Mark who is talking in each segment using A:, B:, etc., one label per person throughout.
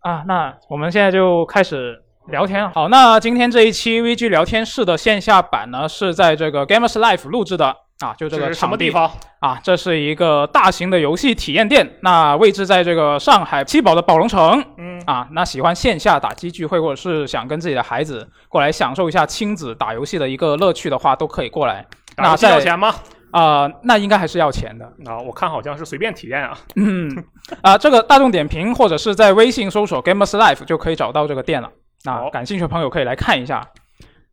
A: 啊那我们现在就开始聊天。好，那今天这一期 VG 聊天室的线下版呢，是在这个 Gamers Life 录制的啊，就这
B: 这
A: 个
B: 是什么
A: 场
B: 地方
A: 啊？这是一个大型的游戏体验店，那位置在这个上海七宝的宝龙城。
B: 嗯
A: 啊，那喜欢线下打击聚会，或者是想跟自己的孩子过来享受一下亲子打游戏的一个乐趣的话，都可以过来。
B: 打游
A: 那
B: 戏
A: 在
B: 要钱吗？
A: 啊、那应该还是要钱的。
B: 啊，我看好像是随便体验啊。
A: 嗯，啊，这个大众点评或者是在微信搜索 Gamers Life 就可以找到这个店了。那
B: 好
A: 感兴趣的朋友可以来看一下。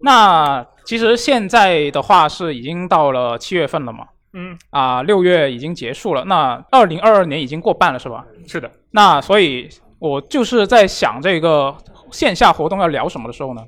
A: 那其实现在的话是已经到了七月份了嘛，
B: 嗯，
A: 啊，六月已经结束了，那二零二二年已经过半了是吧？
B: 是的，
A: 那所以，我就是在想这个线下活动要聊什么的时候呢，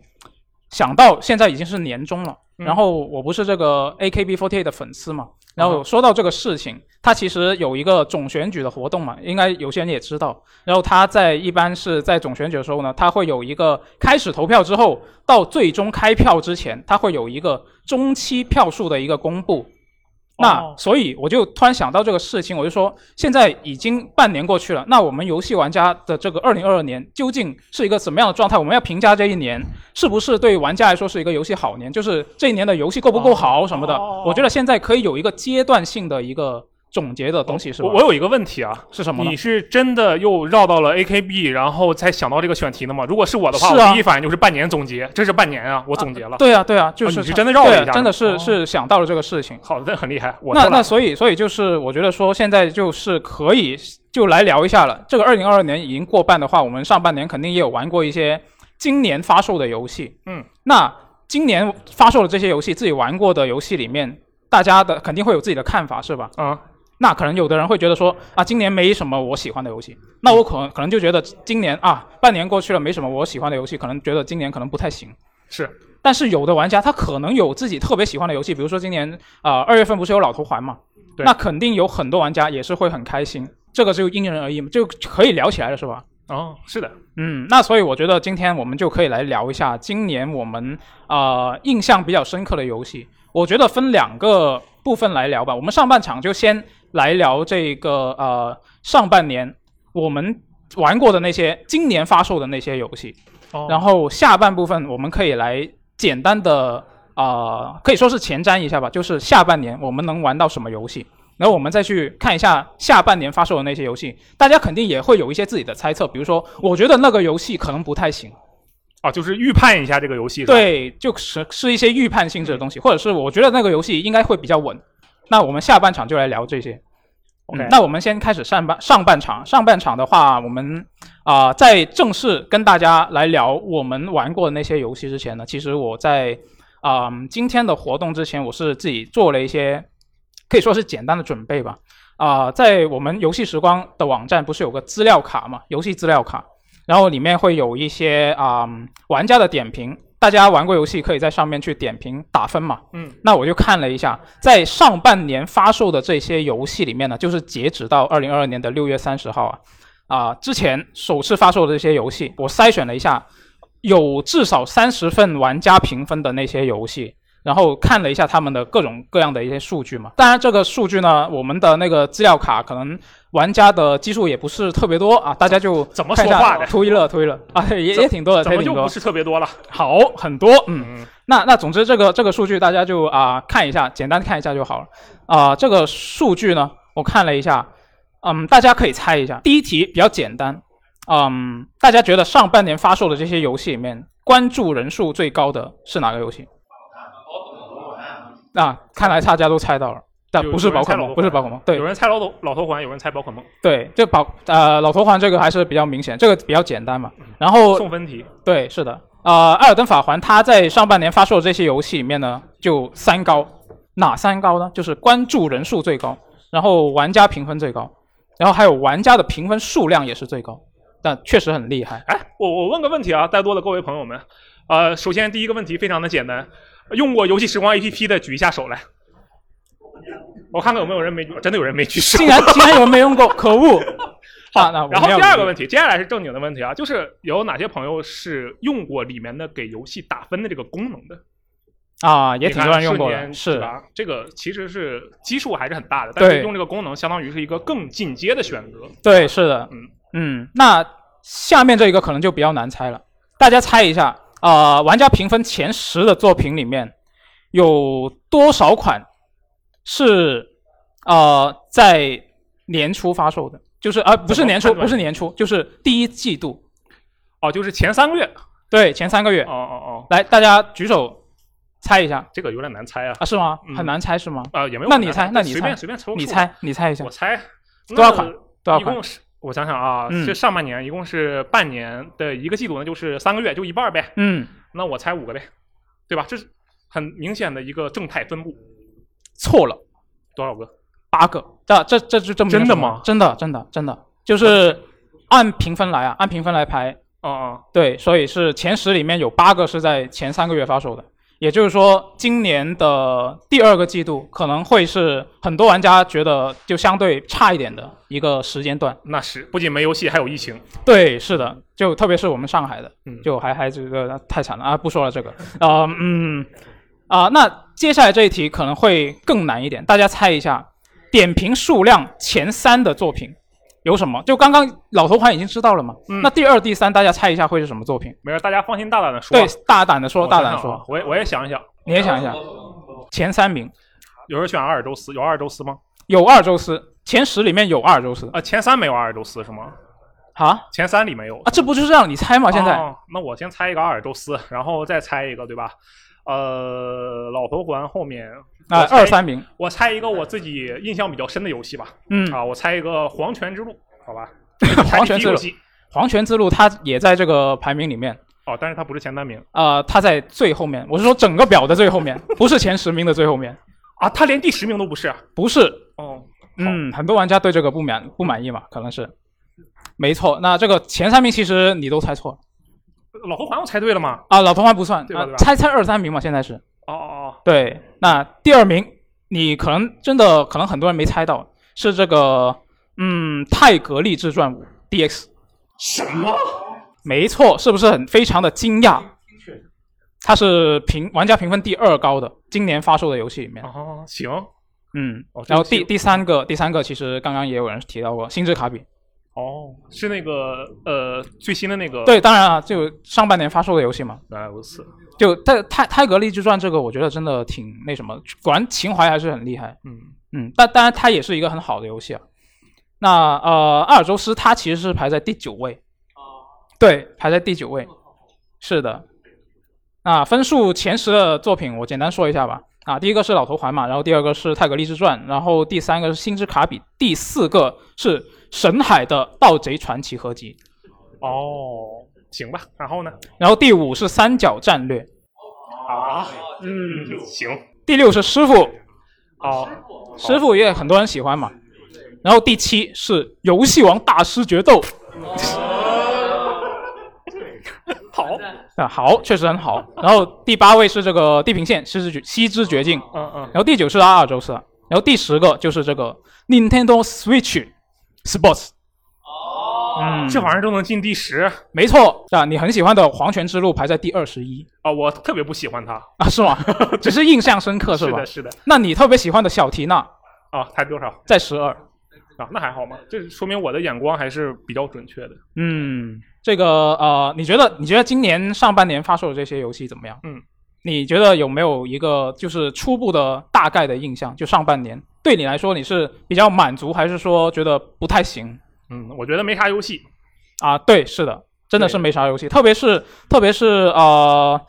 A: 想到现在已经是年终了，
B: 嗯
A: 然后我不是这个 AKB48 的粉丝嘛，然后
B: 嗯
A: 说到这个事情，它其实有一个总选举的活动嘛，应该有些人也知道。然后它在一般是在总选举的时候呢，它会有一个开始投票之后到最终开票之前，它会有一个中期票数的一个公布。那
B: 哦
A: 所以我就突然想到这个事情，我就说现在已经半年过去了，那我们游戏玩家的这个二零二二年究竟是一个怎么样的状态？我们要评价这一年是不是对玩家来说是一个游戏好年，就是这一年的游戏够不够好什么的。
B: 哦
A: 我觉得现在可以有一个阶段性的一个总结的东西，是吧？
B: 我我有一个问题啊，
A: 是什么呢
B: 你？是真的又绕到了 AKB，然后才想到这个选题的吗？如果是我的话，
A: 是啊
B: 我第一反应就是半年总结，这是半年啊，我总结了。
A: 对啊，对啊，就
B: 哦
A: 是
B: 你是
A: 它
B: 真的绕了
A: 对
B: 一下
A: 真的
B: 的
A: 是
B: 哦
A: 是想到了这个事情。
B: 好的，很厉害，我
A: 那
B: 错了
A: 那所以所以就是我觉得说现在就是可以就来聊一下了。这个二零二二年已经过半的话，我们上半年肯定也有玩过一些今年发售的游戏。
B: 嗯，
A: 那今年发售的这些游戏，自己玩过的游戏里面，大家的肯定会有自己的看法，是吧？
B: 嗯，
A: 那可能有的人会觉得说啊，今年没什么我喜欢的游戏，那我可能可能就觉得今年啊，半年过去了没什么我喜欢的游戏，可能觉得今年可能不太行。
B: 是
A: 但是有的玩家他可能有自己特别喜欢的游戏，比如说今年呃二月份不是有老头环嘛，
B: 对
A: 那肯定有很多玩家也是会很开心，这个就因人而异嘛，就可以聊起来了是吧？
B: 哦，是的，
A: 嗯，那所以我觉得今天我们就可以来聊一下今年我们呃印象比较深刻的游戏。我觉得分两个部分来聊吧。我们上半场就先来聊这个呃上半年我们玩过的那些今年发售的那些游戏，
B: 哦
A: 然后下半部分我们可以来简单的呃可以说是前瞻一下吧，就是下半年我们能玩到什么游戏。然后我们再去看一下下半年发售的那些游戏，大家肯定也会有一些自己的猜测，比如说，我觉得那个游戏可能不太行，
B: 啊，就是预判一下这个游戏。，
A: 对，就是是一些预判性质的东西，或者是我觉得那个游戏应该会比较稳。那我们下半场就来聊这些。
B: OK
A: 嗯那我们先开始上半上半场，上半场的话，我们啊、在正式跟大家来聊我们玩过的那些游戏之前呢，其实我在啊、今天的活动之前，我是自己做了一些可以说是简单的准备吧。啊、在我们游戏时光的网站不是有个资料卡嘛，游戏资料卡，然后里面会有一些啊、玩家的点评，大家玩过游戏可以在上面去点评打分嘛。
B: 嗯，
A: 那我就看了一下，在上半年发售的这些游戏里面呢，就是截止到二零二二年的六月三十号啊啊、之前首次发售的这些游戏，我筛选了一下，有至少三十份玩家评分的那些游戏。然后看了一下他们的各种各样的一些数据嘛，当然这个数据呢，我们的那个资料卡可能玩家的基数也不是特别多啊，大家就
B: 怎么
A: 看
B: 说
A: 一下
B: 话的？
A: 图一乐，图一 乐啊，也也挺多的，
B: 怎
A: 也
B: 么
A: 挺
B: 就
A: 多
B: 不，是特别多了？
A: 好很多，嗯。
B: 嗯，
A: 那那总之这个这个数据大家就啊、看一下，简单看一下就好了。啊、这个数据呢，我看了一下，嗯，大家可以猜一下。第一题比较简单，嗯，大家觉得上半年发售的这些游戏里面，关注人数最高的是哪个游戏？啊，看来大家都猜到了，但
B: 有
A: 不是
B: 有人
A: 宝可
B: 猜
A: 梦，
B: 了
A: 不是宝可梦，对
B: 有，人猜老头老头环，有人猜宝可梦，
A: 对，这宝呃老头环这个还是比较明显，这个比较简单嘛。然后
B: 送分题。
A: 对，是的，呃，《艾尔登法环》它在上半年发售的这些游戏里面呢，就三高，哪三高呢？就是关注人数最高，然后玩家评分最高，然后还有玩家的评分数量也是最高，但确实很厉害。
B: 哎，我我问个问题啊，在座的各位朋友们，呃，首先第一个问题非常的简单，用过游戏时光 APP 的举一下手来，我看看有没有人没举，真的有人没举手
A: 竟。然竟然有人没用过，可恶！啊，那我
B: 然后
A: 们要
B: 第二个
A: 努力
B: 问题，接下来是正经的问题啊，就是有哪些朋友是用过里面的给游戏打分的这个功能的？
A: 啊，也
B: 你
A: 挺
B: 看
A: 多人用过
B: 瞬
A: 的，
B: 间
A: 是
B: 对吧？这个其实是基数还是很大的，但是
A: 对
B: 用这个功能相当于是一个更进阶的选择。
A: 对，是的
B: 嗯，
A: 嗯，那下面这一个可能就比较难猜了，大家猜一下，呃，玩家评分前十的作品里面有多少款是呃在年初发售的？就是呃不是年初，
B: 怎么判断
A: 不是年初，就是第一季度。
B: 哦，就是前三个月。
A: 对，前三个月。
B: 哦哦哦，
A: 来，大家举手猜一下
B: 这个有点难猜啊。
A: 啊？是吗？
B: 嗯
A: 很难猜是吗？
B: 啊，也没有
A: 那
B: 很
A: 你
B: 难
A: 猜那你
B: 随
A: 猜
B: 便随便抽个
A: 你
B: 数
A: 猜，你猜一下
B: 我猜
A: 多少款？多少
B: 一
A: 款？
B: 共是我想想啊，
A: 嗯
B: 这上半年一共是半年的一个季度，那就是三个月，就一半呗。
A: 嗯，
B: 那我猜五个呗，对吧？这是很明显的一个正态分布，
A: 错了。
B: 多少个？
A: 八个。这这这就证明
B: 真
A: 了
B: 的
A: 什么
B: 吗呃
A: 真的真的真的，就是按评分来啊，按评分来排。
B: 哦哦，
A: 对，所以是前十里面有八个是在前三个月发售的，也就是说，今年的第二个季度可能会是很多玩家觉得就相对差一点的一个时间段。
B: 那是不仅没游戏，还有疫情。
A: 对，是的，就特别是我们上海的，
B: 嗯
A: 就还还这个太惨了啊！不说了这个，啊、嗯啊、那接下来这一题可能会更难一点，大家猜一下，点评数量前三的作品有什么？就刚刚老头环已经知道了嘛，
B: 嗯
A: 那第二、第三大家猜一下会是什么作品？
B: 没事，大家放心大胆的说啊。
A: 对，大胆的说，
B: 我
A: 大
B: 想
A: 胆
B: 想
A: 地
B: 啊
A: 说，，
B: 我也我也想一想，啊
A: 你也想一下，前三名
B: 有人选阿尔宙斯，有阿尔宙斯吗？
A: 有二周四，前十里面有二周四
B: 啊，前三没有阿尔宙斯是吗？
A: 啊
B: 前三里没有。
A: 啊，这不就是让你猜吗？现在、
B: 哦那我先猜一个阿尔宙斯，然后再猜一个，对吧？呃，老头环后面
A: 啊
B: 我猜
A: 二三名，
B: 我猜一个我自己印象比较深的游戏吧。
A: 嗯，
B: 啊，我猜一个《黄泉之路》，好 吧？
A: 黄
B: 猜
A: 泉之路
B: 第一个游戏
A: 黄泉之路它也在这个排名里面。
B: 哦，但是它不是前三名
A: 呃，它在最后面，我是说整个表的最 后面，不是前十名的最后面，
B: 啊，它连第十名都不是。啊
A: 不是。
B: 哦，
A: 嗯，很多玩家对这个不满不满意嘛，可能是。没错，那这个前三名其实你都猜错了
B: 老头环我猜对了吗？
A: 啊，老头环不算，
B: 对吧
A: 啊
B: 对吧
A: 猜猜二三名嘛，现在是
B: 哦哦
A: 对。那第二名你可能真的可能很多人没猜到，是这个嗯《泰格励志传五 DX》。
B: 什么？
A: 没错，是不是很非常的惊讶？它是评玩家评分第二高的，今年发售的游戏里面。
B: 哦，行，
A: 嗯
B: 哦，这
A: 然
B: 个
A: 后
B: 是
A: 第
B: 有
A: 第三个，第三个其实刚刚也有人提到过，星之卡比。
B: 哦，是那个呃最新的那个。，
A: 对，当然啊，就上半年发售的游戏嘛，
B: 原来如此。
A: 就泰泰泰格励志传这个，我觉得真的挺那什么，果然情怀还是很厉害。
B: 嗯，
A: 嗯，但当然它也是一个很好的游戏啊。那呃，阿尔宙斯它其实是排在第九位，对，排在第九位，是的。那分数前十的作品，我简单说一下吧。啊，第一个是老头环嘛，然后第二个是泰格励志传，然后第三个是星之卡比，第四个是神海的盗贼传奇合集，
B: 哦，行吧。然后呢？
A: 然后第五是三角战略，
B: 啊，嗯，行。
A: 第六是师傅，
B: 哦，
A: 师傅也很多人喜欢嘛。然后第七是游戏王大师决斗，
B: 哦好，
A: 啊，好，确实很好。然后第八位是这个地平线西之绝西之绝境，
B: 嗯嗯
A: 然，后第九是阿尔宙斯，啊然后第十个就是这个 Nintendo Switch Sports。哦，嗯，
B: 这玩意儿都能进第十
A: 没错啊，你很喜欢的《黄泉之路》排在第二十一
B: 啊！我特别不喜欢它。
A: 啊，是吗？ 只是印象深刻是
B: 是
A: 吧
B: 的，？是的。
A: 那你特别喜欢的小缇娜
B: 啊，它多少？
A: 在十二，
B: 啊，那还好嘛，这说明我的眼光还是比较准确的。
A: 嗯，这个呃，你觉得你觉得今年上半年发售的这些游戏怎么样？
B: 嗯，
A: 你觉得有没有一个就是初步的大概的印象？就上半年对你来说，你是比较满足，还是说觉得不太行
B: 嗯，我觉得没啥游戏。
A: 啊？对，是的，真的是
B: 对
A: 没啥游戏，特别是特别是呃，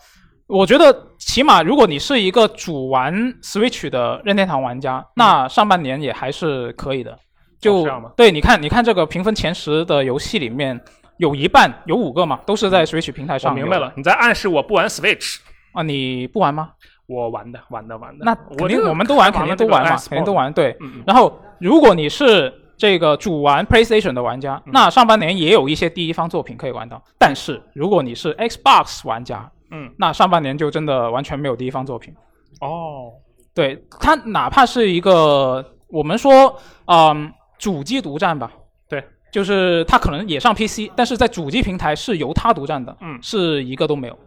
A: 我觉得起码如果你是一个主玩 Switch 的任天堂玩家，那上半年也还是可以的。就、
B: 嗯哦这样吗
A: 对，你看，你看这个评分前十的游戏里面，有一半有五个嘛，都是在 Switch 平台
B: 嗯我
A: 上。
B: 明白了，你在暗示我不玩 Switch。
A: 啊，你不玩吗？
B: 我玩的，玩的，玩的。
A: 那
B: 我
A: 肯定
B: 这个
A: 我们都玩，
B: 开
A: 肯
B: 完了
A: 定都
B: 这个哎
A: 玩嘛，
B: Xbox
A: 肯定都。玩。对，
B: 嗯嗯。
A: 然后如果你是这个主玩 PlayStation 的玩
B: 嗯
A: 家，那上半年也有一些第一方作品可以玩到。但是如果你是 Xbox 玩家，
B: 嗯，
A: 那上半年就真的完全没有第一方作品。
B: 哦，
A: 对它，哪怕是一个我们说，嗯，主机独占吧，
B: 对，
A: 就是它可能也上 PC，但是在主机平台是由它独占的，
B: 嗯
A: 是一个都没有。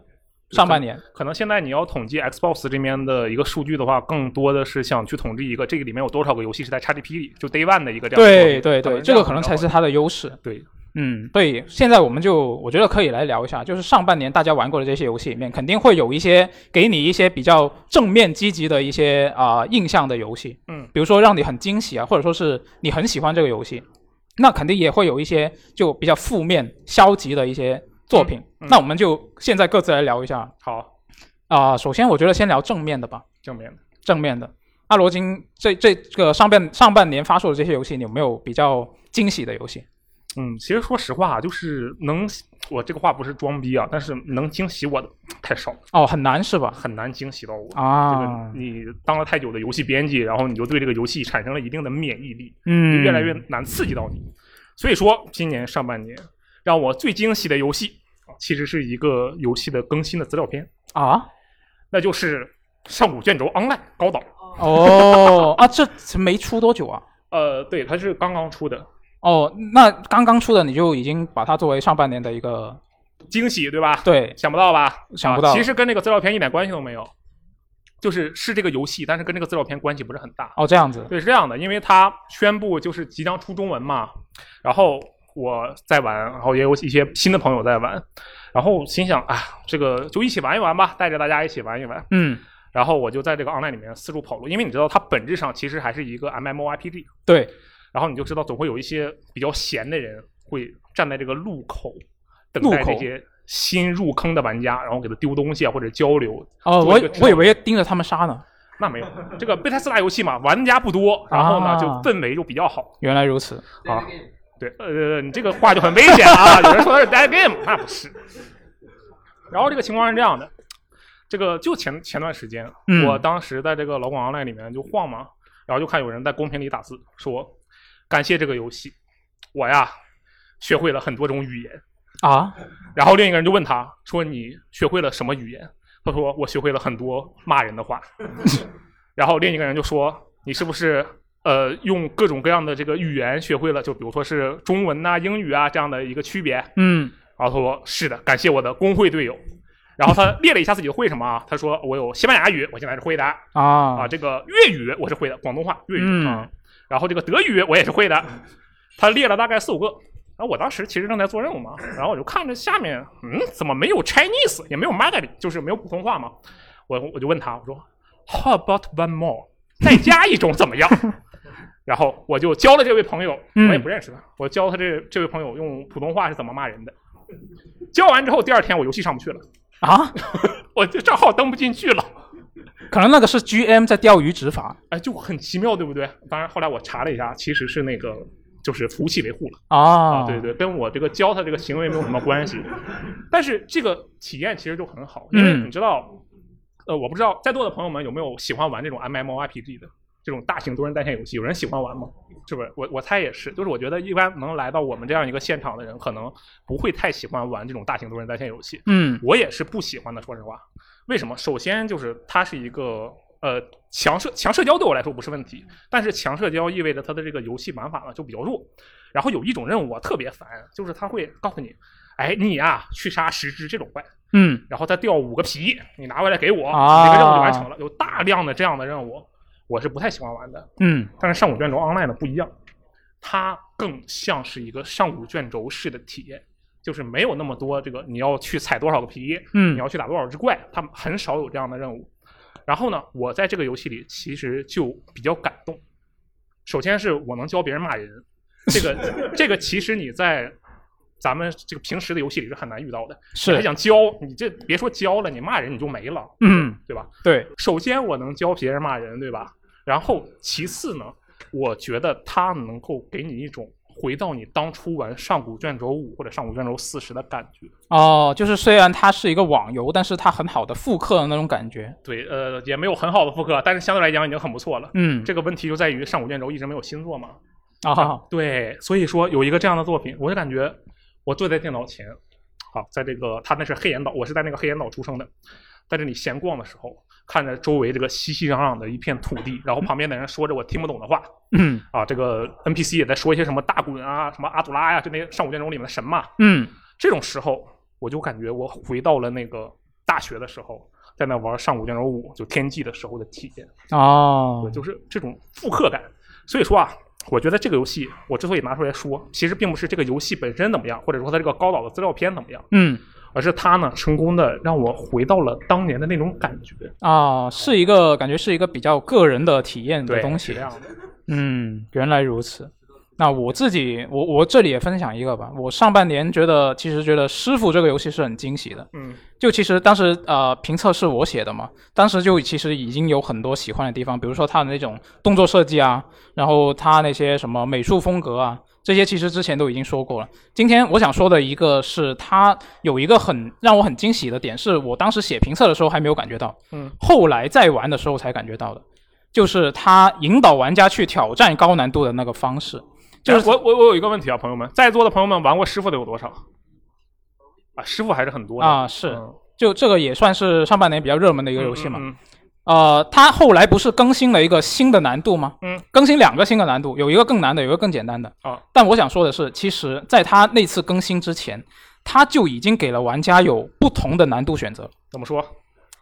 A: 上半年，
B: 可能现在你要统计 Xbox 这边的一个数据的话，更多的是想去统计一个这个里面有多少个游戏是在 XGP 里，就 Day One 的一个这样的
A: 对
B: 作品
A: 对对，这个可能才是它的优势。
B: 对。
A: 嗯，对，现在我们就我觉得可以来聊一下，就是上半年大家玩过的这些游戏里面，肯定会有一些给你一些比较正面积极的一些啊、印象的游戏，
B: 嗯，
A: 比如说让你很惊喜啊，或者说是你很喜欢这个游戏，那肯定也会有一些就比较负面、消极的一些作品。
B: 嗯嗯
A: 那我们就现在各自来聊一下
B: 好，
A: 啊、首先我觉得先聊正面的吧，
B: 正面的。
A: 正面的。阿罗金这这这个上半上半年发售的这些游戏，你有没有比较惊喜的游戏？
B: 嗯，其实说实话，就是能，我这个话不是装逼啊，但是能惊喜我的太少了，
A: 哦，很难是吧？
B: 很难惊喜到我。这
A: 啊
B: 个，你当了太久的游戏编辑，然后你就对这个游戏产生了一定的免疫力，就
A: 嗯，
B: 越来越难刺激到你。所以说，今年上半年让我最惊喜的游戏，啊其实是一个游戏的更新的资料片，
A: 啊，
B: 那就是《上古卷轴 Online》高岛。
A: 哦啊，这没出多久啊。
B: 呃，对，它是刚刚出的
A: 哦，那刚刚出的你就已经把它作为上半年的一个
B: 惊喜，对吧？
A: 对，
B: 想不到吧？
A: 想不到
B: 啊其实跟这个资料片一点关系都没有，就是是这个游戏，但是跟这个资料片关系不是很大。
A: 哦，这样子，
B: 对，是这样的，因为它宣布就是即将出中文嘛，然后我在玩，然后也有一些新的朋友在玩，然后心想啊，这个就一起玩一玩吧，带着大家一起玩一玩。
A: 嗯，
B: 然后我就在这个 online 里面四处跑路，因为你知道它本质上其实还是一个 MMORPG，
A: 对，
B: 然后你就知道总会有一些比较闲的人会站在这个路口等待
A: 路口
B: 这些新入坑的玩家，然后给他丢东西啊或者交流，
A: 哦，
B: 做
A: 我
B: 一
A: 以
B: 个指导
A: 我以为盯着他们杀呢，
B: 那没有，这个贝塔斯达游戏嘛，玩家不多，然后呢、
A: 啊
B: 就氛围就比较好
A: 原来如此，
B: 啊。对，呃，你这个话就很危险啊！有人说他是 dead game，那不是。然后这个情况是这样的，这个就前前段时间，
A: 嗯
B: 我当时在这个老广 online 里面就晃嘛，然后就看有人在公屏里打字说：“感谢这个游戏，我呀学会了很多种语言。”
A: 啊，
B: 然后另一个人就问他说：“你学会了什么语言？”他说：“我学会了很多骂人的话。”然后另一个人就说：“你是不是呃用各种各样的这个语言学会了？就比如说是中文呐、英语啊这样的一个区别？”
A: 嗯，
B: 然后他说：“是的，感谢我的工会队友。”然后他列了一下自己会什么啊？他说：“我有西班牙语，我现在是会的啊、
A: 啊，
B: 这个粤语我是会的，广东话、粤语
A: 嗯
B: 啊、然后这个德语我也是会的。”他列了大概四五个。然后我当时其实正在做任务嘛，然后我就看着下面，嗯，怎么没有 Chinese，也没有 Mandarin，就是没有普通话嘛。我我就问他，我说 How about one more？再加一种怎么样？ 然后我就教了这位朋友，
A: 嗯
B: 我也不认识他，我教他这这位朋友用普通话是怎么骂人的。教完之后，第二天我游戏上不去了，
A: 啊，
B: 我这账号登不进去了。
A: 可能那个是 GM 在钓鱼执法
B: 哎，就很奇妙，对不对？当然后来我查了一下，其实是那个就是服务器维护了。
A: 啊，
B: 啊，对，对，跟我这个教他这个行为没有什么关系。但是这个体验其实就很好，因为
A: 嗯
B: 你知道，呃，我不知道在座的朋友们有没有喜欢玩这种 MMORPG 的这种大型多人在线游戏，有人喜欢玩吗？是不是？我我猜也是，就是我觉得一般能来到我们这样一个现场的人，可能不会太喜欢玩这种大型多人在线游戏。
A: 嗯，
B: 我也是不喜欢的，说实话。为什么？首先就是它是一个呃强社强社交对我来说不是问题，但是强社交意味着它的这个游戏玩法呢就比较弱。然后有一种任务我特别烦，就是它会告诉你，哎，你呀、去杀十只这种怪，
A: 嗯，
B: 然后再掉五个皮，你拿回来给我，
A: 啊
B: 这个任务就完成了。有大量的这样的任务，我是不太喜欢玩的。
A: 嗯，
B: 但是上古卷轴 Online 的不一样，它更像是一个上古卷轴式的体验，就是没有那么多这个你要去采多少个皮，
A: 嗯
B: 你要去打多少只怪，它很少有这样的任务。然后呢，我在这个游戏里其实就比较感动。首先是我能教别人骂人，这 个这个其实你在咱们这个平时的游戏里是很难遇到的。你还
A: 是，
B: 想教你这别说教了，你骂人你就没了，
A: 嗯，
B: 对吧？
A: 对，
B: 首先我能教别人骂人，对吧？然后其次呢，我觉得它能够给你一种回到你当初玩《上古卷轴五》或者《上古卷轴四十》的感觉。
A: 哦，就是虽然它是一个网游，但是它很好的复刻了那种感觉，
B: 对，呃，也没有很好的复刻，但是相对来讲已经很不错了。
A: 嗯，
B: 这个问题就在于《上古卷轴》一直没有新作嘛。
A: 啊，
B: 对，所以说有一个这样的作品，我就感觉我坐在电脑前，好，在这个他那是黑岩岛，我是在那个黑岩岛出生的，在这里闲逛的时候，看着周围这个熙熙攘攘的一片土地，然后旁边的人说着我听不懂的话，
A: 嗯
B: 啊，这个 NPC 也在说一些什么大滚啊、什么阿杜拉呀、就那上古卷轴里面的神嘛。
A: 嗯，
B: 这种时候，我就感觉我回到了那个大学的时候，在那玩上古卷轴五，就天际的时候的体验，
A: 哦，
B: 就是这种复刻感。所以说啊，我觉得这个游戏我之所以拿出来说，其实并不是这个游戏本身怎么样，或者说它这个高导的资料片怎么样，
A: 嗯
B: 而是它呢成功的让我回到了当年的那种感觉。
A: 啊，是一个感觉是一个比较个人的体验的
B: 对，
A: 东
B: 是
A: 西
B: 这。样的。
A: 嗯，原来如此。那我自己，我我这里也分享一个吧。我上半年觉得，其实觉得《师傅》这个游戏是很惊喜的。
B: 嗯，
A: 就其实当时呃评测是我写的嘛，当时就其实已经有很多喜欢的地方，比如说它的那种动作设计啊，然后它那些什么美术风格啊，这些其实之前都已经说过了。今天我想说的一个是，它有一个很让我很惊喜的点，是我当时写评测的时候还没有感觉到，
B: 嗯，
A: 后来再玩的时候才感觉到的，就是它引导玩家去挑战高难度的那个方式。就是
B: 哎我我我有一个问题啊，朋友们，在座的朋友们玩过师傅的有多少？啊，师傅还是很多的
A: 啊是
B: 嗯
A: 就这个也算是上半年比较热门的一个游戏嘛。
B: 嗯嗯
A: 呃，它后来不是更新了一个新的难度吗？
B: 嗯，
A: 更新两个新的难度，有一个更难的，有一个更简单的。
B: 啊，
A: 但我想说的是，其实在它那次更新之前，它就已经给了玩家有不同的难度选择，
B: 怎么说？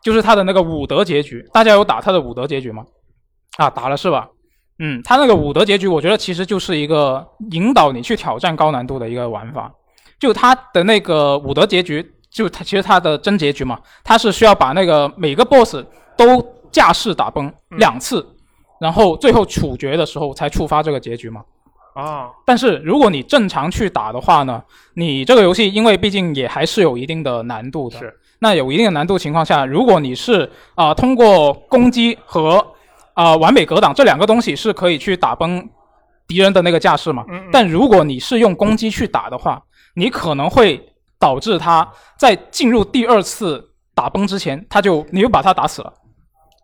A: 就是它的那个武德结局，大家有打它的武德结局吗？啊，打了是吧？嗯，它那个武德结局，我觉得其实就是一个引导你去挑战高难度的一个玩法。就它的那个武德结局，就它其实它的真结局嘛，它是需要把那个每个 BOSS 都架势打崩
B: 嗯
A: 两次，然后最后处决的时候才触发这个结局嘛。
B: 啊，
A: 但是如果你正常去打的话呢，你这个游戏因为毕竟也还是有一定的难度的。
B: 是。
A: 那有一定的难度情况下，如果你是啊、通过攻击和啊、完美格挡这两个东西是可以去打崩敌人的那个架势嘛？
B: 嗯，嗯
A: 但如果你是用攻击去打的话，你可能会导致他在进入第二次打崩之前，他就你就把他打死了，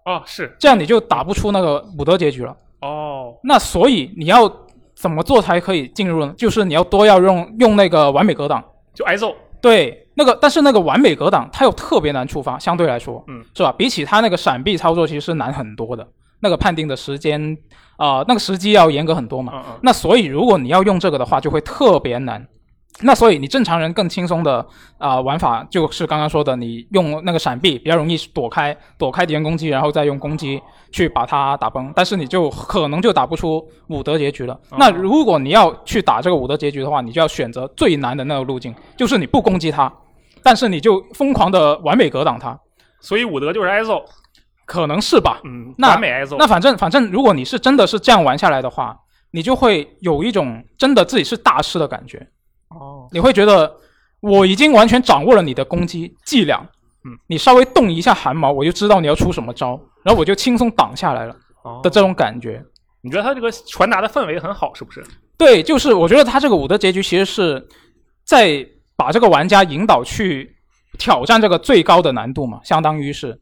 B: 啊是
A: 这样你就打不出那个武德结局了。
B: 哦，
A: 那所以你要怎么做才可以进入呢？就是你要多要用用那个完美格挡，
B: 就挨揍。
A: 对，那个但是那个完美格挡它又特别难触发，相对来说，
B: 嗯，
A: 是吧？比起它那个闪避操作其实是难很多的，那个判定的时间啊、那个时机要严格很多嘛。
B: 嗯嗯
A: 那所以如果你要用这个的话，就会特别难。那所以你正常人更轻松的啊、玩法就是刚刚说的，你用那个闪避比较容易躲开躲开敌人攻击，然后再用攻击去把它打崩，但是你就可能就打不出武德结局了。
B: 哦
A: 那如果你要去打这个武德结局的话，你就要选择最难的那个路径，就是你不攻击它，但是你就疯狂的完美格挡它，
B: 所以武德就是挨揍，
A: 可能是吧？
B: 嗯，
A: 那
B: 完美挨揍。
A: 那反正反正，如果你是真的是这样玩下来的话，你就会有一种真的自己是大师的感觉，
B: 哦，
A: 你会觉得我已经完全掌握了你的攻击伎俩，
B: 嗯，
A: 你稍微动一下汗毛，我就知道你要出什么招，然后我就轻松挡下来了
B: 哦
A: 的这种感觉。
B: 你觉得他这个传达的氛围很好，是不是？
A: 对，就是我觉得他这个五的结局其实是在把这个玩家引导去挑战这个最高的难度嘛，相当于是。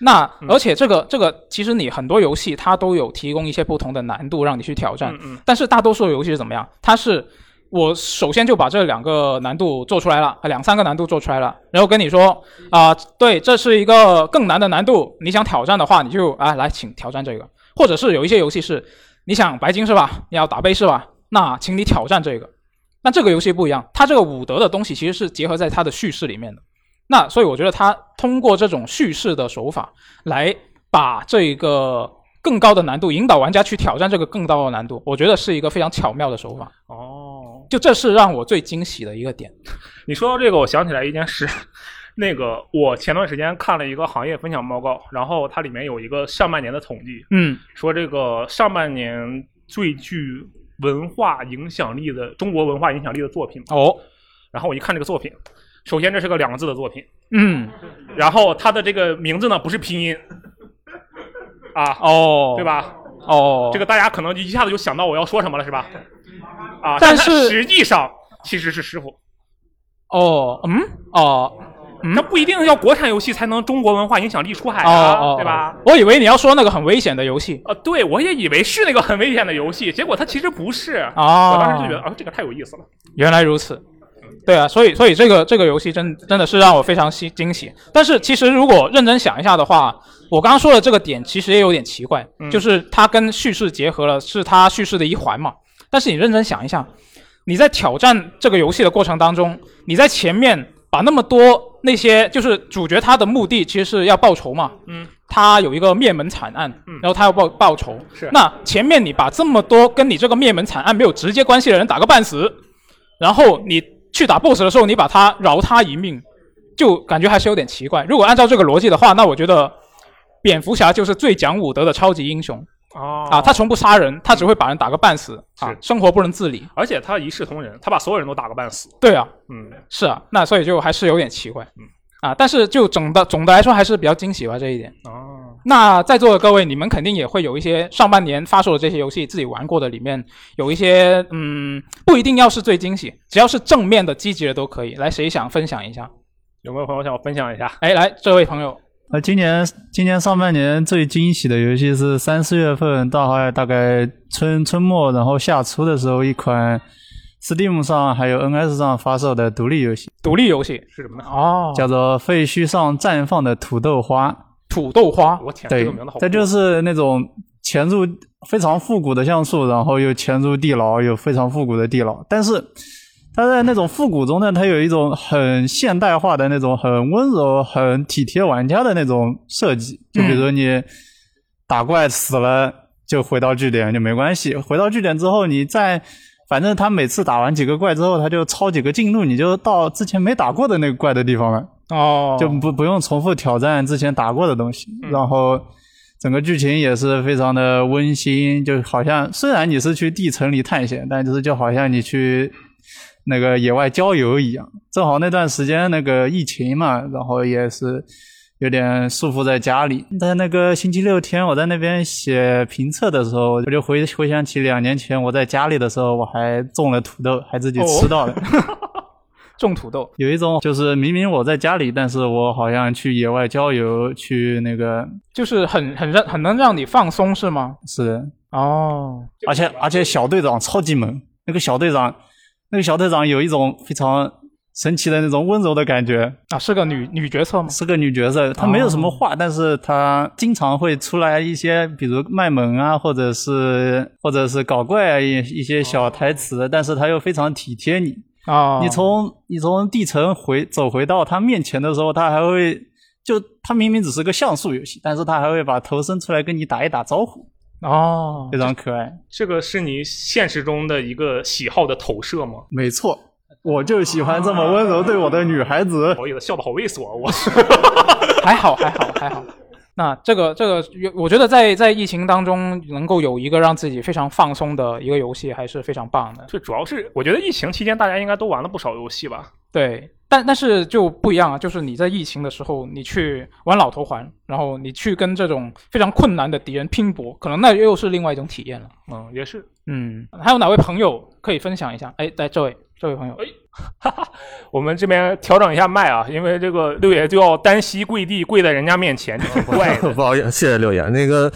A: 那
B: 嗯
A: 而且这个这个其实你很多游戏它都有提供一些不同的难度让你去挑战，
B: 嗯嗯
A: 但是大多数游戏是怎么样？它是我首先就把这两个难度做出来了，两三个难度做出来了，然后跟你说啊、对，这是一个更难的难度，你想挑战的话，你就啊来，请挑战这个，或者是有一些游戏是你想白金是吧？你要打杯是吧？那请你挑战这个。那这个游戏不一样，它这个武德的东西其实是结合在它的叙事里面的。那所以我觉得它通过这种叙事的手法来把这个更高的难度引导玩家去挑战这个更高的难度，我觉得是一个非常巧妙的手法。
B: 哦，
A: 就这是让我最惊喜的一个点。
B: 你说到这个，我想起来一件事，那个我前段时间看了一个行业分享报告，然后它里面有一个上半年的统计，
A: 嗯
B: 说这个上半年最具文化影响力的中国文化影响力的作品。
A: 哦，
B: 然后我一看这个作品，首先这是个两个字的作品，
A: 嗯
B: 然后它的这个名字呢不是拼音啊，
A: 哦，
B: 对？吧？
A: 哦，
B: 这个大家可能一下子就想到我要说什么了，是吧？啊，
A: 但
B: 它
A: 是
B: 实际上其实是师傅。
A: 哦嗯哦
B: 那不一定要国产游戏才能中国文化影响力出海
A: 哦
B: 啊，
A: 哦，
B: 对吧？？
A: 我以为你要说那个很危险的游戏
B: 啊，对，我也以为是那个很危险的游戏，结果它其实不是。
A: 哦，
B: 我当时就觉得，啊，这个太有意思了。
A: 原来如此，对啊，所以所以这个这个游戏真真的是让我非常喜惊喜。但是其实如果认真想一下的话，我刚刚说的这个点其实也有点奇怪，
B: 嗯
A: 就是它跟叙事结合了，是它叙事的一环嘛。但是你认真想一下，你在挑战这个游戏的过程当中，你在前面把那么多那些就是主角他的目的其实是要报仇嘛，
B: 嗯，
A: 他有一个灭门惨案，
B: 嗯
A: 然后他要报报仇。
B: 是
A: 那前面你把这么多跟你这个灭门惨案没有直接关系的人打个半死，然后你去打 BOSS 的时候，你把他饶他一命，就感觉还是有点奇怪。如果按照这个逻辑的话，那我觉得蝙蝠侠就是最讲武德的超级英雄
B: 哦
A: 啊，他从不杀人，他只会把人打个半死啊
B: 是，
A: 生活不能自理。
B: 而且他一视同仁，他把所有人都打个半死。
A: 对啊，
B: 嗯，
A: 是啊，那所以就还是有点奇怪
B: 嗯，
A: 啊，但是就总的总的来说还是比较惊喜吧这一点。
B: 哦，
A: 那在座的各位，你们肯定也会有一些上半年发售的这些游戏自己玩过的，里面有一些嗯，不一定要是最惊喜，只要是正面的、积极的都可以。来，谁想分享一下？
B: 有没有朋友想分享一下？
A: 哎，来这位朋友，
C: 呃，今年今年上半年最惊喜的游戏是三四月份大概大概春春末，然后夏初的时候，一款 Steam 上还有 NS 上发售的独立游戏，
A: 独立游戏
B: 是什么呢？
A: 哦，
C: 叫做《废墟上绽放的土豆花》。
A: 土豆花，
B: 我天，这
C: 对
B: 个名字好酷，，
C: 它就是那种潜入非常复古的像素，然后又潜入地牢，有非常复古的地牢，但是它在那种复古中呢，它有一种很现代化的那种很温柔、很体贴玩家的那种设计。
B: 嗯
C: 就比如说你打怪死了，就回到据点就没关系，回到据点之后，你再。反正他每次打完几个怪之后，他就抄几个进度，你就到之前没打过的那个怪的地方了。
A: 哦，
C: 就不不用重复挑战之前打过的东西，
B: 嗯
C: 然后整个剧情也是非常的温馨，就好像虽然你是去地城里探险，但就是就好像你去那个野外郊游一样。正好那段时间那个疫情嘛，然后也是有点束缚在家里。在那个星期六天，我在那边写评测的时候，我就回回想起两年前我在家里的时候，我还种了土豆，还自己吃到了。
A: 种土豆，
C: 有一种就是明明我在家里，但是我好像去野外郊游，去那个
A: 就是很很让很能让你放松是吗？
C: 是的，
A: 哦，
C: 而且而且小队长超级萌，那个小队长，那个小队长有一种非常神奇的那种温柔的感觉，
A: 啊，是个女女角色吗？哦
C: 是个女角色，她没有什么话，但是她经常会出来一些，比如卖萌啊，或者是或者是搞怪啊，一一些小台词，啊但是她又非常体贴你，
A: 哦，
C: 你从你从地城回走回到他面前的时候，他还会就他明明只是个像素游戏，但是他还会把头伸出来跟你打一打招呼，
A: 哦
C: 非，常可爱。
B: 这个是你现实中的一个喜好的投射吗？
C: 没错，我就喜欢这么温柔对我的女孩子。
B: 不好意思，笑的好猥琐，我
A: 还好，哦还好，还好。那这个这个，我觉得在在疫情当中能够有一个让自己非常放松的一个游戏，还是非常棒的。
B: 这主要是我觉得疫情期间大家应该都玩了不少游戏吧？
A: 对，但但是就不一样啊，就是你在疫情的时候，你去玩老头环，然后你去跟这种非常困难的敌人拼搏，可能那又是另外一种体验了。
B: 嗯，也是。
A: 嗯，还有哪位朋友可以分享一下？哎，来这位这位朋友，
B: 哎 我们这边调整一下麦啊，因为这个六爷就要单膝跪地跪在人家面 前，这挺
A: 哦
B: 怪 的。
D: 不好意思，谢谢六爷。那个，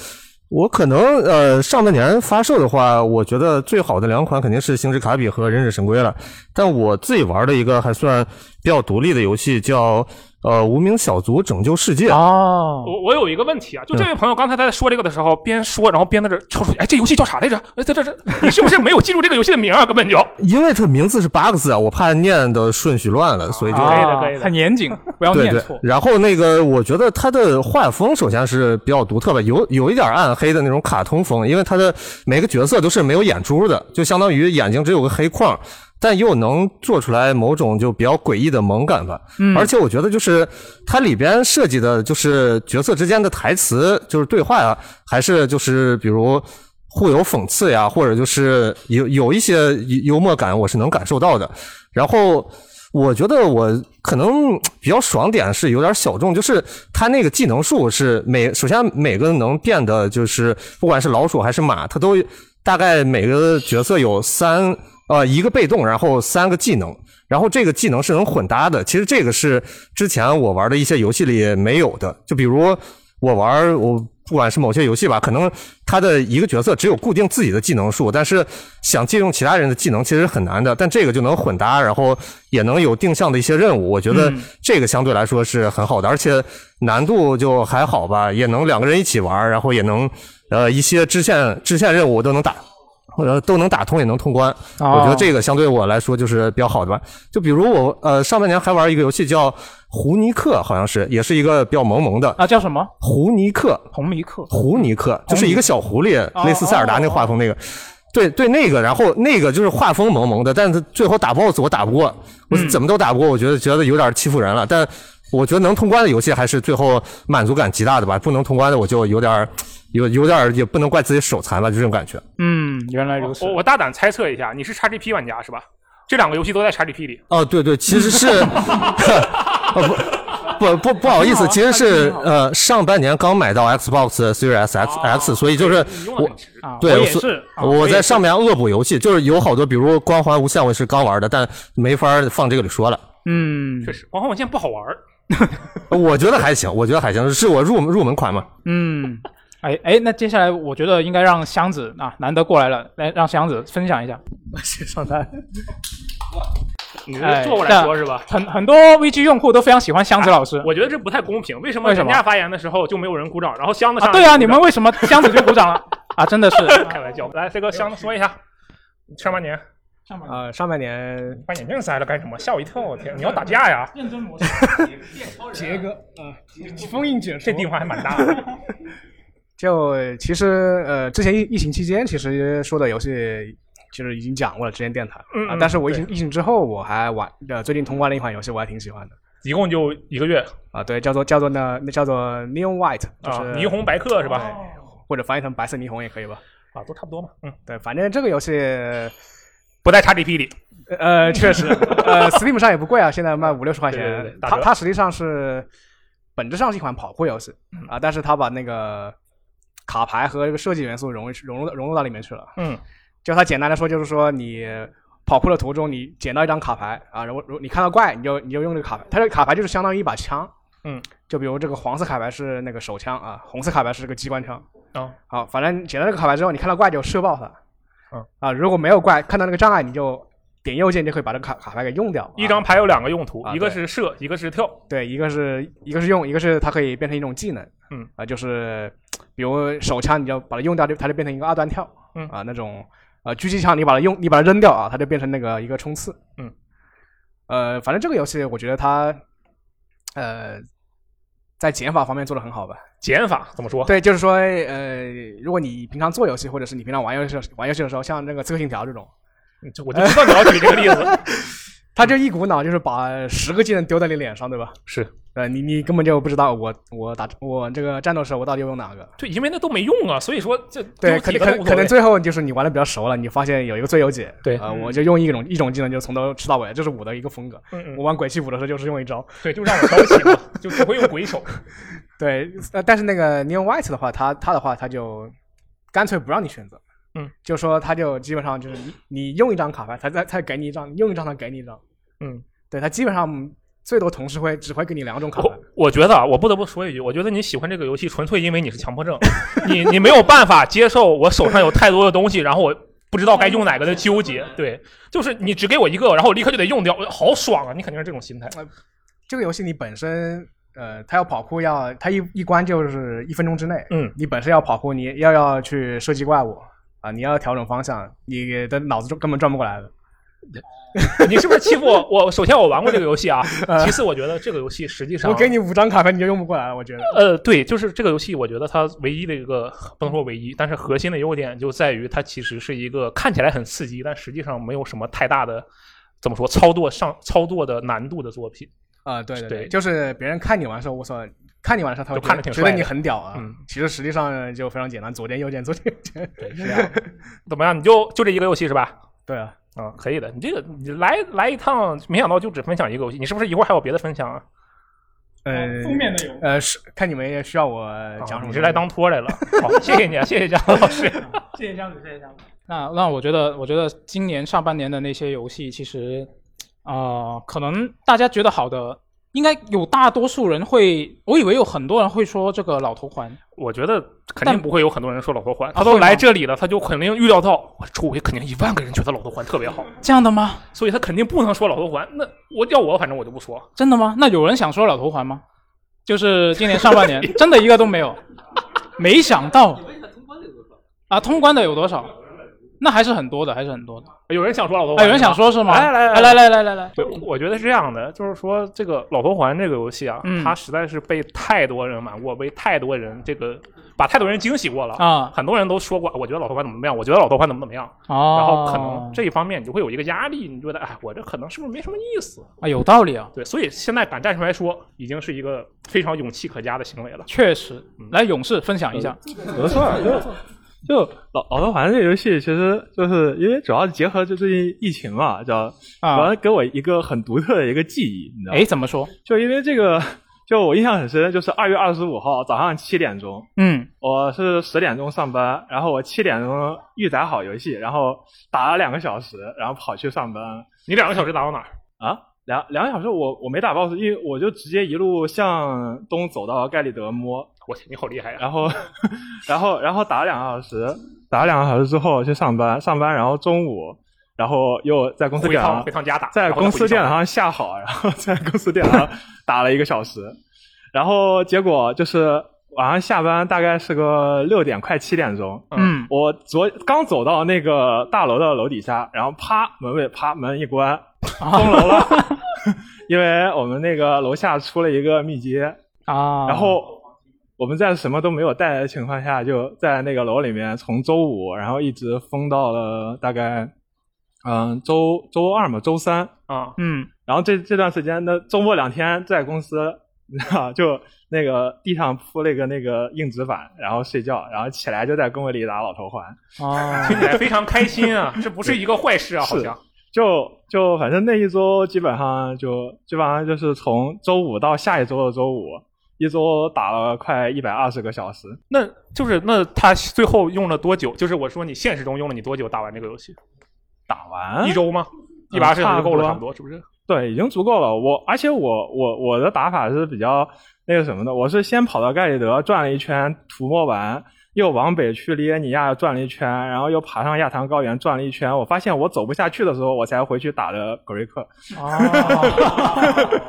D: 我可能呃上半年发售的话，我觉得最好的两款肯定是《星之卡比》和《忍者神龟》了。但我自己玩的一个还算比较独立的游戏叫呃《无名小卒拯救世界》。
A: 哦，嗯
B: 我我有一个问题啊，就这位朋友刚才他在说这个的时候，边说然后边在这抽出去，哎，这游戏叫啥来着？哎，这这这，你是不是没有记住这个游戏的名啊？根本就
D: 因为它名字是八个字啊，我怕念的顺序乱了，所以就
B: 可以的
A: 啊
B: 可以的
A: 很严谨，不要
D: 对
A: 念
D: 对
A: 错，。
D: 然后那个，我觉得它的画风首先是比较独特吧，有有一点暗黑的那种卡通风，因为它的每个角色都是没有眼珠的，就相当于眼睛只有个黑框。但又能做出来某种就比较诡异的萌感吧，
A: 嗯
D: 而且我觉得就是它里边设计的，就是角色之间的台词，就是对话啊，还是就是比如互有讽刺呀，或者就是有有一些幽默感，我是能感受到的。然后我觉得我可能比较爽点是有点小众，就是它那个技能树是每首先每个能变的，就是不管是老鼠还是马，它都大概每个角色有三呃一个被动，然后三个技能。然后这个技能是能混搭的，其实这个是之前我玩的一些游戏里没有的，就比如我玩儿我不管是某些游戏吧，可能他的一个角色只有固定自己的技能数，但是想借用其他人的技能其实很难的。但这个就能混搭，然后也能有定向的一些任务，我觉得这个相对来说是很好的，而且难度就还好吧，也能两个人一起玩儿，然后也能呃一些支线支线任务我都能打或者都能打通也能通关。
A: 哦
D: 我觉得这个相对我来说就是比较好的吧。就比如我呃上半年还玩一个游戏叫《胡尼克》，好像是也是一个比较萌萌的
A: 啊，叫什么？
D: 胡尼克，
A: 红迷克
D: 胡尼克就是一个小狐狸
A: 哦，
D: 类似塞尔达那画风那个。对对，那个，然后那个就是画风萌萌的，但是最后打 BOSS 我打不过，
A: 嗯
D: 我怎么都打不过，我觉得觉得有点欺负人了。但我觉得能通关的游戏还是最后满足感极大的吧，不能通关的我就有点儿有有点儿也不能怪自己手残吧，就这种感觉。
A: 嗯，原来如此
B: 我。我大胆猜测一下，你是 XGP 玩家是吧？这两个游戏都在 XGP 里。
D: 哦，对对，其实 是，呃不不不不好意思，其实是呃上半年刚买到 Xbox Series X
A: 哦
D: X，所以就是
B: 你用的
D: 我
B: 很值。
A: 啊，
D: 对
A: 我也
D: 所
A: 是，啊
D: 我在
A: 也
D: 上面恶补游戏，就是有好多，比如《光环无限》，我是刚玩的，但没法放这个里说了。
A: 嗯
B: 确实，光环无限不好玩儿
D: 我觉得还行，我觉得还行，是我入入门款嘛。
A: 嗯，哎哎，那接下来我觉得应该让箱子啊，难得过来了，来让箱子分享一下。
C: 上台。
B: 你
A: 哎
B: 这坐过来说是吧？
A: 很很多 VG 用户都非常喜欢箱子老师
B: 我觉得这不太公平，为什么
A: 为什
B: 人
A: 么
B: 家发言的时候就没有人鼓掌，然后箱子
A: 啊，
B: 上
A: 对啊，你
B: 鼓掌
A: 们为什么箱子就鼓掌 了啊？真的是
B: 开玩笑。来，飞哥，箱子说一下，上半年
E: 呃，哎上半年
B: 把眼镜塞了干什么？吓我一跳！我 天，你要打架呀？嗯
A: 认真模式，
E: 杰哥啊，封印解除
B: 这地方还蛮大的。
E: 就其实呃，之前疫疫情期间，其实说的游戏就是已经讲过了，之前电台
B: 嗯
E: 啊
B: 嗯。
E: 但是我疫情疫情之后，我还玩呃，最近通关了一款游戏，我还挺喜欢的
B: 一共就一个月
E: 啊，对，叫做叫做呢，那叫做 Neon White，就
B: 啊，
E: 是哎
B: 霓虹白客是吧？
E: 或者翻译成白色霓虹也可以吧？
B: 啊，都差不多嘛。嗯，
E: 对，反正这个游戏
B: 不在 XGP 里。
E: 呃，确 实呃，Steam 上也不贵啊，现在卖五六十块
B: 对对
E: 钱
B: 对。打折
E: 它它实际上是本质上是一款跑酷游戏啊，但是它把那个卡牌和这个设计元素融入融入融入到里面去了。
B: 嗯，
E: 就它简单的说，就是说你跑酷的途中，你捡到一张卡牌啊，然后如你看到怪，你就你就用这个卡牌，它这个卡牌就是相当于一把枪，
B: 嗯，
E: 就比如这个黄色卡牌是那个手枪啊，红色卡牌是这个机关枪，
B: 啊，
E: 好，反正捡到这个卡牌之后，你看到怪就射爆它，
B: 嗯
E: 啊，如果没有怪，看到那个障碍，你就点右键就可以把这个卡卡牌给用掉，啊
B: 一张牌有两个用途，
E: 啊
B: 一个是射，一个是跳。
E: 对，一个是一个是用，一个是它可以变成一种技能，
B: 嗯
E: 啊、就是比如手枪你就把它用掉，就它就变成一个二段跳，
B: 嗯
E: 啊、那种呃狙击枪你把它用你把它扔掉啊，它就变成那个一个冲刺，
B: 嗯，
E: 呃，反正这个游戏我觉得它呃在减法方面做的很好吧，
B: 减法怎么说？
E: 对，就是说呃，如果你平常做游戏或者是你平常玩游戏的时候玩游戏的时候，像那个《刺客信条》这种，
B: 嗯这我就知道你要举这个例 子。
E: 他就一股脑就是把十个技能丢在你脸上，对吧？
B: 是，
E: 呃，你你根本就不知道我我打我这个战斗时候我到底用哪个。
B: 对，因为那都没用啊，所以说这
E: 对，
B: 丢
E: 可
B: 几
E: 能
B: 个
E: 可
B: 都无
E: 能
B: 所
E: 可
B: 谓
E: 能最后就是你玩的比较熟了，你发现有一个最优解，
B: 对
E: 啊、我就用一种一种技能就从头吃到尾，这是我的一个风格。
B: 嗯
E: 我玩鬼泣五的时候就是用一招，
B: 对，就让我着急嘛，就只会用鬼手。
E: 对，呃，但是那个 Neon White 的话，他他的话他就干脆不让你选择，
B: 嗯，
E: 就说他就基本上就是你你用一张卡牌，他他他给你一张，你用一张他给你一张，
B: 嗯，
E: 对他基本上最多同时会只会给你两种卡牌
B: 我，我觉得啊，我不得不说一句，我觉得你喜欢这个游戏纯粹因为你是强迫症， 你你没有办法接受我手上有太多的东西，然后我不知道该用哪个的 纠结。对，就是你只给我一个，然后我立刻就得用掉，我好爽啊！你肯定是这种心态。
E: 呃这个游戏你本身，呃，它要跑酷要，它一一关就是一分钟之内，
B: 嗯，
E: 你本身要跑酷，你要要去射击怪物啊，你要调整方向，你的脑子就根本转不过来的。
B: 你是不是欺负我？我首先我玩过这个游戏 啊，其次我觉得这个游戏实际上
E: 我给你五张卡牌，你就用不过来了，我觉得。
B: 呃，对，就是这个游戏，我觉得它唯一的一个不能说唯一，但是核心的优点就在于它其实是一个看起来很刺激，但实际上没有什么太大的怎么说操作上操作的难度的作品。
E: 啊、对对
B: 对
E: 就是别人看你玩的时候无所谓，看你玩的时候他会
B: 就看着
E: 觉得
B: 挺
E: 觉得
B: 帅的
E: 你很屌啊，
B: 嗯
E: 其实实际上就非常简单，左键右键左键右键。
B: 对，是这样的。怎么样？你就就这一个游戏是吧？
E: 对啊，
B: 啊、可以的。你这个你来来一趟，没想到就只分享一个游戏，你是不是一会儿还有别的分享啊？
E: 呃，
A: 的有
E: 呃是看你们也需要我讲什么。
B: 你是来当托来了？好，谢谢你啊，谢 谢江老师。
A: 谢谢箱子，谢谢箱子。那那我觉得，我觉得今年上半年的那些游戏，其实，呃，可能大家觉得好的，应该有大多数人会，我以为有很多人会说这个老头环，
B: 我觉得肯定
A: 但
B: 不会有很多人说老头环，他
A: 啊
B: 都
A: 会吗
B: 来这里了，他就肯定预料到，我周围肯定一万个人觉得老头环特别好，
A: 这样的吗？
B: 所以他肯定不能说老头环。那我要我，反正我就不说。
A: 真的吗？那有人想说老头环吗？就是今年 上半年真的一个都没有，没想到啊，通关的有多少？那还是很多的，还是很多的。
B: 有人想说老头环、
A: 哎，有人想说是吗？哎
B: 来来
A: 来来来来来来，
B: 对，我觉得是这样的，就是说这个老头环这个游戏啊，
A: 嗯
B: 它实在是被太多人玩过，被太多人这个把太多人惊喜过了。
A: 啊
B: 很多人都说过，我觉得老头环怎么怎么样，我觉得老头环怎么怎么样，
A: 哦，
B: 然后可能这一方面你就会有一个压力，你觉得哎，我这可能是不是没什么意思？
A: 啊有道理啊，
B: 对，所以现在敢站出来说，已经是一个非常勇气可嘉的行为了。嗯
A: 确实。来，勇士分享一下，
F: 不错，就就老老头环这个游戏，其实就是因为主要结合就最近疫情嘛，知道，
A: 啊
F: 主要给我一个很独特的一个记忆，你知道吗
A: 哎，，怎么说？
F: 就因为这个，就我印象很深，就是二月二十五号早上七点钟，
A: 嗯，
F: 我是十点钟上班，然后我七点钟预载好游戏，然后打了两个小时，然后跑去上班
B: 你两个小时打到哪儿？
F: 啊。两两个小时我我没打 BOSS，因为我就直接一路向东走到盖里德摸，
B: 我天，你好厉害啊！
F: 然后，然后，然后打了两个小时，打了两个小时之后去上班，上班，然后中午，然后又在公司
B: 回
F: 电脑
B: 趟
F: 上
B: 回，趟家打，
F: 在
B: 然后再
F: 公
B: 回
F: 司
B: 去
F: 电
B: 上
F: 脑
B: 班
F: 上下好，然后在公司电脑 上打了一个小时，然后结果就是晚上下班大概是个六点快七点钟，
A: 嗯，
F: 我昨刚走到那个大楼的楼底下，然后啪门卫啪门一关，
A: 啊
F: 封楼了， 因为我们那个楼下出了一个密接。
A: 啊，
F: 然后我们在什么都没有带的情况下，就在那个楼里面，从周五，然后一直封到了大概，嗯，周周二嘛，周三。
B: 啊，
A: 嗯，
F: 然后这这段时间，那周末两天在公司， 啊，就那个地上铺了一个那个硬纸板，然后睡觉，然后起来就在工位里打老头环。
A: 哦，
B: 听起来非常开心啊，这不是一个坏事啊，好
F: 是
B: 像。
F: 就就反正那一周基本上就基本上就是从周五到下一周的周五，一周打了快一百二十个小时。
B: 那就是那呃他最后用了多久？就是我说你现实中用了你多久打完这个游戏？
F: 打完
B: 一周吗？
F: 嗯
B: 一百二十小时就够了，差
F: 差
B: 不
F: 不
B: 多，是不是？
F: 对，已经足够了。我而且我我我的打法是比较那个什么的，我是先跑到盖里德转了一圈，涂抹完，又往北去利耶尼亚转了一圈，然后又爬上亚唐高原转了一圈。我发现我走不下去的时候，我才回去打的格瑞克。
A: 哦，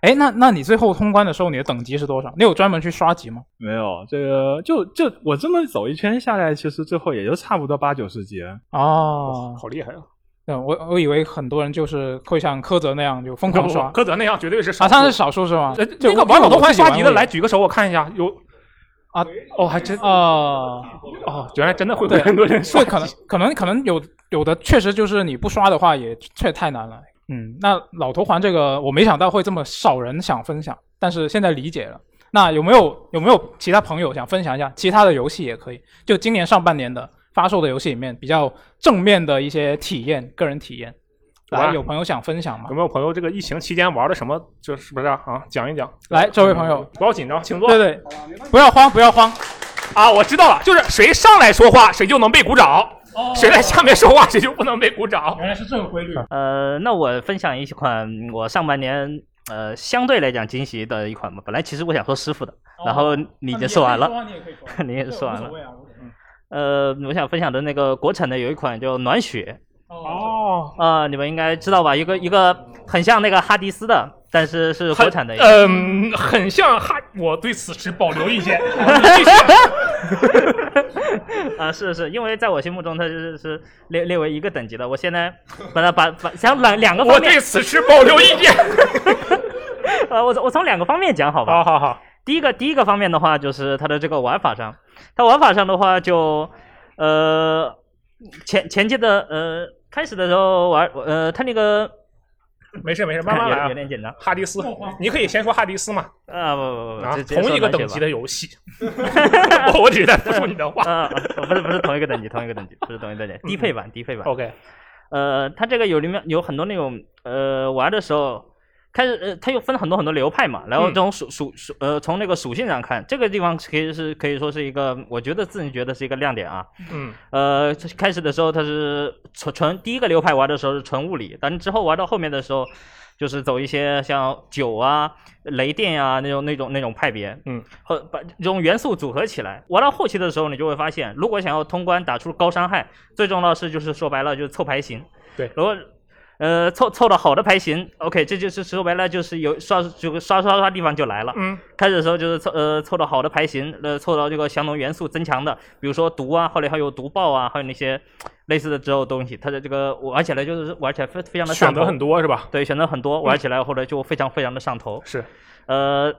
A: 哎，那那你最后通关的时候，你的等级是多少？你有专门去刷级吗？
F: 没有，这个就就我这么走一圈下来，其实最后也就差不多八九十级。
A: 哦，
B: 好厉害啊！
A: 嗯，我我以为很多人就是会像柯泽那样就疯狂刷，
B: 柯泽那样绝对是少
A: 啊，
B: 数
A: 他是少数是吗
B: 呃，？
A: 就
B: 那个
A: 我
B: 玩老头
A: 我
B: 环
A: 自己
B: 刷
A: 玩
B: 级的
A: 过
B: 来举个手，我看一下，有
A: 啊，
B: 哦，还真
A: 哦，
B: 哦，原来真的会有很多人刷
A: 对，可能可能可能有有的确实就是你不刷的话也确太难了。嗯，那老头环这个我没想到会这么少人想分享，但是现在理解了。那有没有有没有其他朋友想分享一下其他的游戏也可以？就今年上半年的发售的游戏里面比较正面的一些体验，个人体验。
B: 好
A: 来，
B: 啊
A: 有朋友想分享吗
B: 有？没有朋友这个疫情期间玩的什么？这是不是啊？啊讲一讲，
A: 来，这位朋友，
B: 不要紧张，请坐。
A: 对对，不要慌，不要慌。
B: 啊，我知道了，就是谁上来说话，谁就能被鼓掌；谁在下面说话，谁就不能被鼓掌。
A: 哦原来是这个规律。
G: 呃，那我分享一款我上半年呃相对来讲惊喜的一款吧。本来其实我想说师傅的，然后你已经说完了，，
A: 哦你也可以说啊
G: 你也说完了。呃，我想分享的那个国产的有一款叫暖雪，
B: 哦，
G: 啊、你们应该知道吧？一个一个很像那个哈迪斯的，但是是国产的一个。
A: 呃
B: 嗯，很像哈，我对此持保留意见。 你继续
G: 啊，是是，因为在我心目中它就是是列列为一个等级的。我现在把它把把想两两个
B: 我
G: 方面
B: 对，此持保留意见。
G: 呃，我从我从两个方面讲好吧。
B: 好好好，
G: 第一个第一个方面的话，就是它的这个玩法上，它玩法上的话就，呃，前前期的呃开始的时候玩，呃，它那个
B: 没事没事，慢慢来
G: 有
B: 啊
G: 有。点紧张，
B: 哈迪斯，你可以先说哈迪斯 嘛，
G: 啊不不不
B: 啊
G: 不直，接说
B: 同一个
G: 暖雪
B: 等级
G: 吧
B: 的游戏。 我我只是在复述你的话。
G: 啊，啊不是不是同一个等级，同一个等级，不是同一个等级，低配版低配版。
B: 嗯 OK，
G: 呃，它这个有里面有很多那种呃玩的时候，开始呃它又分很多很多流派嘛，然后
B: 嗯
G: 从属属属呃从那个属性上看，这个地方可以是可以说是一个，我觉得自己觉得是一个亮点啊。
B: 嗯，
G: 呃，开始的时候它是纯纯第一个流派玩的时候是纯物理，但之后玩到后面的时候，就是走一些像酒啊、雷电啊那种那种那种派别，
B: 嗯，
G: 和把这种元素组合起来。玩到后期的时候，你就会发现，如果想要通关打出高伤害，最重要的是就是说白了就是凑牌型。
B: 对
G: 如果呃，凑凑到好的牌型，OK，这就是说白了就是有刷就刷刷刷地方就来了。
B: 嗯，
G: 开始的时候就是凑呃凑到好的牌型，呃凑到这个相同元素增强的，比如说毒啊，后来还有毒爆啊，还有那些类似的之后东西，它的这个玩起来就是玩起来非非常的上
B: 选
G: 头
B: 择很多是吧？
G: 对，选择很多，玩起来后来就非常非常的上头。
B: 是，
G: 呃，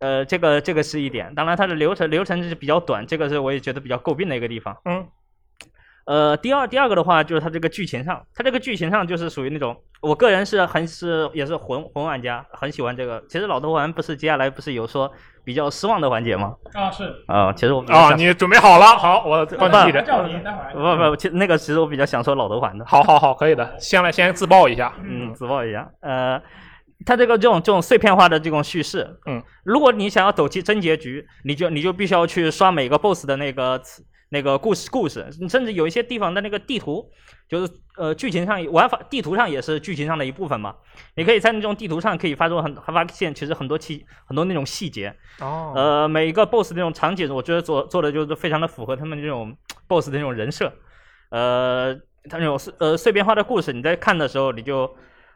G: 呃，这个这个是一点，当然它的流程流程是比较短，这个是我也觉得比较诟病的一个地方。
B: 嗯，
G: 呃，第二第二个的话就是它这个剧情上，它这个剧情上就是属于那种，我个人是很是也是魂魂玩家，很喜欢这个。其实老头环不是接下来不是有说比较失望的环节吗？
A: 啊，是
G: 啊、其实我
B: 啊，你准备好了？好，我帮你记着。
A: 叫你待会儿。
G: 不不，其实那个其实我比较享受老头环的。
B: 好好好，可以的。先来先自曝一下，
G: 嗯，自曝一下，呃，它这个这种这种碎片化的这种叙事，
B: 嗯，
G: 如果你想要走进真结局，你就你就必须要去刷每个 BOSS 的那个那个故事故事，甚至有一些地方的那个地图，就是呃剧情上玩法地图上也是剧情上的一部分嘛，你可以在那种地图上可以发出很发现其实很多细很多那种细节，
B: 哦
G: 呃，每一个 BOSS 那种场景，我觉得做做的就是非常的符合他们这种 BOSS 的那种人设，呃，他那种碎呃碎片化的故事，你在看的时候，你就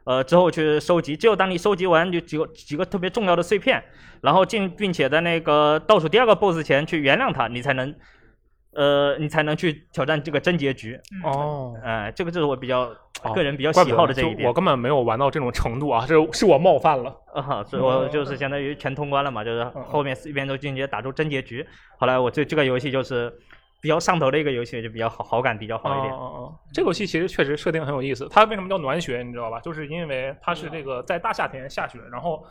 G: 呃之后去收集，只有当你收集完就几个几个特别重要的碎片，然后进并且在那个倒数第二个 BOSS 前去原谅他，你才能呃你才能去挑战这个真结局，
B: 哦，
G: 哎、这个就是我比较
B: 哦
G: 个人比较
B: 怪
G: 喜
B: 不
G: 好
B: 得
G: 的这一
B: 就
G: 点
B: 我根本没有玩到这种程度啊，这是我冒犯了。
G: 啊，所以我
B: 哦
G: 就是相当于全通关了嘛，就是
B: 嗯
G: 后面四遍都进阶打出真结局。后来我对这个游戏就是比较上头的一个游戏，就比较好好感比较好一点。
B: 哦哦，这个游戏其实确实设定很有意思。它为什么叫暖雪，你知道吧？就是因为它是这个在大夏天下雪，然后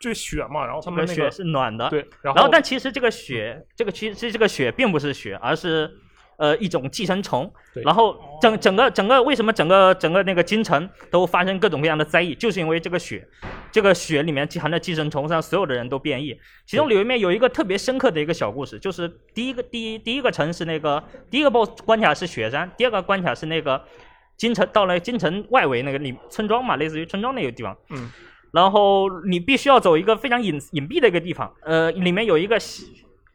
B: 这雪嘛，然后他
G: 这
B: 们
G: 个
B: 那
G: 雪
B: 个
G: 是暖的，
B: 对，然
G: 然
B: 后
G: 但其实这个雪，这个其实这个雪并不是雪，而是呃一种寄生虫
B: 对。哦
G: 然后整整个整个为什么整个整个那个京城都发生各种各样的灾异，就是因为这个雪，这个雪里面含的寄生虫让所有的人都变异。其中里面有一个特别深刻的一个小故事，就是第一个第一第一个城是那个第一个 BOSS 关卡是雪山，第二个关卡是那个京城到了京城外围那个里村庄嘛，类似于村庄那个地方。
B: 嗯。
G: 然后你必须要走一个非常隐隐蔽的一个地方，呃，里面有一个小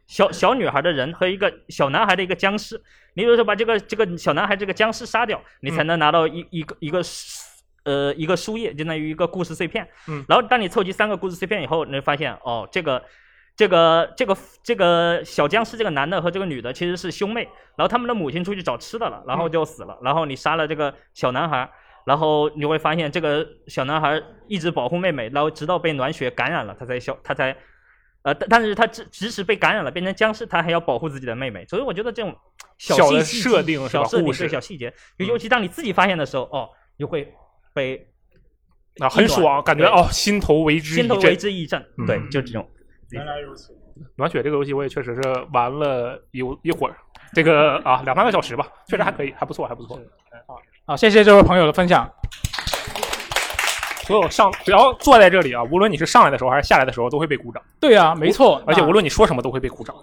G: 小小女孩的人和一个小男孩的一个僵尸，你就是把这个这个小男孩这个僵尸杀掉，你才能拿到一、一个一个呃一个书页，相当于一个故事碎片。
B: 嗯
G: 然后当你凑齐三个故事碎片以后，你会发现哦，这个这个这个这个小僵尸这个男的和这个女的其实是兄妹，然后他们的母亲出去找吃的了，然后就死了，然后你杀了这个小男孩。然后你会发现，这个小男孩一直保护妹妹，然后直到被暖血感染了，他才消，他才，呃，但但是他即即使被感染了，变成僵尸，他还要保护自己的妹妹。所以我觉得这种
B: 小
G: 细
B: 的
G: 细
B: 设定是吧
G: 小设定
B: 故事嗯
G: 对小细节，尤尤其当你自己发现的时候，哦，你会被
B: 啊很爽，感觉
G: 对
B: 哦心头为之
G: 先
B: 一
G: 头为
B: 震。
G: 之一振
B: 嗯，
G: 对，就这种。
B: 暖雪这个游戏我也确实是玩了有一会儿，这个啊两三个小时吧，确实还可以，还不错，还不错。
A: 好，谢谢这位朋友的分享。
B: 所有上只要坐在这里啊，无论你是上来的时候还是下来的时候，都会被鼓掌，
A: 对啊，没错，
B: 而且
A: 那
B: 无论你说什么都会被鼓掌。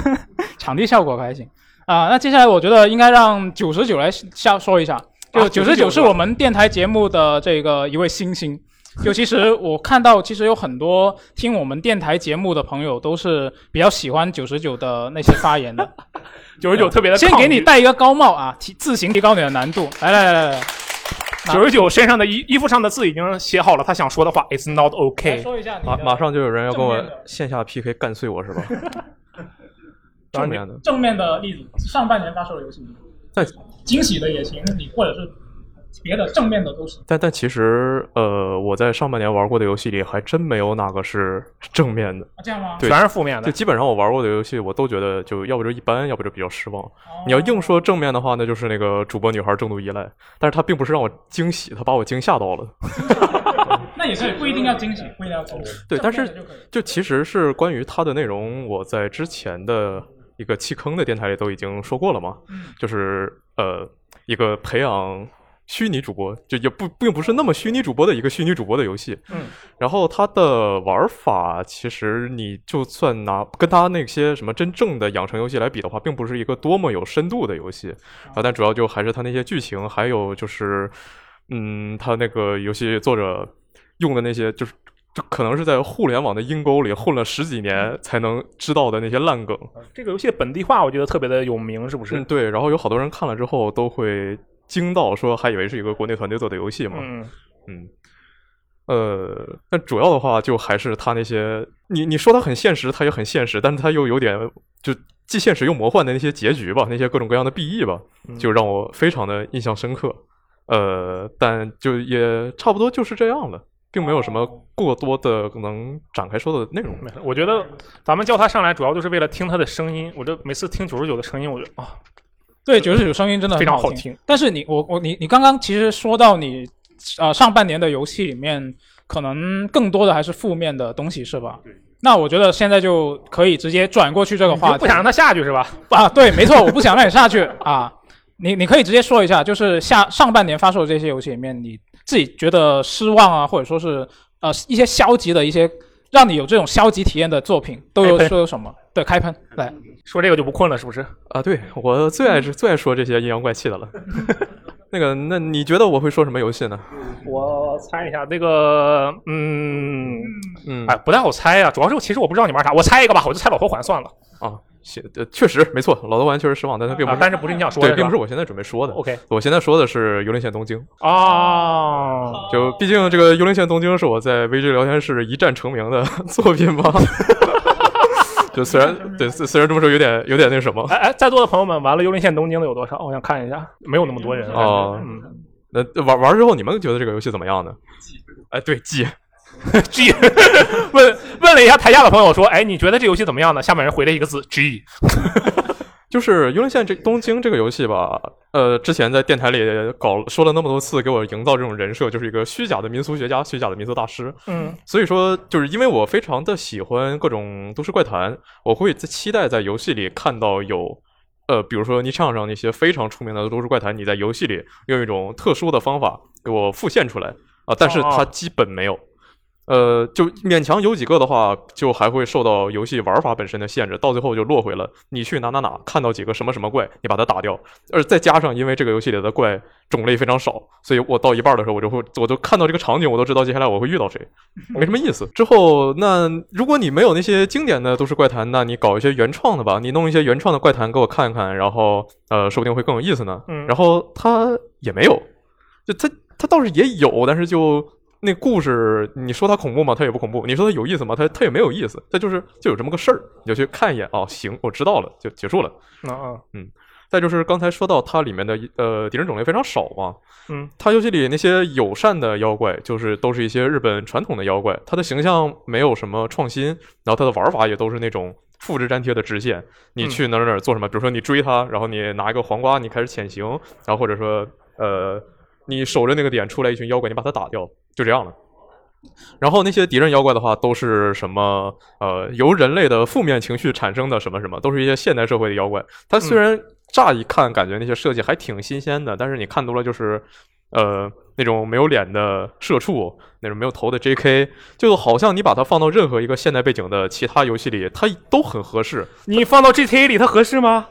A: 场地效果还行啊、那接下来我觉得应该让九十九来下说一下，就
B: 啊
A: 九十九
B: 99
A: 是我们电台节目的这个一位新星。就其实我看到，其实有很多听我们电台节目的朋友都是比较喜欢九十九的那些发言的。 嗯
B: 九十九特别的，
A: 先给你戴一个高帽啊，提自行提高你的难度。来来来来来，
B: 九十九身上的衣衣服上的字已经写好了，他想说的话，It's not okay。
A: 说一下你
H: 马马上就有人要跟我
A: 正面的
H: 线下 PK 干碎我是 吧？
B: 当
H: 正
B: 然你
H: 面的，
A: 正面的例子，上半年发售的游戏，
H: 在
A: 惊喜的也行，你或者是别的正面的都行。
H: 但但其实呃，我在上半年玩过的游戏里，还真没有哪个是正面的。
A: 啊，这样吗？
H: 对
B: 全是负面
H: 就
B: 的。
H: 基本上我玩过的游戏，我都觉得就要不就一般，要不就比较失
A: 哦
H: 望。你要硬说正面的话，那就是那个主播女孩重度依赖，但是她并不是让我惊喜，她把我惊吓到了。
A: 那也是不一定要惊喜，不一定要正面。
H: 对但是
A: 正面的就可以
H: 就其实是关于它的内容，我在之前的一个弃坑的电台里都已经说过了嘛，
E: 嗯
H: 就是呃一个培养虚拟主播，就也不并不是那么虚拟主播的一个虚拟主播的游戏。嗯，然后它的玩法其实你就算拿跟它那些什么真正的养成游戏来比的话，并不是一个多么有深度的游戏啊，但主要就还是它那些剧情，还有就是嗯，它那个游戏作者用的那些就是。就可能是在互联网的阴沟里混了十几年才能知道的那些烂梗，
B: 这个游戏本地化我觉得特别的有名，是不是？
H: 嗯，对。然后有好多人看了之后都会惊到，说还以为是一个国内团队做的游戏嘛。
B: 嗯
H: 嗯，呃，但主要的话就还是他那些，你你说他很现实，他也很现实，但是他又有点就既现实又魔幻的那些结局吧，那些各种各样的 BE 吧，
B: 嗯
H: 就让我非常的印象深刻。呃，但就也差不多就是这样了，并没有什么过多的能展开说的内容。
B: 我觉得咱们叫他上来，主要就是为了听他的声音。我这每次听九十九的声音，我就啊，
A: 对，九十九声音真的
B: 非
A: 很
B: 常好
A: 听。
B: 听
A: 但是你我我你你刚刚其实说到你呃上半年的游戏里面，可能更多的还是负面的东西是吧？那我觉得现在就可以直接转过去这个话
B: 你
A: 题。
B: 就不想让他下去是吧？
A: 啊，对，没错，我不想让你下去啊。你你可以直接说一下，就是下上半年发售的这些游戏里面，你自己觉得失望啊，或者说是呃一些消极的一些让你有这种消极体验的作品，都有
B: 开喷
A: 都有什么？对，开喷来。
B: 说这个就不困了，是不是？
H: 啊，对我最爱是最爱说这些阴阳怪气 的了。那个，那你觉得我会说什么游戏呢？
B: 我猜一下，那个，嗯，
H: 嗯，
B: 哎，不太好猜啊。主要是我其实我不知道你玩啥，我猜一个吧，我就猜老头环算了
H: 啊，行，呃，确实没错，老头环确实失望，但它并不
B: 啊
H: 是，。
B: 但是不是你想说的
H: 对，
B: 吧，
H: 并不是我现在准备说的。
B: OK
H: 我现在说的是《幽灵线：东京》，
B: 哦，
H: 就毕竟这个《幽灵线：东京》是我在 VG 聊天室一战成名的 作品嘛。就虽然对，虽虽然这么说有点有点那什么
B: 哎哎，在座的朋友们，玩了《幽灵线：东京》的有多少？我想看一下，没有那么多人。
H: 哦
B: 嗯
H: 那玩玩之后，你们觉得这个游戏怎么样呢？哎，对，记
B: G，问问了一下台下的朋友说，哎，你觉得这游戏怎么样呢？下面人回了一个字 G，
H: 就是《幽灵线》这东京这个游戏吧，呃，之前在电台里搞说了那么多次，给我营造这种人设，就是一个虚假的民俗学家、虚假的民俗大师。
B: 嗯，
H: 所以说，就是因为我非常的喜欢各种都市怪谈，我会在期待在游戏里看到有，呃，比如说你唱上那些非常出名的都市怪谈，你在游戏里用一种特殊的方法给我复现出来啊、但是它
B: 哦
H: 基本没有。呃，就勉强有几个的话，就还会受到游戏玩法本身的限制，到最后就落回了你去哪哪哪看到几个什么什么怪，你把它打掉，而再加上因为这个游戏里的怪种类非常少，所以我到一半的时候我就会，我就看到这个场景，我都知道接下来我会遇到谁，没什么意思。之后，那如果你没有那些经典的都市怪谈，那你搞一些原创的吧，你弄一些原创的怪谈给我看看，然后呃，说不定会更有意思呢。
B: 嗯
H: 然后它也没有，就它它倒是也有，但是就那故事，你说它恐怖吗？它也不恐怖。你说它有意思吗？它它也没有意思。它就是就有这么个事儿，你就去看一眼哦，行，我知道了，就结束了。
B: 嗯嗯
H: 再就是刚才说到它里面的呃敌人种类非常少嘛，
B: 嗯，
H: 它游戏里那些友善的妖怪，就是都是一些日本传统的妖怪，它的形象没有什么创新，然后它的玩法也都是那种复制粘贴的支线，你去哪儿哪儿做什么，比如说你追它，然后你拿一个黄瓜，你开始潜行，然后或者说呃你守着那个点出来一群妖怪，你把它打掉，就这样了。然后那些敌人妖怪的话，都是什么呃由人类的负面情绪产生的什么什么，都是一些现代社会的妖怪。它虽然乍一看感觉那些设计还挺新鲜的，但是你看多了就是呃那种没有脸的社畜，那种没有头的 J.K.，就好像你把它放到任何一个现代背景的其他游戏里，它都很合适。
B: 你放到 GTA 里，它合适吗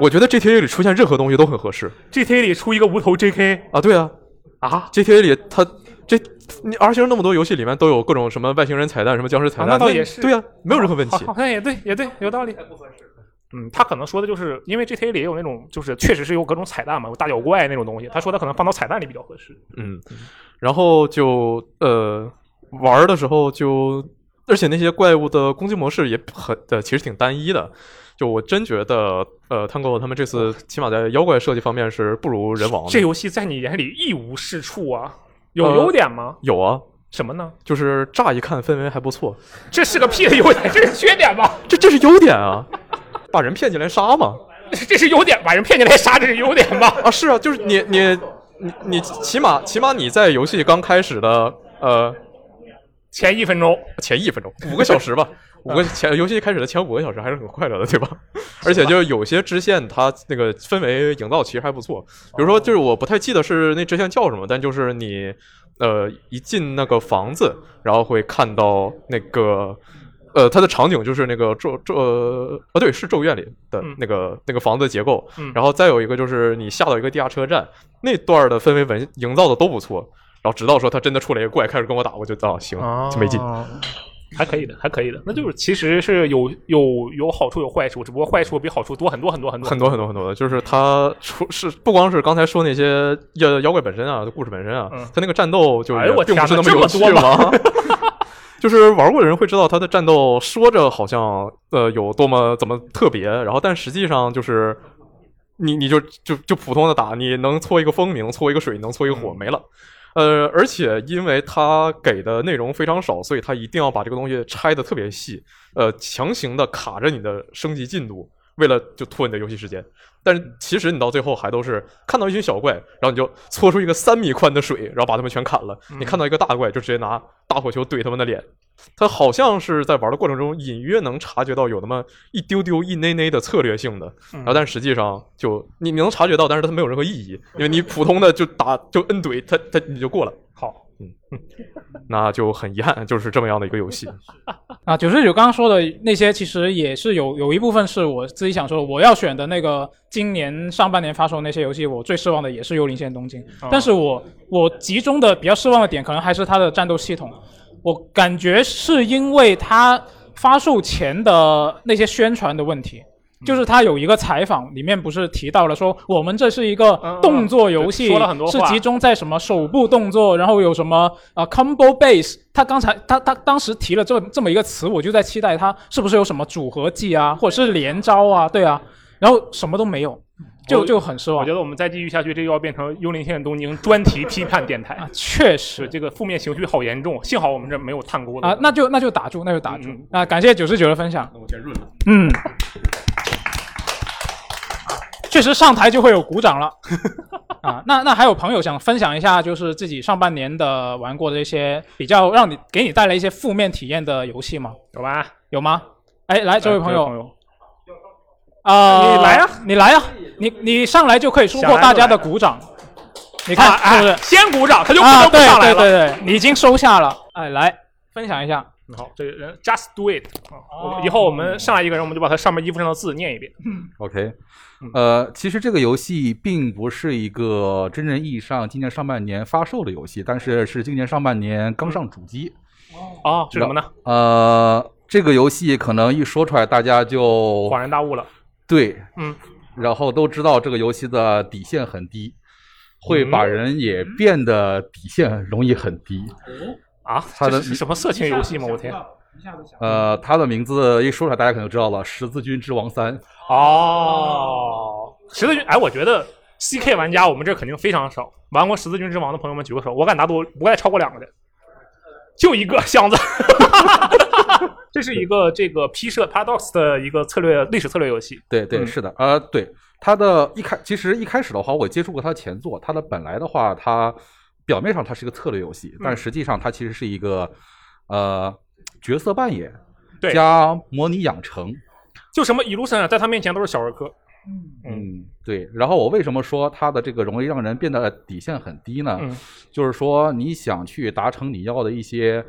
H: 我觉得 GTA 里出现任何东西都很合适
B: ？GTA 里出一个无头 JK
H: 啊，对啊，
B: 啊，
H: GTA 里它这你 R 星那么多游戏里面都有各种什么外星人彩蛋、什么僵尸彩
B: 啊
H: 蛋，
B: 那倒也是
H: 对啊，没有任何问
B: 好
H: 题。
B: 好像也对，也对，有道理。嗯，他可能说的就是，因为 GTA 里也有那种，就是确实是有各种彩蛋嘛，有大脚怪那种东西。他说他可能放到彩蛋里比较合适。
H: 嗯，然后就呃玩儿的时候就，而且那些怪物的攻击模式也很呃其实挺单一的。就我真觉得，呃，探狗他们这次起码在妖怪设计方面是不如人王的。
B: 这游戏在你眼里一无是处啊，有
H: 呃
B: 优点吗？
H: 有啊，
B: 什么呢？
H: 就是乍一看氛围还不错，
B: 这是个屁的优 点，这是缺点吧？
H: 这这是优点啊，把人骗进来杀嘛。
B: 这是优点，把人骗进来杀，这是优点吧？
H: 啊，是啊，就是你你你你起码起码你在游戏刚开始的呃
B: 前一分钟，
H: 前一分钟，五个小时吧，五个前游戏开始的前五个小时还是很快乐的，对吧？而且就是有些支线它那个氛围营造其实还不错，比如说就是我不太记得是那支线叫什么，但就是你呃一进那个房子，然后会看到那个。呃，它的场景就是那个咒咒呃，啊对，是咒怨里的
B: 嗯
H: 那个、那个房子的结构，
B: 嗯
H: 然后再有一个就是你下到一个地下车站那段儿的氛围文哦嗯
B: 哦
H: 营造的都不错，然后直到说他真的出来一个怪开始跟我打，我就啊行就没劲，
B: 还可以的，还可以的。那就是其实是有有有好处有坏处，只不过坏处比好处多很多很多很多
H: 很多很多很多的，就是它出是不光是刚才说那些摇摇怪本身啊，故事本身啊，它那个战斗就
B: 嗯哎呦我
H: 并
B: 天
H: 不是那
B: 哪这
H: 有
B: 么
H: 趣
B: 多
H: 嘛。 就是玩过的人会知道它的战斗说着好像呃有多么怎么特别，然后但实际上就是你你就就就普通的打，你能搓一个风，你能搓一个水，你能搓一个火，没了。呃，而且因为它给的内容非常少，所以它一定要把这个东西拆的特别细，呃，强行的卡着你的升级进度，为了就拖你的游戏时间。但是其实你到最后还都是看到一群小怪，然后你就搓出一个三米宽的水，然后把他们全砍了。你看到一个大怪，就直接拿大火球怼他们的脸。他好像是在玩的过程中隐约能察觉到有那么一丢丢一内内的策略性的，
B: 嗯
H: 然后但实际上就你你能察觉到，但是它没有任何意义，因为你普通的就打就摁怼他他你就过了。
B: 好，
H: 嗯， 那就很遗憾，就是这么样的一个游戏。
A: 啊，九十九刚刚说的那些，其实也是有有一部分是我自己想说，我要选的那个今年上半年发售的那些游戏，我最失望的也是《幽灵线：东京》，
B: 哦
A: 但是我我集中的比较失望的点，可能还是它的战斗系统。我感觉是因为它发售前的那些宣传的问题，
B: 嗯
A: 就是它有一个采访里面不是提到了说，我们这是一个动作游戏，
B: 嗯嗯嗯嗯对说了很多
A: 是
B: 话
A: 集中在什么手部动作，然后有什么啊、呃 combo base。他刚才他他当时提了这这么一个词，我就在期待他是不是有什么组合技啊，或者是连招啊，对啊，然后什么都没有，就
B: 我
A: 就很失望
B: 我觉。得我们再继续下去，这又要变成《幽灵线：东京》专题批判电台。
A: 啊确实，
B: 这个负面情绪好严重。幸好我嗯们这没有探沟的
A: 啊，那就那就打住，那就打住啊！感谢九十九的分享，
H: 我先润了。
A: 嗯，确实上台就会有鼓 掌了啊。那那还有朋友想分享一下，就是自己上半年的玩过的一些比较让你给你带来一些负面体验的游戏吗？
B: 有吧？
A: 有吗？哎，来这位朋
B: 这位
A: 友
B: 朋友
A: 啊，
B: 你来啊，
A: 你来啊，你你上来就可以突破大家的鼓掌，你看
B: 啊
A: 是不是？
B: 先鼓掌，他就不
A: 啊，
B: 得不
A: 对
B: 上来
A: 对
B: 了。
A: 对对，你已经收下了，哎，来分享一下。
B: 嗯
A: 哦
B: 好，这个人 Just Do It 啊，我以后我们上来一个人，我们就把他上面衣服上的字念一遍。
A: 嗯
I: 嗯 OK，呃，
B: 嗯
I: 其实这个游戏并不是一个真正意义上今年上半年发售的游戏，但是是今年上半年刚上主机。
B: 哦，是什么呢？
I: 呃，这个游戏可能一说出来，大家就
B: 恍然大悟了。
I: 对，
B: 嗯，
I: 然后都知道这个游戏的底线很低，会
B: 嗯
I: 把人也变得底线容易很低。
B: 啊，
I: 他
B: 这
I: 的
B: 是什么色情游戏吗？我天！
I: 呃，它的名字一说出来，大家可能就知道了，《十字军之王三》。
B: 哦，十字军，哎，我觉得 CK 玩家我们这肯定非常少，玩过十字军之王的朋友们举个手，我敢拿多不会超过两个的，就一个箱子。 这是一个这个 P 社 Paradox 的一个策略历史策略游戏，
I: 对对，
B: 嗯
I: 是的，呃，对，它的一开，其实一开始的话，我接触过它的前作，它的本来的话，它表面上它是一个策略游戏，
B: 嗯
I: 但实际上它其实是一个呃角色扮演
B: 对
I: 加模拟养成，
B: 就什么一路上在他面前都是小儿科。
I: 嗯，对。然后我为什么说它的这个容易让人变得底线很低呢？
B: 嗯
I: 就是说你想去达成你要的一些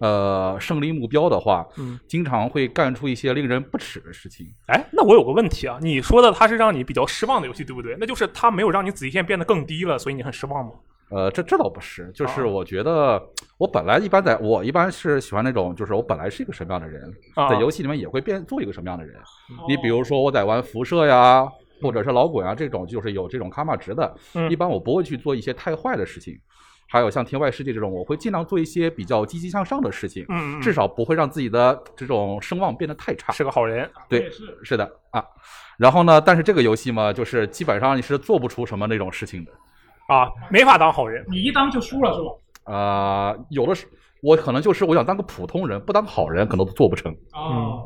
I: 呃胜利目标的话，
B: 嗯
I: 经常会干出一些令人不齿的事情。
B: 哎，那我有个问题啊，你说的它是让你比较失望的游戏，对不对？那就是它没有让你底线变得更低了，所以你很失望吗？
I: 呃，这这倒不是，就是
B: 啊
I: 我觉得我本来一般在，我一般是喜欢那种，就是我本来是一个什么样的人，
B: 啊哦
I: 在游戏里面也会变做一个什么样的人。你比如说我在玩辐射呀，或者是老滚啊这种，就是有这种卡玛值的，
B: 嗯
I: 一般我不会去做一些太坏的事情。还有像天外世界这种，我会尽量做一些比较积极向上的事情，
B: 嗯，嗯
I: 至少不会让自己的这种声望变得太差。
B: 是个好人。
I: 对，是的啊。然后呢，但是这个游戏嘛，就是基本上你是做不出什么那种事情的。
B: 啊，没法当好人。
A: 你一当就输了是吧？
I: 啊，有的是，我可能就是我想当个普通人，不当好人，可能都做不成。
B: 嗯
A: 哦，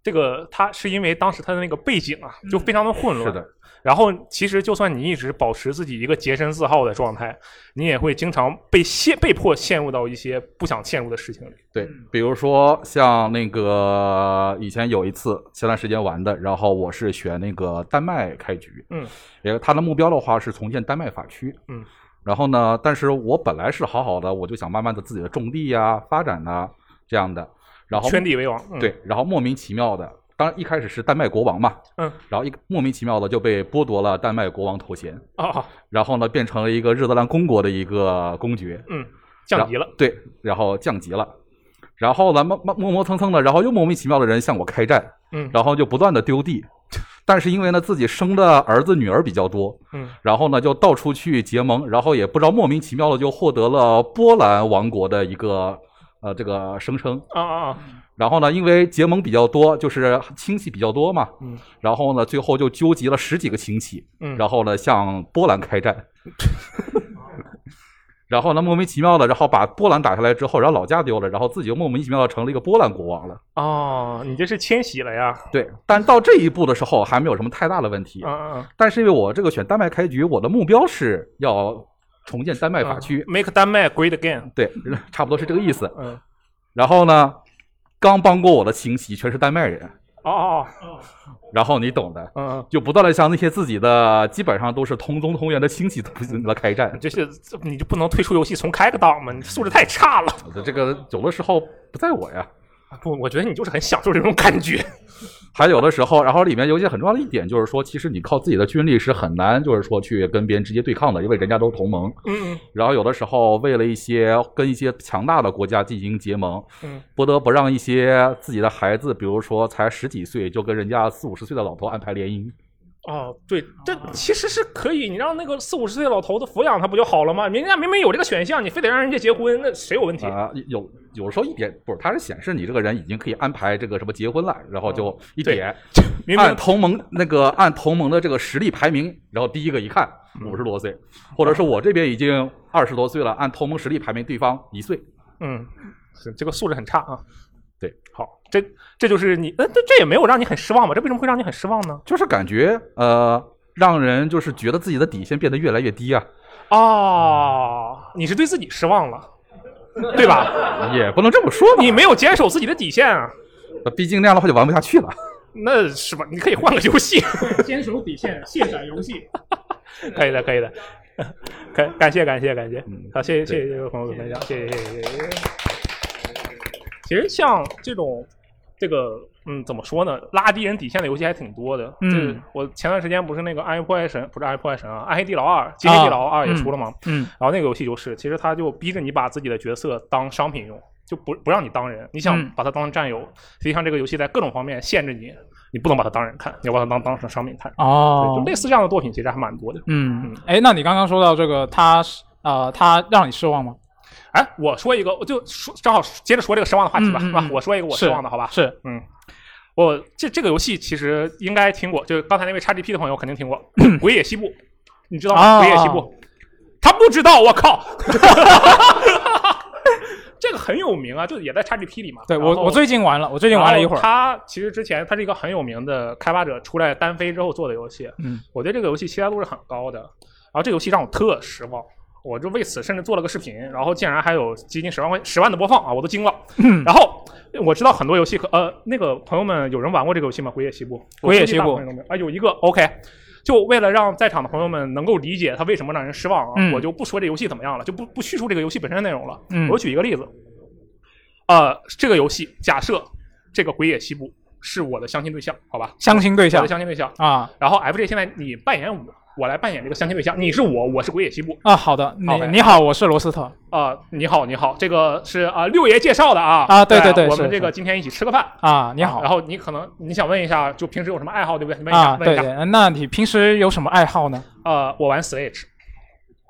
B: 这个他是因为当时他的那个背景啊，就非常的混乱。
I: 是的，
B: 然后，其实就算你一直保持自己一个洁身自好的状态，你也会经常被陷被迫陷入到一些不想陷入的事情里。
I: 对，比如说像那个以前有一次前段时间玩的，然后我是选那个丹麦开局，
B: 嗯，
I: 也他的目标的话是重建丹麦法区，
B: 嗯，
I: 然后呢，但是我本来是好好的，我就想慢慢的自己的种地呀、发展呐、这样的，然后
B: 圈地为王，嗯、
I: 对，然后莫名其妙的，当然一开始是丹麦国王嘛，
B: 嗯，
I: 然后一个莫名其妙的就被剥夺了丹麦国王头衔，
B: 啊，
I: 然后呢，变成了一个日德兰公国的一个公爵，
B: 嗯，降级了。
I: 对，然后降级了。然后咱们磨磨磨蹭蹭的，然后又莫名其妙的人向我开战，
B: 嗯
I: 然后就不断的丢地。但是因为呢，自己生的儿子女儿比较多，
B: 嗯，
I: 然后呢就到处去结盟，然后也不知道莫名其妙的就获得了波兰王国的一个呃这个声称，
B: 啊啊啊，
I: 然后呢，因为结盟比较多，就是亲戚比较多嘛，
B: 嗯，
I: 然后呢，最后就纠集了十几个亲戚，
B: 嗯
I: 然后呢，向波兰开战， 然后呢，莫名其妙的，然后把波兰打下来之后，然后老家丢了，然后自己又莫名其妙的成了一个波兰国王了。
B: 哦，你这是迁徙了呀？
I: 对，但到这一步的时候还没有什么太大的问题，
B: 啊啊
I: 但是因为我这个选丹麦开局，我的目标是要重建丹麦法区，
B: 啊，Make 丹麦 Great Again。
I: 对，差不多是这个意思。
B: 嗯，
I: 然后呢，刚帮过我的亲戚全是丹麦人，
B: 哦哦
I: 然后你懂的。
B: 哦，嗯，
I: 就不断的向那些自己的基本上都是同宗同源的亲戚不停的开战
B: 嗯， 这是这你就不能退出游戏重开个档吗？你素质太差了。
I: 呃这个有的时候不在我呀，
B: 不，我觉得你就是很享受这种感觉。
I: 还有的时候，然后里面有一些很重要的一点就是说，其实你靠自己的军力是很难，就是说去跟别人直接对抗的，因为人家都是同盟。
B: 嗯
I: 然后有的时候为了一些跟一些强大的国家进行结盟，
B: 嗯
I: 不得不让一些自己的孩子，比如说才十几岁就跟人家四五十岁的老头安排联姻。
B: 哦，对，这其实是可以，你让那个四五十岁的老头子抚养他不就好了吗？人家明明有这个选项，你非得让人家结婚，那谁有问题？
I: 啊，有有时候一点不是，它是显示你这个人已经可以安排这个什么结婚了，然后就一点、
B: 哦明
I: 按
B: 明
I: 同盟那个按同盟的这个实力排名，然后第一个一看
B: 嗯
I: 五十多岁，或者是我这边已经二十多岁了，按同盟实力排名对方一岁，
B: 嗯，是这个素质很差啊。
I: 对，
B: 好，这这就是你，那、这这也没有让你很失望吧？这为什么会让你很失望呢？
I: 就是感觉呃让人就是觉得自己的底线变得越来越低啊，
B: 哦，你是对自己失望了，对吧？
I: 也不能这么说吧，
B: 你没有坚守自己的底线啊，
I: 毕竟那样的话就玩不下去了。
B: 那是吧？你可以换个游戏，
J: 坚守底线，卸载 游戏。
B: 可以的，可以的。 感感谢感谢感谢，
A: 嗯
B: 好，谢谢谢谢这位朋友的分享，谢谢谢谢谢谢。其实像这种这个嗯，怎么说呢，拉低人底线的游戏还挺多的。
A: 嗯
B: 就是我前段时间不是那个《暗黑破坏神》，不是《暗黑破坏神》啊，《暗黑地牢二》《极黑地牢二》也出了嘛。
A: 嗯
B: 然后那个游戏就是，其实他就逼着你把自己的角色当商品用，就不不让你当人，你想
A: 嗯
B: 把他当成战友，实际上这个游戏在各种方面限制你，你不能把他当人看，你要把他当当成商品看。对，
A: 哦
B: 就，类似这样的作品其实还蛮多的。
A: 嗯，哎，那你刚刚说到这个，他是呃，他让你失望吗？
B: 哎，我说一个，我就说正好接着说这个失望的话题吧，
A: 嗯嗯
B: 是吧
A: 嗯？
B: 我说一个我
A: 是
B: 失望的，好吧？
A: 是，
B: 嗯，我这这个游戏其实应该听过，就是刚才那位 XGP 的朋友肯定听 过《鬼野西部》，你知道吗？
A: 啊
B: 鬼野西部》，他不知道，我靠！ 这个很有名啊，就也在 XGP 里嘛。
A: 对
B: 然后
A: 我我最近玩了，我最近玩了一会
B: 然后
A: 儿，
B: 他其实之前他是一个很有名的开发者，出来单飞之后做的游戏。
A: 嗯，
B: 我对这个游戏期待度是很高的。然后这游戏让我特失望，我就为此甚至做了个视频，然后竟然还有接近十万块十万的播放啊，我都惊了。嗯、然后我知道很多游戏可呃，那个朋友们有人玩过这个游戏吗？《鬼野西部》我
A: 鬼野
B: 估计
A: 西
B: 大
A: 部
B: 部分人都没有啊，有一个 OK。就为了让在场的朋友们能够理解他为什么让人失望啊，
A: 嗯
B: 我就不说这游戏怎么样了，就不不叙述这个游戏本身的内容了。
A: 嗯
B: 我举一个例子，呃，这个游戏假设这个鬼野西部是我的相亲对象，好吧？
A: 相亲对
B: 我
A: 象
B: 的相亲对象。
A: 啊
B: 然后 FJ 现在你扮演我，我来扮演这个相亲对象，你是我，我是鬼野西部。
A: 啊，好的，你
B: OK
A: 你好，我是罗斯特，
B: 啊、你好，你好，这个是啊、六爷介绍的啊。
A: 啊对对对
B: 我
A: 是
B: 们这个今天一起吃个饭。
A: 啊，你好
B: 然后你可能你想问一下，就平时有什么爱好，对不对？你问一下，
A: 啊，
B: 问
A: 对
B: 一下。
A: 对，那你平时有什么爱好呢？
B: 呃，我玩 Switch。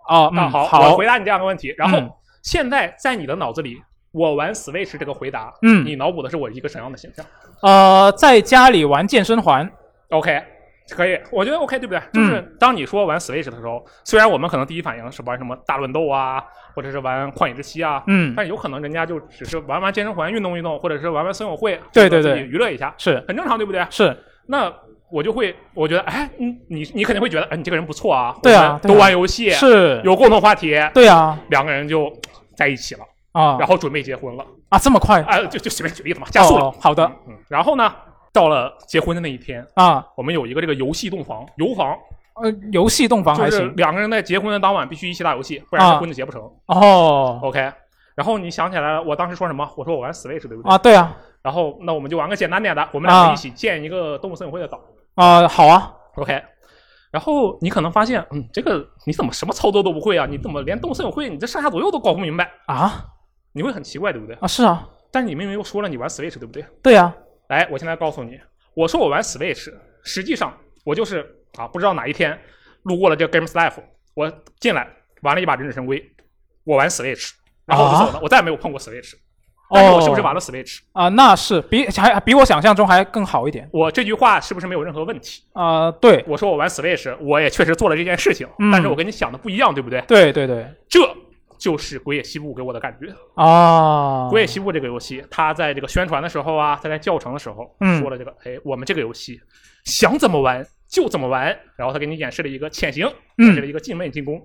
A: 哦，
B: 那
A: 嗯，
B: 好，我
A: 好
B: 回，答你这样的问题。然后、
A: 嗯
B: 现在在你的脑子里，我玩 Switch 这个回答，
A: 嗯
B: 你脑补的是我一个什么样的形象？
A: 呃，在家里玩健身环，
B: OK，可以，我觉得 OK，对不对？
A: 嗯
B: 就是当你说玩 Switch 的时候，虽然我们可能第一反应是玩什么大乱斗啊，或者是玩旷野之息啊，
A: 嗯，
B: 但有可能人家就只是玩玩健身环运动运动，或者是玩玩森友会，
A: 对对对
B: 自己娱乐一下，
A: 是
B: 很正常，对不对？
A: 是，
B: 那我就会，我觉得，哎，你你你肯定会觉得，哎，你这个人不错啊，
A: 对啊
B: 我们
A: 对啊
B: 都玩游戏，
A: 是，
B: 有共同话题，
A: 对啊，
B: 两个人就在一起了，
A: 啊
B: 然后准备结婚了，
A: 啊，这么快，
B: 哎，就就随便举例子嘛，加速了
A: 哦，好的
B: 嗯，然后呢，到了结婚的那一天，
A: 啊，
B: 我们有一个这个游戏洞房，游房。
A: 呃，游戏洞房还
B: 就是
A: 行，
B: 两个人在结婚的当晚必须一起打游戏，不然这
A: 啊
B: 婚就结不成。
A: 哦
B: OK，然后你想起来了，我当时说什么？我说我玩 Switch 对不对？
A: 啊，对啊，
B: 然后那我们就玩个简单点的，我们两个
A: 啊
B: 一起建一个动物森友会的岛。
A: 啊，好啊，
B: OK，然后你可能发现，嗯，这个你怎么什么操作都不会啊？你怎么连动物森友会你这上下左右都搞不明白？
A: 啊
B: 你会很奇怪，对不对？
A: 啊，是啊，
B: 但你明明又说了你玩 Switch 对不对？
A: 对啊呀、
B: 来，哎我现在告诉你，我说我玩 Switch，实际上我就是啊，不知道哪一天路过了这个 Games Life，我进来玩了一把忍者神龟，我玩 Switch，然后我就走了，我再也没有碰过 Switch。但是我是不是玩了 Switch？、
A: 啊、那是比还比我想象中还更好一点
B: 我这句话是不是没有任何问题？
A: 啊、对，
B: 我说我玩 Switch，我也确实做了这件事情，
A: 嗯
B: 但是我跟你想的不一样，对不对？
A: 对对对，
B: 这就是《鬼野西部》给我的感觉。
A: 啊，
B: 《鬼野西部》这个游戏，它在这个宣传的时候啊，它在教程的时候
A: 嗯
B: 说了这个，哎，我们这个游戏想怎么玩就怎么玩，然后他给你演示了一个潜行，
A: 嗯
B: 演示了一个近位进攻。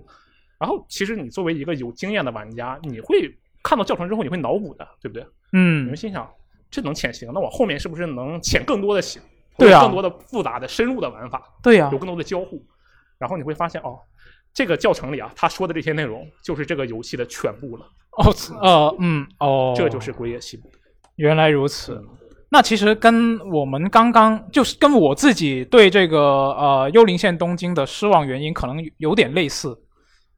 B: 然后其实你作为一个有经验的玩家，你会看到教程之后你会脑补的，对不对？你
A: 嗯
B: 们，心想，这能潜行，那我后面是不是能潜更多的行？
A: 对啊
B: 更多的复杂的、深入的玩法，
A: 对呀、
B: 有更多的交互。然后你会发现，哦，这个教程里啊，他说的这些内容就是这个游戏的全部了。
A: 哦，呃，嗯，哦，
B: 这就是《鬼野西部》。
A: 原来如此。那其实跟我们刚刚就是跟我自己对这个呃《幽灵线：东京》的失望原因可能有点类似，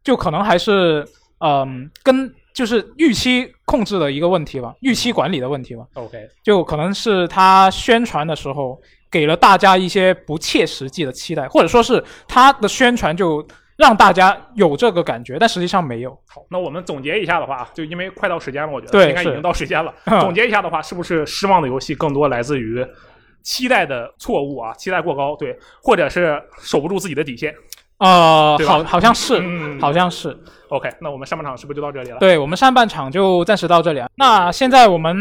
A: 就可能还是嗯、跟就是预期控制的一个问题吧，预期管理的问题吧。
B: OK，
A: 就可能是他宣传的时候给了大家一些不切实际的期待，或者说是他的宣传就让大家有这个感觉，但实际上没有。
B: 好，那我们总结一下的话，啊就因为快到时间了，我觉得
A: 对
B: 应该已
A: 是。
B: 经到时间了
A: 嗯
B: 总结一下的话，是不是失望的游戏更多来自于期待的错误啊？期待过高，对，或者是守不住自己的底线。
A: 呃，
B: 对吧
A: 好，好像是，
B: 嗯
A: 好像是。
B: OK，那我们上半场是不是就到这里了？，
A: 对我们上半场就暂时到这里啊。那现在我们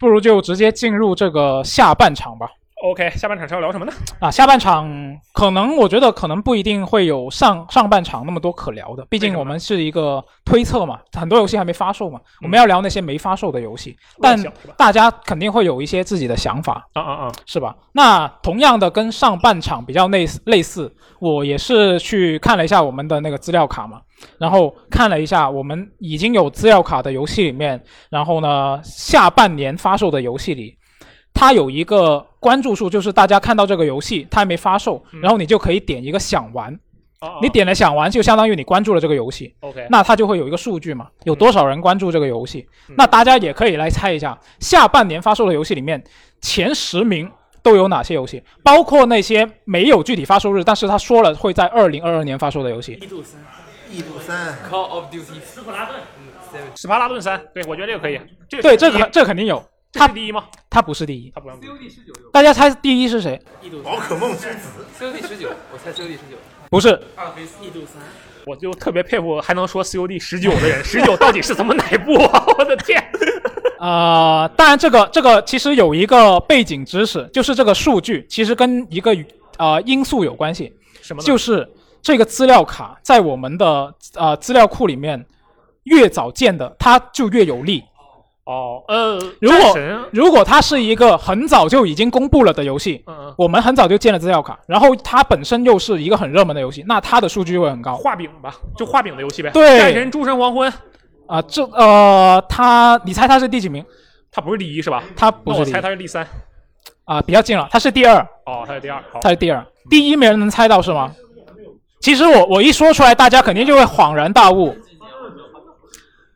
A: 不如就直接进入这个下半场吧。
B: OK，下半场是要聊什么呢？
A: 啊，下半场可能我觉得可能不一定会有上上半场那么多可聊的，毕竟我们是一个推测嘛，很多游戏还没发售嘛，我们要聊那些没发售的游戏，
B: 嗯
A: 但
B: 乱想是吧？
A: 大家肯定会有一些自己的想法。
B: 啊啊啊！
A: 是吧？那同样的跟上半场比较类似类似，我也是去看了一下我们的那个资料卡嘛，然后看了一下我们已经有资料卡的游戏里面，然后呢下半年发售的游戏里，它有一个关注数，就是大家看到这个游戏它还没发售，
B: 嗯
A: 然后你就可以点一个想玩，
B: 啊啊
A: 你点了想玩就相当于你关注了这个游戏，
B: 哦 OK，
A: 那它就会有一个数据嘛，有多少人关注这个游戏？
B: 嗯
A: 那大家也可以来猜一下，下半年发售的游戏里面前十名都有哪些游戏？包括那些没有具体发售日，但是他说了会在二零二二年发售的游戏。
B: 史帕拉顿三，对我觉得这个可以，这个
A: 对，
B: 是
A: 这
B: 第一
A: 个这肯定有，
B: 这是第一吗？
A: 它不是第一。
B: 他不让不
A: 大家猜第一是谁？宝可梦之子。COD 十九，我猜 COD 十九。不是，
B: 我就特别佩服还能说 COD 十九的人，十 九到底是怎么哪一部啊？ 我的天！
A: 呃，当然这个这个其实有一个背景知识，就是这个数据其实跟一个呃因素有关系，
B: 什么呢？
A: 就是这个资料卡在我们的呃资料库里面越早建的，它就越有利。
B: 哦，呃，
A: 如果
B: 战神
A: 如果它是一个很早就已经公布了的游戏，
B: 嗯，
A: 我们很早就建了资料卡，然后它本身又是一个很热门的游戏，那它的数据会很高
B: 画饼吧，就画饼的游戏呗。
A: 对
B: 战神诸神黄昏，
A: 啊、这呃，它你猜它是第几名？
B: 它不是第一是吧？
A: 它不
B: 那
A: 是
B: 我
A: 第一
B: 猜
A: 啊、
B: 它是第三。
A: 比较近了，它是第二，
B: 哦，它是第二。好，
A: 它是第二，第一没人能猜到是吗？其实我我一说出来，大家肯定就会恍然大悟。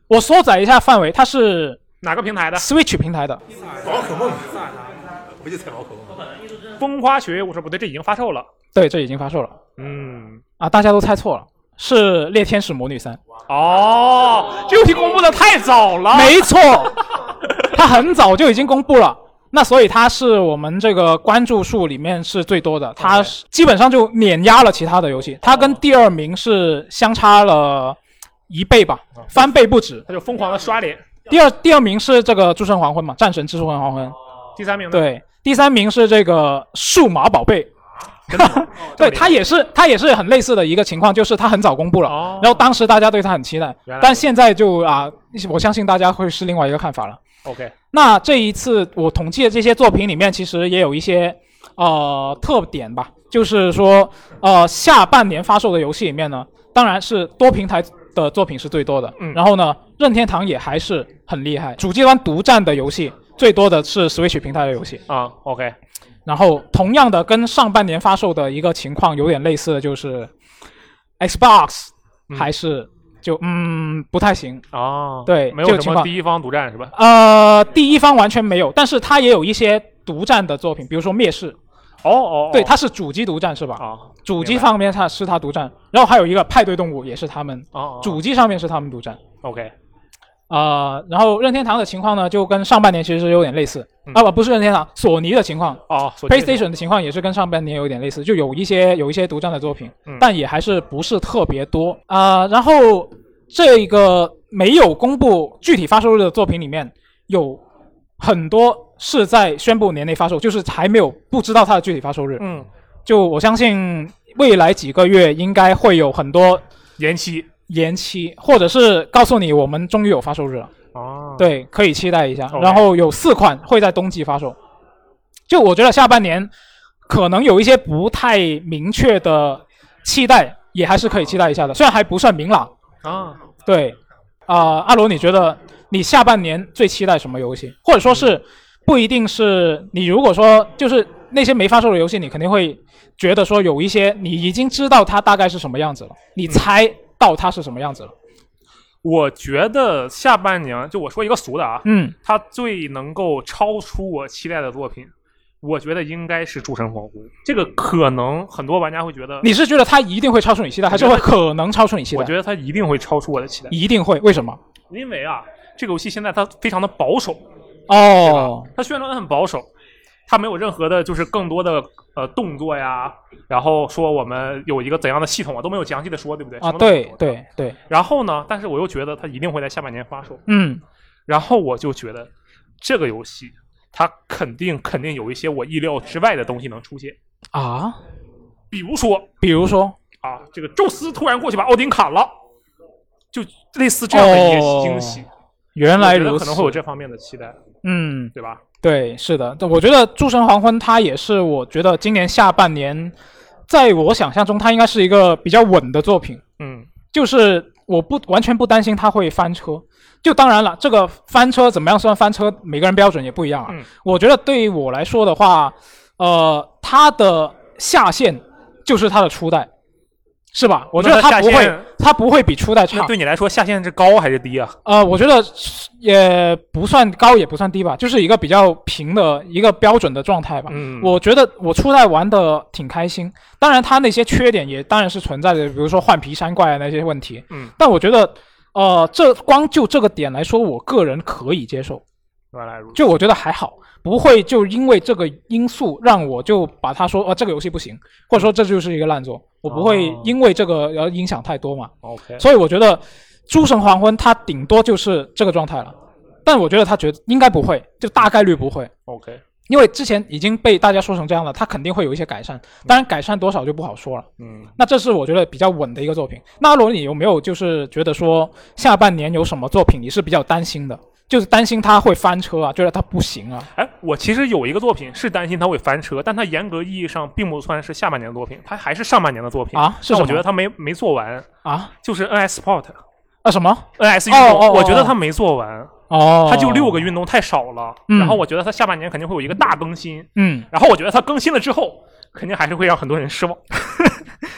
A: 我缩窄一下范围，它是
B: 哪个平台的？
A: Switch 平台的，
B: 风花雪月无声，不对，这已经发售了。
A: 对，这已经发售了
B: 嗯，
A: 啊！大家都猜错了，是《猎天使魔女三》，
B: 哦，这游戏公布的太早了。
A: 没错，它很早就已经公布了。那所以它是我们这个关注数里面是最多的，它是基本上就碾压了其他的游戏，它跟第二名是相差了一倍吧，
B: 哦
A: 翻倍不止。
B: 它就疯狂的刷脸。
A: 第二第二名是这个《诸神黄昏》嘛，《战神之诸神黄昏》，
B: 第三名呢？
A: 对，第三名是这个《数码宝贝》。
B: 哦
A: 对，它也是，它也是很类似的一个情况，就是它很早公布了，
B: 哦
A: 然后当时大家对它很期待
B: 原来，
A: 但
B: 如此
A: 现在就啊，我相信大家会是另外一个看法了。
B: OK，
A: 那这一次我统计的这些作品里面，其实也有一些呃特点吧，就是说呃下半年发售的游戏里面呢，当然是多平台的作品是最多的，
B: 嗯
A: 然后呢，任天堂也还是很厉害，主机端独占的游戏最多的是 Switch 平台的游戏，
B: 啊，OK，
A: 然后同样的跟上半
B: 嗯
A: 年发售的一个情况有点类似的就是 Xbox 还是就嗯不太行
B: 啊
A: 对，
B: 没
A: 这
B: 有什
A: 个情
B: 么
A: 况
B: 第一方独占是吧？
A: 呃，第一方完全没有，但是它也有一些独占的作品，比如说《灭世》。
B: 哦哦
A: 对，它是主机独占是吧？
B: 啊，
A: 主机方面它是它独占，然后还有一个《派对动物》也是他们，
B: 哦
A: 主机上面是他们独占。
B: OK，
A: 啊、然后任天堂的情况呢，就跟上半年其实是有点类似、
B: 嗯
A: 啊，不不是任天堂，索尼的情况
B: 哦索尼的情况
A: PlayStation 的情况也是跟上半年有点类似，就有一些有一些独占的作品，
B: 嗯
A: 但也还是不是特别多啊、然后这个没有公布具体发售日的作品里面，有很多是在宣布年内发售，就是还没有不知道它的具体发售日。
B: 嗯，
A: 就我相信未来几个月应该会有很多
B: 延期，
A: 延期，或者是告诉你我们终于有发售日了。
B: 哦，
A: 对，可以期待一下。
B: OK
A: 然后有四款会在冬季发售，就我觉得下半年可能有一些不太明确的期待，也还是可以期待一下的，虽然还不算明朗。
B: 啊，
A: 对，啊、阿罗，你觉得你下半年最期待什么游戏？或者说
B: 嗯
A: 是不一定是你，如果说就是那些没发售的游戏，你肯定会觉得说有一些你已经知道它大概是什么样子了，你猜到它是什么样子了。
B: 嗯我觉得下半年就我说一个俗的啊，
A: 嗯，
B: 它最能够超出我期待的作品，我觉得应该是《诸神黄昏》。这个可能很多玩家会觉得，
A: 你是觉得它一定会超出你期待，还是会可能超出你期待？
B: 我觉得它一定会超出我的期待，
A: 一定会，为什么？
B: 因为啊，这个游戏现在它非常的保守，
A: 哦，
B: 它宣传很保守，它没有任何的，就是更多的呃动作呀，然后说我们有一个怎样的系统啊，都没有详细的说，对不对？
A: 啊，
B: 什么都没有
A: 对对对，
B: 然后呢，但是我又觉得它一定会在下半年发售，
A: 嗯，
B: 然后我就觉得这个游戏它肯定肯定有一些我意料之外的东西能出现，
A: 啊，
B: 比如说
A: 比如说，
B: 啊，这个宙斯突然过去把奥丁砍了，就类似这样的一些惊喜。
A: 哦原来
B: 我觉得
A: 如
B: 可
A: 此，
B: 能会有这方面的期待，
A: 嗯，
B: 对吧？
A: 对，是的，但我觉得《诸神黄昏》它也是，我觉得今年下半年，在我想象中，它应该是一个比较稳的作品，
B: 嗯，
A: 就是我不完全不担心它会翻车。就当然了，这个翻车怎么样算翻车，每个人标准也不一样啊。
B: 嗯
A: 我觉得对于我来说的话，呃，它的下限就是它的初代，是吧？我觉得
B: 那它
A: 它不
B: 下
A: 会
B: 限，
A: 它不会比初代差
B: 那。对你来说下限是高还是低啊？
A: 呃，我觉得是也不算高，也不算低吧，就是一个比较平的一个标准的状态吧。
B: 嗯
A: 我觉得我初代玩的挺开心，当然它那些缺点也当然是存在的，比如说换皮山怪啊那些问题。
B: 嗯，
A: 但我觉得，呃，这光就这个点来说，我个人可以接受，
B: 原来如此。
A: 就我觉得还好，不会就因为这个因素让我就把它说，呃，这个游戏不行，或者说这就是一个烂作，我不会
B: 哦
A: 因为这个而影响太多嘛。
B: OK，
A: 所以我觉得《诸神黄昏》它顶多就是这个状态了，但我觉得它绝应该不会，就大概率不会，
B: OK，
A: 因为之前已经被大家说成这样了，它肯定会有一些改善，当然改善多少就不好说了。
B: 嗯，
A: 那这是我觉得比较稳的一个作品。那阿罗，你有没有就是觉得说下半年有什么作品你是比较担心的？就是担心它会翻车啊，觉得它不行啊。
B: 哎，我其实有一个作品是担心它会翻车，但它严格意义上并不算是下半年的作品，它还是上半年的作品
A: 啊是
B: 但我
A: 什么
B: 觉得它没没做完，
A: 啊
B: 就是 NS Sport、
A: 啊什么？
B: NS 运
A: 哦
B: 动，
A: 哦
B: 我觉
A: 哦
B: 得它没做完，
A: 哦，
B: 它就六个运动太少了。
A: 嗯
B: 然后我觉得它下半年肯定会有一个大更新，
A: 嗯，
B: 然后我觉得它更新了之后，肯定还是会让很多人失望，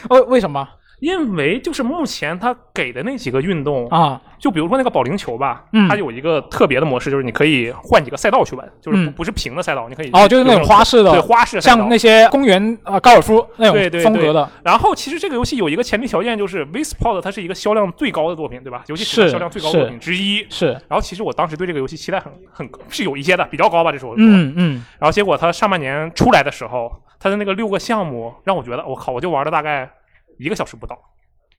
A: 为为什么
B: 因为就是目前它给的那几个运动，
A: 啊？
B: 就比如说那个保龄球吧，
A: 嗯
B: 它有一个特别的模式，就是你可以换几个赛道去玩，就是
A: 嗯
B: 不不是平的赛道，你可以
A: 哦，就是那种花式的，
B: 对花式赛道
A: 像那些公园啊、高尔夫那
B: 对
A: 种
B: 对
A: 风格的。
B: 然后其实这个游戏有一个前提条件，就是 v s p o r t 它是一个销量最高的作品，对吧？游戏史上
A: 是
B: 销量最高的作品之一。
A: 是，
B: 然后其实我当时对这个游戏期待很很是有一些的，比较高吧，这是我的说。
A: 嗯嗯，
B: 然后结果它上半年出来的时候，它的那个六个项目让我觉得，我靠，我就玩了大概一个小时不到，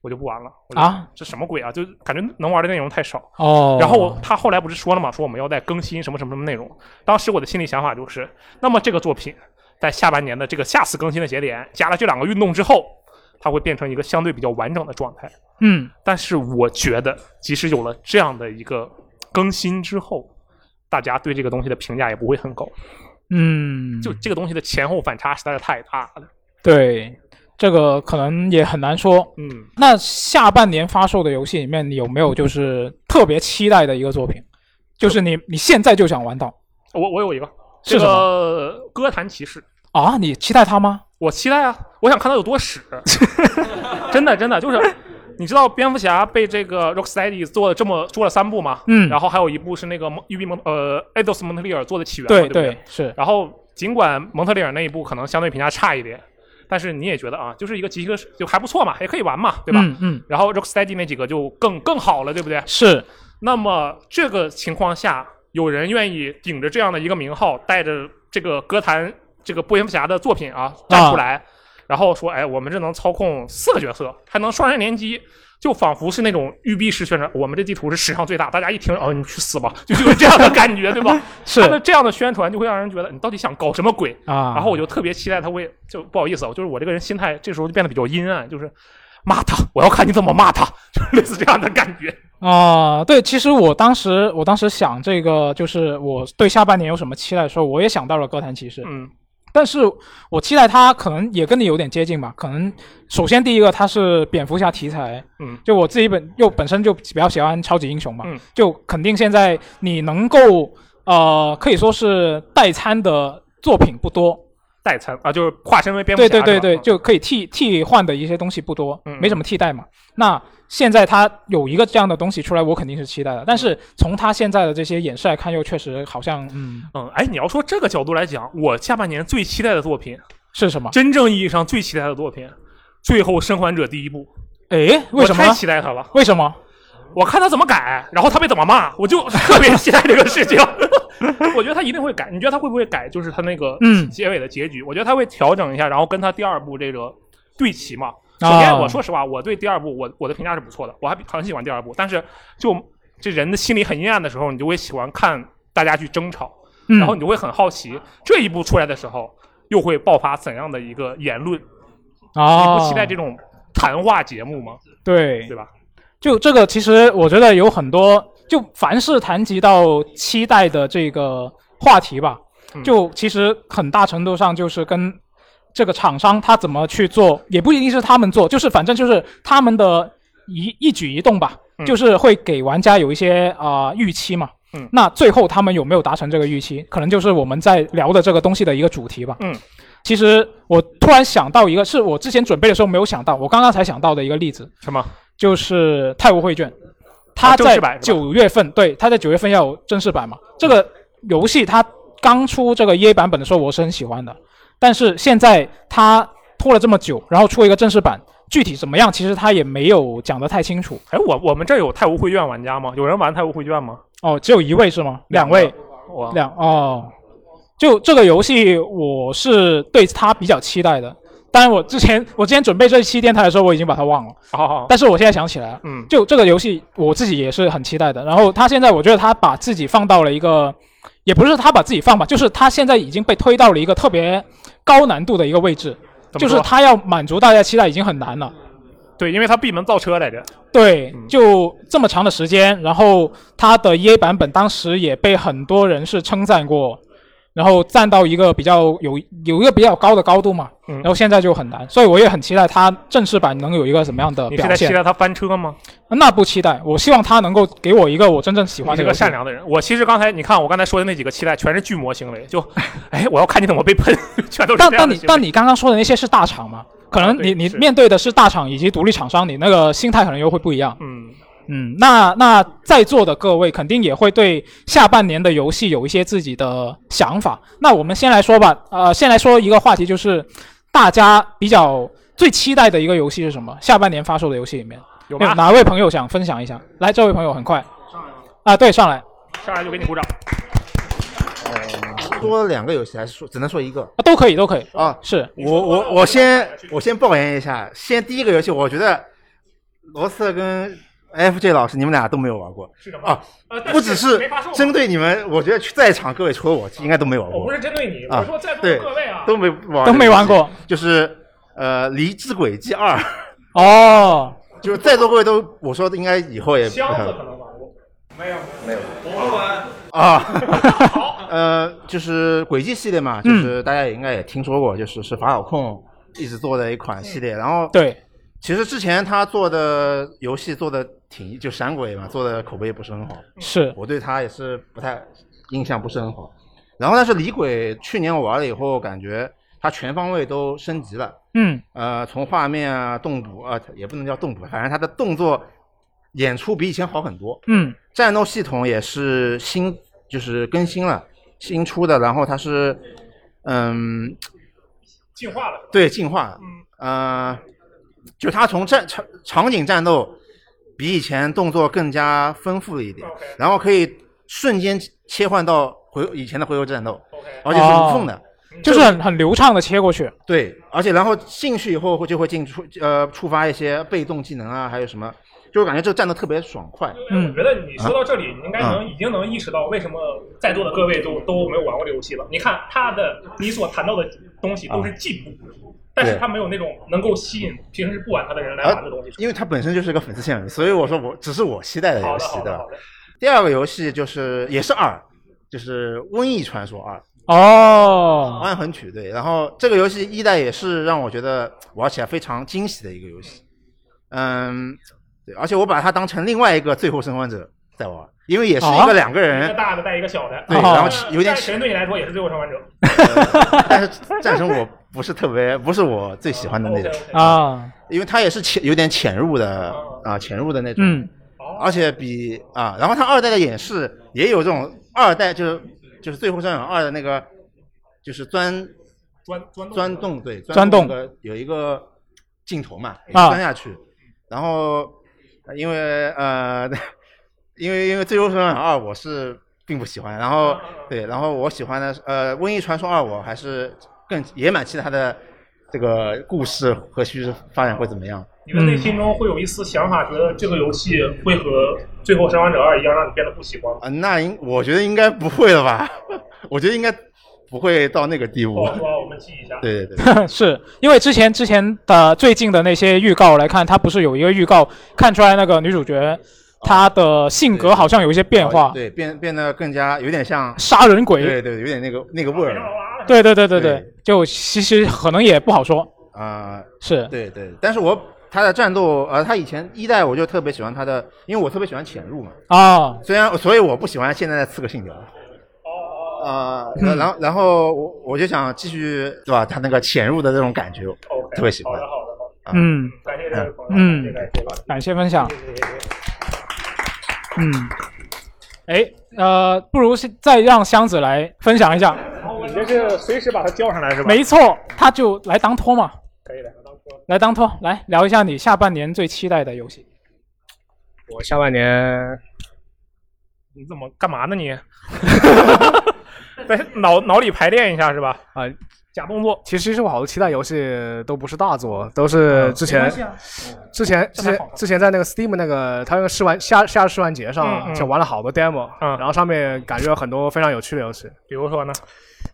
B: 我就不玩了。我就
A: 啊，
B: 这什么鬼啊？就感觉能玩的内容太少。
A: 哦，
B: 然后我他后来不是说了嘛，说我们要再更新什么什么什么内容。当时我的心里想法就是，那么这个作品在下半年的这个下次更新的节点加了这两个运动之后，它会变成一个相对比较完整的状态。
A: 嗯
B: 但是我觉得，即使有了这样的一个更新之后，大家对这个东西的评价也不会很高。
A: 嗯，
B: 就这个东西的前后反差实在是太大了。
A: 对这个可能也很难说。
B: 嗯，
A: 那下半年发售的游戏里面，你有没有就是特别期待的一个作品？就是你你现在就想玩到
B: 我我有一个
A: 是
B: 这
A: 什么
B: 个《哥谭骑士》，
A: 啊？你期待它吗？
B: 我期待啊，我想看它有多屎。真的真的就是你知道蝙蝠侠被这个 Rocksteady 做了这么做了三部吗？
A: 嗯
B: 然后还有一部是那个蒙 UB 蒙呃 Eidos 蒙特利尔做的起源嘛，
A: 对
B: 啊对不对，
A: 是
B: 然后尽管蒙特利尔那一部可能相对评价差一点，但是你也觉得啊，就是一个集合就还不错嘛，也可以玩嘛，对吧？
A: 嗯嗯
B: 然后 Rocksteady 那几个就更更好了，对不对？
A: 是。
B: 那么这个情况下，有人愿意顶着这样的一个名号，带着这个歌坛这个蝙蝠侠的作品啊站出来，然后说，哎，我们这能操控四个角色，还能双人联机。就仿佛是那种育碧式宣传，我们这地图是史上最大，大家一听，哦，你去死吧， 就就有这样的感觉，对吧？
A: 是
B: 他的这样的宣传就会让人觉得你到底想搞什么鬼
A: 啊
B: 然后我就特别期待他会，就不好意思啊，就是我这个人心态这时候就变得比较阴暗，就是骂他，我要看你怎么骂他，就是类似这样的感觉。
A: 啊、对，其实我当时我当时想这个，就是我对下半年有什么期待的时候，我也想到了哥谭骑士。
B: 嗯，
A: 但是我期待它可能也跟你有点接近吧。可能首先第一个，它是蝙蝠侠题材，
B: 嗯
A: 就我自己本又本身就比较喜欢超级英雄嘛，
B: 嗯
A: 就肯定现在你能够呃可以说是代餐的作品不多，
B: 代餐啊，就是化身为蝙蝠
A: 对
B: 侠，
A: 对对
B: 是
A: 对，
B: 吧
A: 就可以替替换的一些东西不多，
B: 嗯
A: 没什么替代嘛。那现在它有一个这样的东西出来，我肯定是期待的。但
B: 嗯
A: 是从它现在的这些演示来看，又确实好像嗯
B: 嗯，哎，你要说这个角度来讲，我下半年最期待的作品，
A: 是什么？
B: 真正意义上最期待的作品，《最后生还者》第一部，
A: 哎，为
B: 我
A: 什么呢
B: 太期待它了，
A: 为什么？
B: 我看他怎么改，然后他被怎么骂，我 就特别期待这个事情。 我觉得他一定会改，你觉得他会不会改？就是他那个
A: 嗯
B: 结尾的结局，我觉得他会调整一下，然后跟他第二部这个对齐嘛。首
A: 啊
B: 先，我说实话，我对第二部我我的评价是不错的，我还比很喜欢第二部，但是就这人的心里很阴暗的时候，你就会喜欢看大家去争吵，
A: 嗯
B: 然后你就会很好奇这一部出来的时候又会爆发怎样的一个言论。
A: 哦
B: 你不期待这种谈话节目吗？
A: 对
B: 对吧？
A: 就这个，其实我觉得有很多，就凡是谈及到期待的这个话题吧，
B: 嗯
A: 就其实很大程度上就是跟这个厂商他怎么去做，也不一定是他们做，就是反正就是他们的一一举一动吧，
B: 嗯
A: 就是会给玩家有一些啊、呃预期嘛。
B: 嗯
A: 那最后他们有没有达成这个预期，可能就是我们在聊的这个东西的一个主题吧。
B: 嗯，
A: 其实我突然想到一个，是我之前准备的时候没有想到，我刚刚才想到的一个例子。
B: 什么？啊
A: 就是泰晤会卷，它
B: 正
A: 在
B: 式版是吧
A: 九月份，对，它在九月份要有正式版嘛。这个游戏它刚出这个 EA 版本的时候，我是很喜欢的，但是现在它拖了这么久，然后出一个正式版，具体怎么样，其实它也没有讲得太清楚。
B: 哎，我我们这儿有太无绘卷玩家吗？有人玩太无绘卷吗？
A: 哦，只有一位是吗？两位，
B: 我
A: 两哦，就这个游戏，我是对它比较期待的。当然，我之前我之前准备这期电台的时候，我已经把它忘了。
B: 好好，
A: 但是我现在想起来了，
B: 嗯
A: 就这个游戏我自己也是很期待的。然后他现在我觉得他把自己放到了一个，也不是他把自己放吧，就是他现在已经被推到了一个特别高难度的一个位置，
B: 怎
A: 就
B: 么说
A: 是他要满足大家期待已经很难了。
B: 对，因为他闭门造车来着。
A: 对，
B: 嗯
A: 就这么长的时间，然后他的 EA 版本当时也被很多人是称赞过，然后站到一个比较有有一个比较高的高度嘛，
B: 嗯
A: 然后现在就很难，所以我也很期待他正式版能有一个什么样的
B: 你是
A: 表
B: 在
A: 现啊
B: 期。待他翻车吗？
A: 那不期待，我希望他能够给我一个我真正喜
B: 你
A: 欢
B: 是
A: 的
B: 个
A: 游戏
B: 善。良的人。我其实刚才你看我刚才说的那几个期待，全是巨魔行 为。就，哎，我要看你怎么被喷， 全都是
A: 但
B: 这样
A: 但
B: 的
A: 你
B: 行为。啊
A: 但你刚刚说的那些是大厂嘛？可能
B: 对
A: 你你
B: 是
A: 面对的是大厂以及独立厂商，你那个心态可能又会不一样。
B: 嗯，
A: 嗯，那那在座的各位肯定也会对下半年的游戏有一些自己的想法。那我们先来说吧，呃，先来说一个话题，就是大家比较最期待的一个游戏是什么？下半年发售的游戏里面，
B: 有
A: 有
B: 吧？
A: 哪位朋友想分享一下？来，这位朋友很快啊，对，上来
B: 上来就给你鼓掌。
K: 说哦两个游戏还是说只能说一个
A: 啊，都可以，都可以
K: 啊？
A: 是
K: 我我我先我先抱怨一下，先第一个游戏，我觉得罗瑟跟 FJ 老师你们俩都没有玩过，
B: 是什么
K: 啊？
B: 呃
K: 不只是
B: 没发售吗
K: 针对你们，我觉得在场各位除了我应该都没有玩
B: 我不
K: 过，
B: 是针对你，
K: 啊
B: 我说在座
K: 对
B: 的各位啊，
K: 都没玩
A: 都没玩过，
K: 就是呃《离之轨迹二》，
A: 哦。
K: 就是在座各位都我说的应该以后也
B: 箱子可能玩过。
K: 啊，呃，就是轨迹系列
A: 嗯
K: 嘛，就是大家也应该也听说过，就是是法老控一直做的一款系列。然后，
A: 对，
K: 其实之前他做的游戏做的挺就闪鬼嘛，做的口碑不是很好，
A: 是
K: 我对他也是不太印象不是很好。然后，但是李鬼去年我玩了以后，感觉。它全方位都升级了。
A: 嗯，
K: 呃，从画面啊、动捕啊，也不能叫动捕，反正它的动作演出比以前好很多。
A: 嗯，
K: 战斗系统也是新，就是更新了，新出的。然后它是，嗯，
B: 进化了。
K: 对，进化
A: 嗯
K: 了。呃，就它从战场场景战斗比以前动作更加丰富了一点然后可以瞬间切换到回以前的回合战斗而且是无缝的。
A: 哦就是很很流畅的切过去。
K: 对，而且然后进去以后会就会进触呃触发一些被动技能啊，还有什么，就感觉这个战斗特别爽快。
B: 我觉得你说到这里，
K: 啊
B: 你应该能、
K: 啊
B: 已经能意识到为什么在座的各位都都没有玩过这游戏了。你看他的，你所谈到的东西
K: 嗯
B: 都是进步，但是他没有那种能够吸引平时不玩他的人来玩的东西。
K: 因为它本身就是个粉丝线，所以我说我只是我期待的游戏
B: 好的好的好
K: 第二个游戏就是也是二，就是《瘟疫传说二》。
A: 哦，
K: 安魂曲对，然后这个游戏一代也是让我觉得玩起来非常惊喜的一个游戏，嗯，对，而且我把它当成另外一个《最后生还者》在玩，因为也是
B: 啊
A: 啊
K: 一个两个
B: 一
K: 人
B: 个，大的带一个小的，
A: 哦
K: 对然后有点
B: 但是对你来说也是最后生还者。
K: 呃但是战神我不是特别，不是我最喜欢的那种
B: 哦
A: 啊，
K: 因为它也是潜有点潜入的啊，潜入的那种，
A: 嗯，
K: 而且比啊，然后它二代的演示也有这种二代就是就是《最后生还者二》的那个就是钻
B: 钻钻
K: 钻洞对
A: 钻洞
K: 那个有一个镜头嘛，也
A: 啊
K: 钻下去，然后呃因为呃 因为因为《最后生还者二》我是并不喜欢，然后对，然后我喜欢的是呃《瘟疫传说二》我还是更也蛮期待它的这个故事和叙事发展会怎么样。
B: 你的内心中会有一丝想法，觉得这个游戏会和《最后生还者二》一样，让你变得不喜欢吗？
K: 啊，那应我觉得应该不会了吧？我觉得应该不会到那个地步
B: 不。好说，我们记一下。
K: 对对对，
A: 是因为之前之前的最近的那些预告来看，它不是有一个预告看出来那个女主角她的性格好像有一些 变化，
K: 哦对变变得更加有点像
A: 杀人鬼
K: 对对，有点那个那个味儿
A: 对对对对对，就其实可能也不好说。
K: 啊、
A: 是
K: 对对，但是我他的战斗，呃，他以前一代我就特别喜欢他的，因为我特别喜欢潜入嘛，
A: 啊，
K: 虽然所以我不喜欢现在的刺客信条。啊、呃，然后然后我我就想继续对吧？他那个潜入的这种感觉，
B: 嗯 OK，
K: 特别喜欢。好
B: 的好的
K: 好
A: 嗯
B: 感谢这位朋友
A: 嗯
B: 感谢感谢，
A: 感谢分享。嗯，哎，呃，不如是再让箱子来分享一下。
B: 你这是随时把他叫上来是吧？
A: 没错，他就来当托嘛，
B: 可以的。
A: 来当托，来聊一下你下半年最期待的游戏。
J: 我下半年
B: 你怎么干嘛呢你？在脑脑里排练一下是吧？
J: 啊，
B: 假动作。
E: 其实其实我好多期待游戏都不是大作，都
B: 嗯
E: 是之前、
B: 啊
E: 之前之前之前在那个 Steam 那个他那个试玩夏夏日试玩节
B: 嗯
E: 上
B: 嗯
E: 就玩了好多 demo，、然后上面感觉有很多非常有趣的游戏。
B: 比如说呢？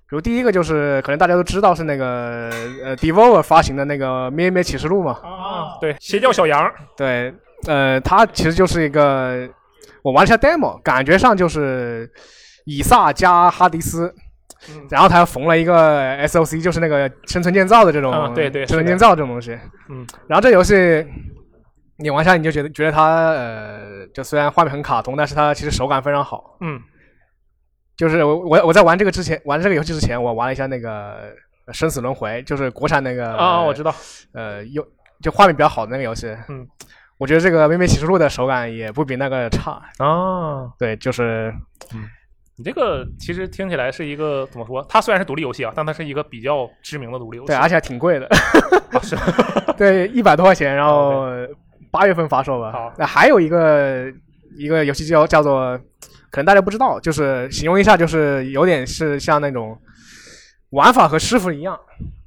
E: 比如第一个就是可能大家都知道是那个呃 Devolver 发行的那个《咩咩启示录》嘛，
B: 啊，对，邪教小羊，
E: 对，呃，它其实就是一个我玩了一下 demo，感觉上就是以撒加哈迪斯，
B: 嗯
E: 然后他缝了一个 SOC，就是那个生存建造的这种，
B: 啊对对
E: 生
B: 是
E: 存
B: 的
E: 建造这种东西。
B: 嗯，
E: 然后这游戏你玩下来你就觉得觉得它呃，就虽然画面很卡通，但是它其实手感非常好。
B: 嗯，
E: 就是我我我在玩这个之前，玩这个游戏之前，我玩了一下那个呃《生死轮回》，就是国产那个
B: 啊我知道，
E: 呃，有就画面比较好的那个游戏。
B: 嗯，
E: 我觉得这个《妹妹启示录》的手感也不比那个差。
B: 啊，
E: 对，就是
B: 你这个其实听起来是一个怎么说？它虽然是独立游戏啊，但它是一个比较知名的独立游戏。哦
E: 对，而且还挺贵的， 对，一百多块钱，然后八月份发售吧。
B: 好，
E: 那还有一个一个游戏叫叫做，可能大家不知道，就是形容一下，就是有点是像那种玩法和师傅一样，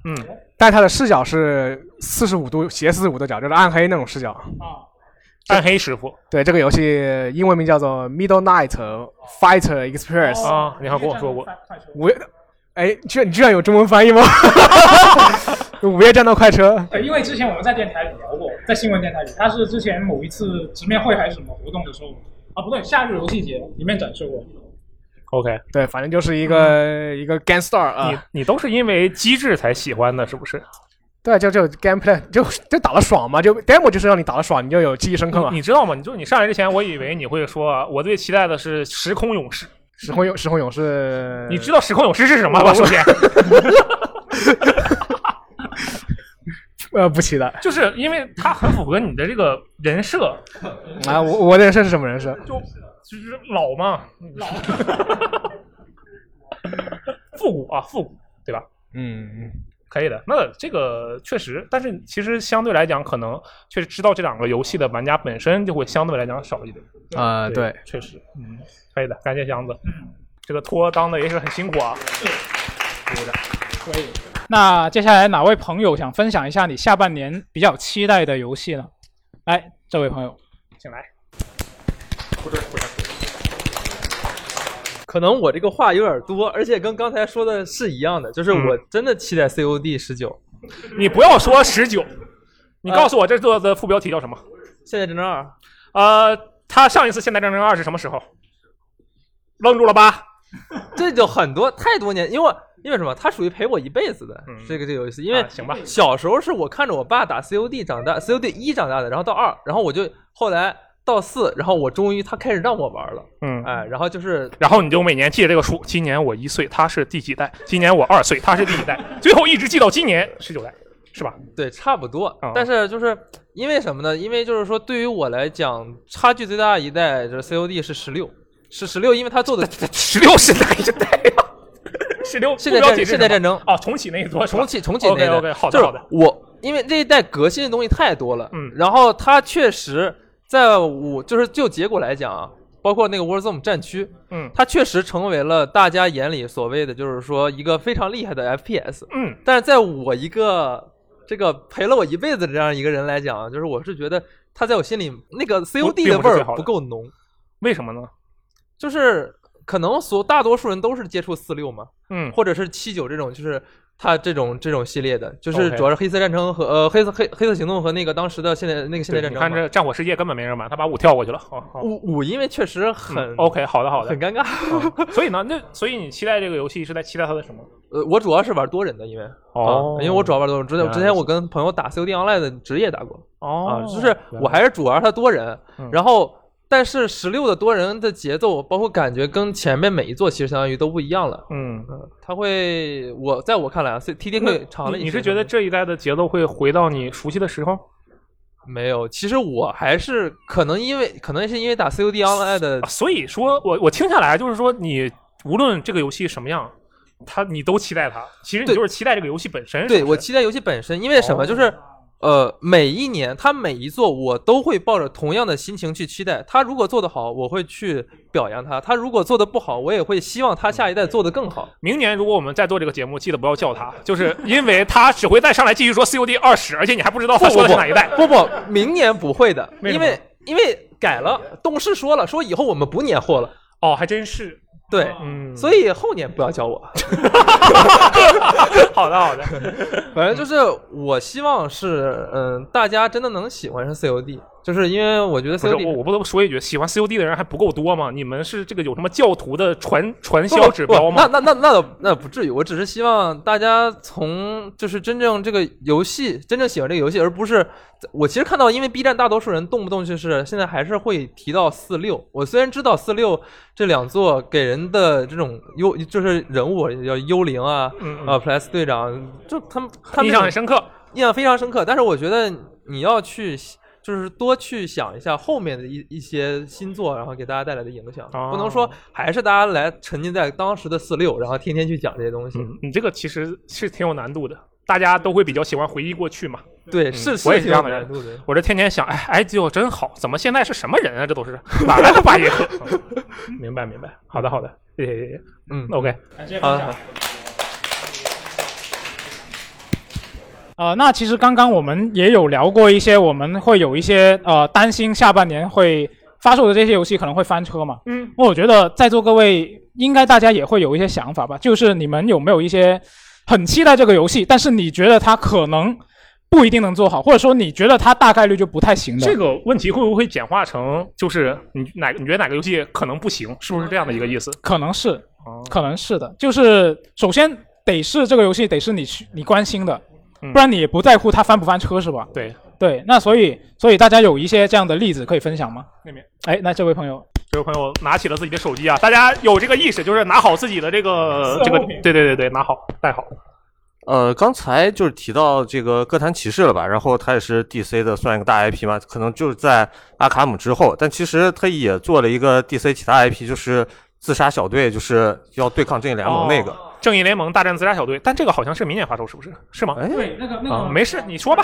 B: 嗯，
E: 但它的视角是四十五度斜四十五度角，就是暗黑那种视角。
B: 啊，暗黑师傅
E: 对，这个游戏英文名叫做《Midnight Fighter Express》
B: 啊，你还跟我说过，
E: 五月，哎，居然你居然有中文翻译吗？ 午夜战斗快车，
A: 呃
J: 对，因为之前我们在电台里聊过，在新闻电台里，他是之前某一次直面会还是什么活动的时候，啊，不对，夏日游戏节里面展示过。
B: OK，嗯
E: 对，反正就是一个、一个 Gangstar 啊。
B: 你你都是因为机制才喜欢的，是不是？
E: 对，就就 gameplay 就就打得爽嘛，就 demo 就是让你打得爽，你就有记忆深 刻嘛。
B: 你知道吗？你就是你上来之前，我以为你会说啊，我最期待的是时空勇士。
E: 时空勇时空勇士，
B: 你知道时空勇士是什么吗？
E: 我
B: 首先，
E: 呃，不期待。
B: 就是因为它很符合你的这个人设，
E: 啊，我我的人设是什么人设？
B: 就就是老嘛，老，复古啊，复古，对吧？
F: 嗯，
B: 可以的。那这个确实，但是其实相对来讲，可能确实知道这两个游戏的玩家本身就会相对来讲少一点。
E: 啊，对，
B: 确实，嗯，可以的，感谢箱子，这个托当的也是很辛苦啊。对的，可以。
A: 那接下来哪位朋友想分享一下你下半年比较期待的游戏呢？来，这位朋友，
B: 请来。
L: 可能我这个话有点多，而且跟刚才说的是一样的，就是我真的期待 COD 十九、
B: 嗯你不要说十九，你告诉我这座的副标题叫什么？
L: 现代战争二。
B: 呃，他上一次《现代战争二》是什么时候？愣住了吧？
L: 这就很多太多年，因为因为什么？它属于陪我一辈子的、这个这个游戏，因为、
B: 嗯啊行吧
L: 小时候是我看着我爸打 COD 长大，COD 一长大的，然后到二，然后我就后来到四，然后我终于他开始让我玩了，
B: 嗯，
L: 哎，然后就是
B: 然后你就每年记着这个数，今年我一岁，他是第几代？今年我二岁，他是第 几代？最后一直记到今年十九代，是吧？
L: 对，差不多。
B: 啊
L: 但是就是因为什么呢？因为就是说，对于我来讲，差距最大一代就是 COD 是十六，是十六，因为他做的
B: 十六是哪一代呀？十六
L: 现代
B: 目标
L: 战
B: 体是
L: 现代
B: 什么
L: 战争
B: 哦，重启那一座，
L: 重启重启那一代
B: OK OK，好
L: 就
B: 的
L: 是
B: 好的，
L: 我因为这一代革新的东西太多了，
B: 嗯，
L: 然后它确实在我就是就结果来讲啊，包括那个 Warzone 战区，
B: 嗯
L: 它确实成为了大家眼里所谓的就是说一个非常厉害的 FPS，
B: 嗯，
L: 但是在我一个这个陪了我一辈子的这样一个人来讲啊，就是我是觉得它在我心里那个 COD
B: 并
L: 的
B: 不
L: 味
B: 是最
L: 儿
B: 好的
L: 不够浓，
B: 为什么呢？
L: 就是可能所大多数人都是接触四六嘛，
B: 嗯
L: 或者是七九这种，就是它这种这种系列的，就是
B: OK
L: 主要是黑色战争和呃黑色黑黑色行动和那个当时的现在那个现代
B: 对
L: 战
B: 你
L: 争
B: 看
L: 嘛。
B: 这战火世界根本没人玩，他把五跳过去了。哦哦
L: 五五因为确实很、
B: 嗯 OK，好的好的，
L: 很尴尬。
B: 所以呢，那所以你期待这个游戏是在期待它的什么？
L: 呃，我主要是玩多人的，因为
B: 哦
L: 啊因为我主要玩多人。之
B: 原
L: 前
B: 来
L: 之前我跟朋友打 COD Online 的职业打过，
B: 哦
L: 啊，就是我还是主玩它多人
B: 嗯，
L: 然后但是十六的多人的节奏，包括感觉跟前面每一座其实相当于都不一样了。
B: 嗯，
L: 它会我在我看来啊，C T D
B: 那
L: 会长了一
B: 你
L: 些。
B: 你是觉得这一代的节奏会回到你熟悉的时候？
L: 没有，其实我还是可能因为可能是因为打 COD Online 的，
B: 啊所以说我我听下来就是说，你无论这个游戏什么样，它你都期待它。其实你就是期待这个游戏本身。
L: 对我期待游戏本身，因为什么？就是
B: 哦
L: 呃，每一年它每一座我都会抱着同样的心情去期待。它如果做得好，我会去表扬它；它如果做得不好，我也会希望它下一代做得更好。
B: 嗯明年如果我们再做这个节目，记得不要叫他，就是因为他只会再上来继续说 COD 二十，而且你还不知道他
L: 不
B: 说
L: 不
B: 的是哪一代。
L: 不不，明年不会的，
B: 为什
L: 因
B: 么
L: 为因为改了，动视说了，说以后我们不年货了。
B: 哦，还真是。
L: 对，
B: 嗯，
L: 所以后年不要教 我。
B: 好的，好的。
L: 反正就是我希望是，嗯，大家真的能喜欢上 COD，就是因为我觉得
B: 不是
L: COD
B: 我，我不得不说一句，喜欢 COD 的人还不够多吗？你们是这个有什么教徒的传传
L: 不
B: 销
L: 不
B: 指标吗？
L: 不那那那那倒那不至于，我只是希望大家从就是真正这个游戏，真正喜欢这个游戏，而不是我其实看到，因为 B 站大多数人动不动就是现在还是会提到四六。我虽然知道四六这两座给人的这种幽，就是人物叫幽灵啊，
B: 嗯嗯
L: 啊 Plus 队长，就他们他们
B: 印象很深刻，
L: 印象非常深刻。但是我觉得你要去。就是多去想一下后面的一一些新作，然后给大家带来的影响，
B: 哦
L: 不能说还是大家来沉浸在当时的四六，然后天天去讲这些东西。
B: 嗯你这个其实是挺有难度的，大家都会比较喜欢回忆过去嘛。
L: 对，
B: 嗯
L: 是
B: 我
L: 是
B: 也是
L: 挺
B: 这样的
L: 有难
B: 人
L: 度的。
B: 我这天天想，哎，哎，就真好，怎么现在是什么人啊？这都是哪来 的巴耶克？嗯明白，明白。好的，好的，谢谢，谢谢。
L: 嗯
B: ，OK，
J: 感谢
L: 好的
J: 分享
L: 好
A: 呃，那其实刚刚我们也有聊过一些，我们会有一些呃担心下半年会发售的这些游戏可能会翻车嘛。
B: 嗯，
A: 我觉得在座各位应该大家也会有一些想法吧，就是你们有没有一些很期待这个游戏，但是你觉得它可能不一定能做好，或者说你觉得它大概率就不太行的？
B: 这个问题会不会简化成就是你哪你觉得哪个游戏可能不行，是不是这样的一个意思？哦
A: 可能是，可能是的，就是首先得是这个游戏得是你去你关心的，
B: 嗯
A: 不然你也不在乎它翻不翻车是吧？
B: 对，
A: 对，那所以所以大家有一些这样的例子可以分享吗？
B: 那边
A: 哎，那这位朋友，
B: 这位朋友拿起了自己的手机啊，大家有这个意识，就是拿好自己的这个
A: 私人
B: 这个
A: 物品，
B: 对对对对，拿好带好。
D: 呃，刚才就是提到这个《哥谭骑士》了吧，然后它也是 DC 的算一个大 IP 嘛，可能就是在阿卡姆之后，但其实它也做了一个 DC 其他 IP，就是自杀小队，就是要对抗正义联盟那个。
B: 哦正义联盟大战自杀小队，但这个好像是明年发售，是不是？是吗？
J: 对，那个那个
B: 没事，你说吧。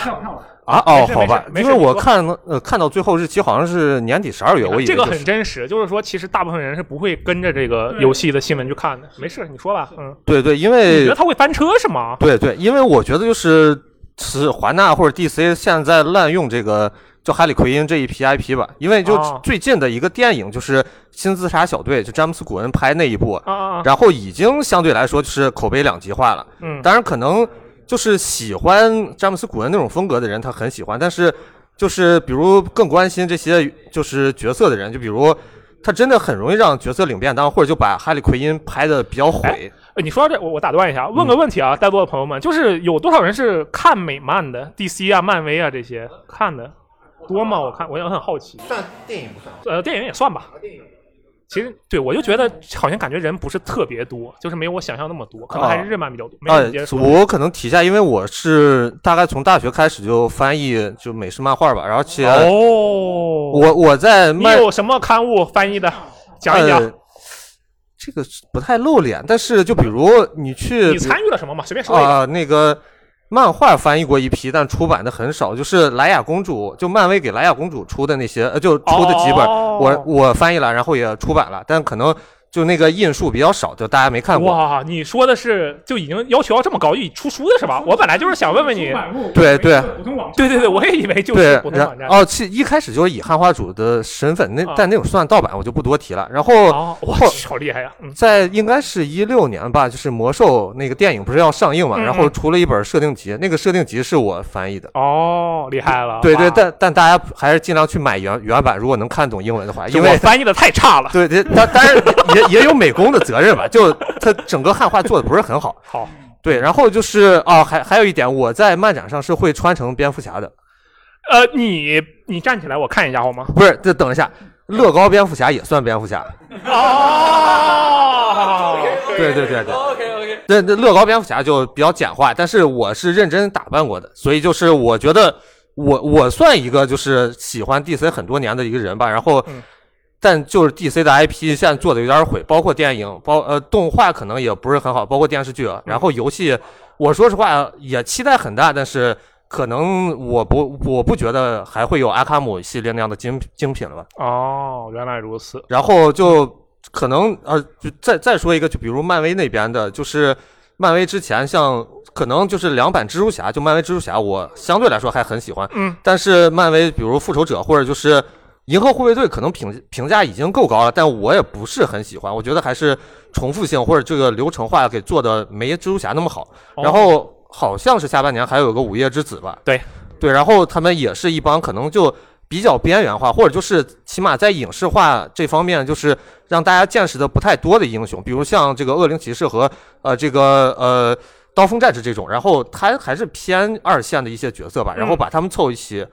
D: 哎啊
B: 没
D: 哦，
B: 事
D: 好吧，
B: 没事没
D: 因
B: 事
D: 为
B: 你
D: 我
B: 说啊
D: 看呃看到最后日期好像是年底十二月，我以为、就是、
B: 这个很真实，就是说，其实大部分人是不会跟着这个游戏的新闻去看的。没事，你说吧。嗯，
D: 对对，因
B: 你
D: 为
B: 觉得他会翻车是吗？
D: 对对，因为我觉得就是是华纳或者 DC 现在滥用这个叫哈利奎因这一批 IP 吧，因为就
B: 哦
D: 最近的一个电影就是《新自杀小队》，就詹姆斯古恩拍那一部，
B: 啊啊啊
D: 然后已经相对来说就是口碑两极化了。
B: 嗯
D: 当然可能就是喜欢詹姆斯古恩那种风格的人，他很喜欢，但是就是比如更关心这些就是角色的人，就比如。他真的很容易让角色领便当，或者就把哈利奎因拍的比较毁。
B: 呃你说到这，我我打断一下，
D: 嗯
B: 问个问题啊，在座的朋友们，就是有多少人是看美漫的，DC 啊、漫威啊这些看的多吗？我看我也很好奇。
K: 算电影不算，
B: 呃，电影也算吧。其实对我就觉得好像感觉人不是特别多，就是没有我想象那么多，可能还是日漫比较多。没
D: 啊
B: 有你接着，说
D: 我可能提一下，因为我是大概从大学开始就翻译就美式漫画吧，然后而且
B: 哦，
D: 我我在
B: 你
D: 漫
B: 有什么刊物翻译的？讲一讲。
D: 呃这个是不太露脸，但是就比如你去
B: 你参与了什么嘛？随便说一
D: 啊、
B: 个。
D: 那个漫画翻译过一批，但出版的很少，就是莱雅公主，就漫威给莱雅公主出的那些，呃，就出的几本，
B: 哦
D: 我我翻译了，然后也出版了，但可能就那个印数比较少，就大家没看过。
B: 哇，你说的是就已经要求要这么高，已出书的是吧？我本来就是想问问你，
D: 对对，
B: 对对对，我也以为就
D: 对
B: 是普，通
D: 然
B: 网站。
D: 哦，其一开始就是以汉化主的身份，那、
B: 啊
D: 但那种算盗版，我就不多提了。然后、
B: 哦，我
D: 后
B: 去，好厉害呀！嗯，
D: 在应该是一六年吧，就是魔兽那个电影不是要上映嘛，
B: 嗯嗯
D: 然后出了一本设定集，那个设定集是我翻译的。
B: 哦，厉害了。
D: 对对，
B: 哇
D: 但但大家还是尽量去买原原版，如果能看懂英文的话，
B: 是
D: 因
B: 我
D: 为
B: 翻译的太差了。
D: 对对，当当然也也有美工的责任吧，就他整个汉化做的不是很好。
B: 好，
D: 对，然后就是啊，还还有一点，我在漫展上是会穿成蝙蝠侠的，
B: 呃，你你站起来，我看一下好吗？
D: 不是，这等一下，乐高蝙蝠侠也算蝙蝠侠。
B: 哦，
D: 对对对对，OK OK。这这乐高蝙蝠侠就比较简化，但是我是认真打扮过的，所以就是我觉得我我算一个就是喜欢 DC 很多年的一个人吧，然后。但就是 DC 的 IP 现在做的有点毁，包括电影，包呃动画可能也不是很好，包括电视剧，啊然后游戏，我说实话也期待很大，但是可能我不我不觉得还会有阿卡姆系列那样的精精品了吧。
B: 哦，原来如此。
D: 然后就可能呃，就再再说一个，就比如漫威那边的，就是漫威之前像可能就是两版蜘蛛侠，就漫威蜘蛛侠，我相对来说还很喜欢，
B: 嗯，
D: 但是漫威比如复仇者或者就是银河护卫队，可能评评价已经够高了，但我也不是很喜欢，我觉得还是重复性或者这个流程化给做的没蜘蛛侠那么好，
B: 哦
D: 然后好像是下半年还有个午夜之子吧，
B: 对
D: 对，然后他们也是一帮可能就比较边缘化，或者就是起码在影视化这方面，就是让大家见识的不太多的英雄，比如像这个恶灵骑士和呃这个呃刀锋战士这种，然后他还是偏二线的一些角色吧，然后把他们凑一起。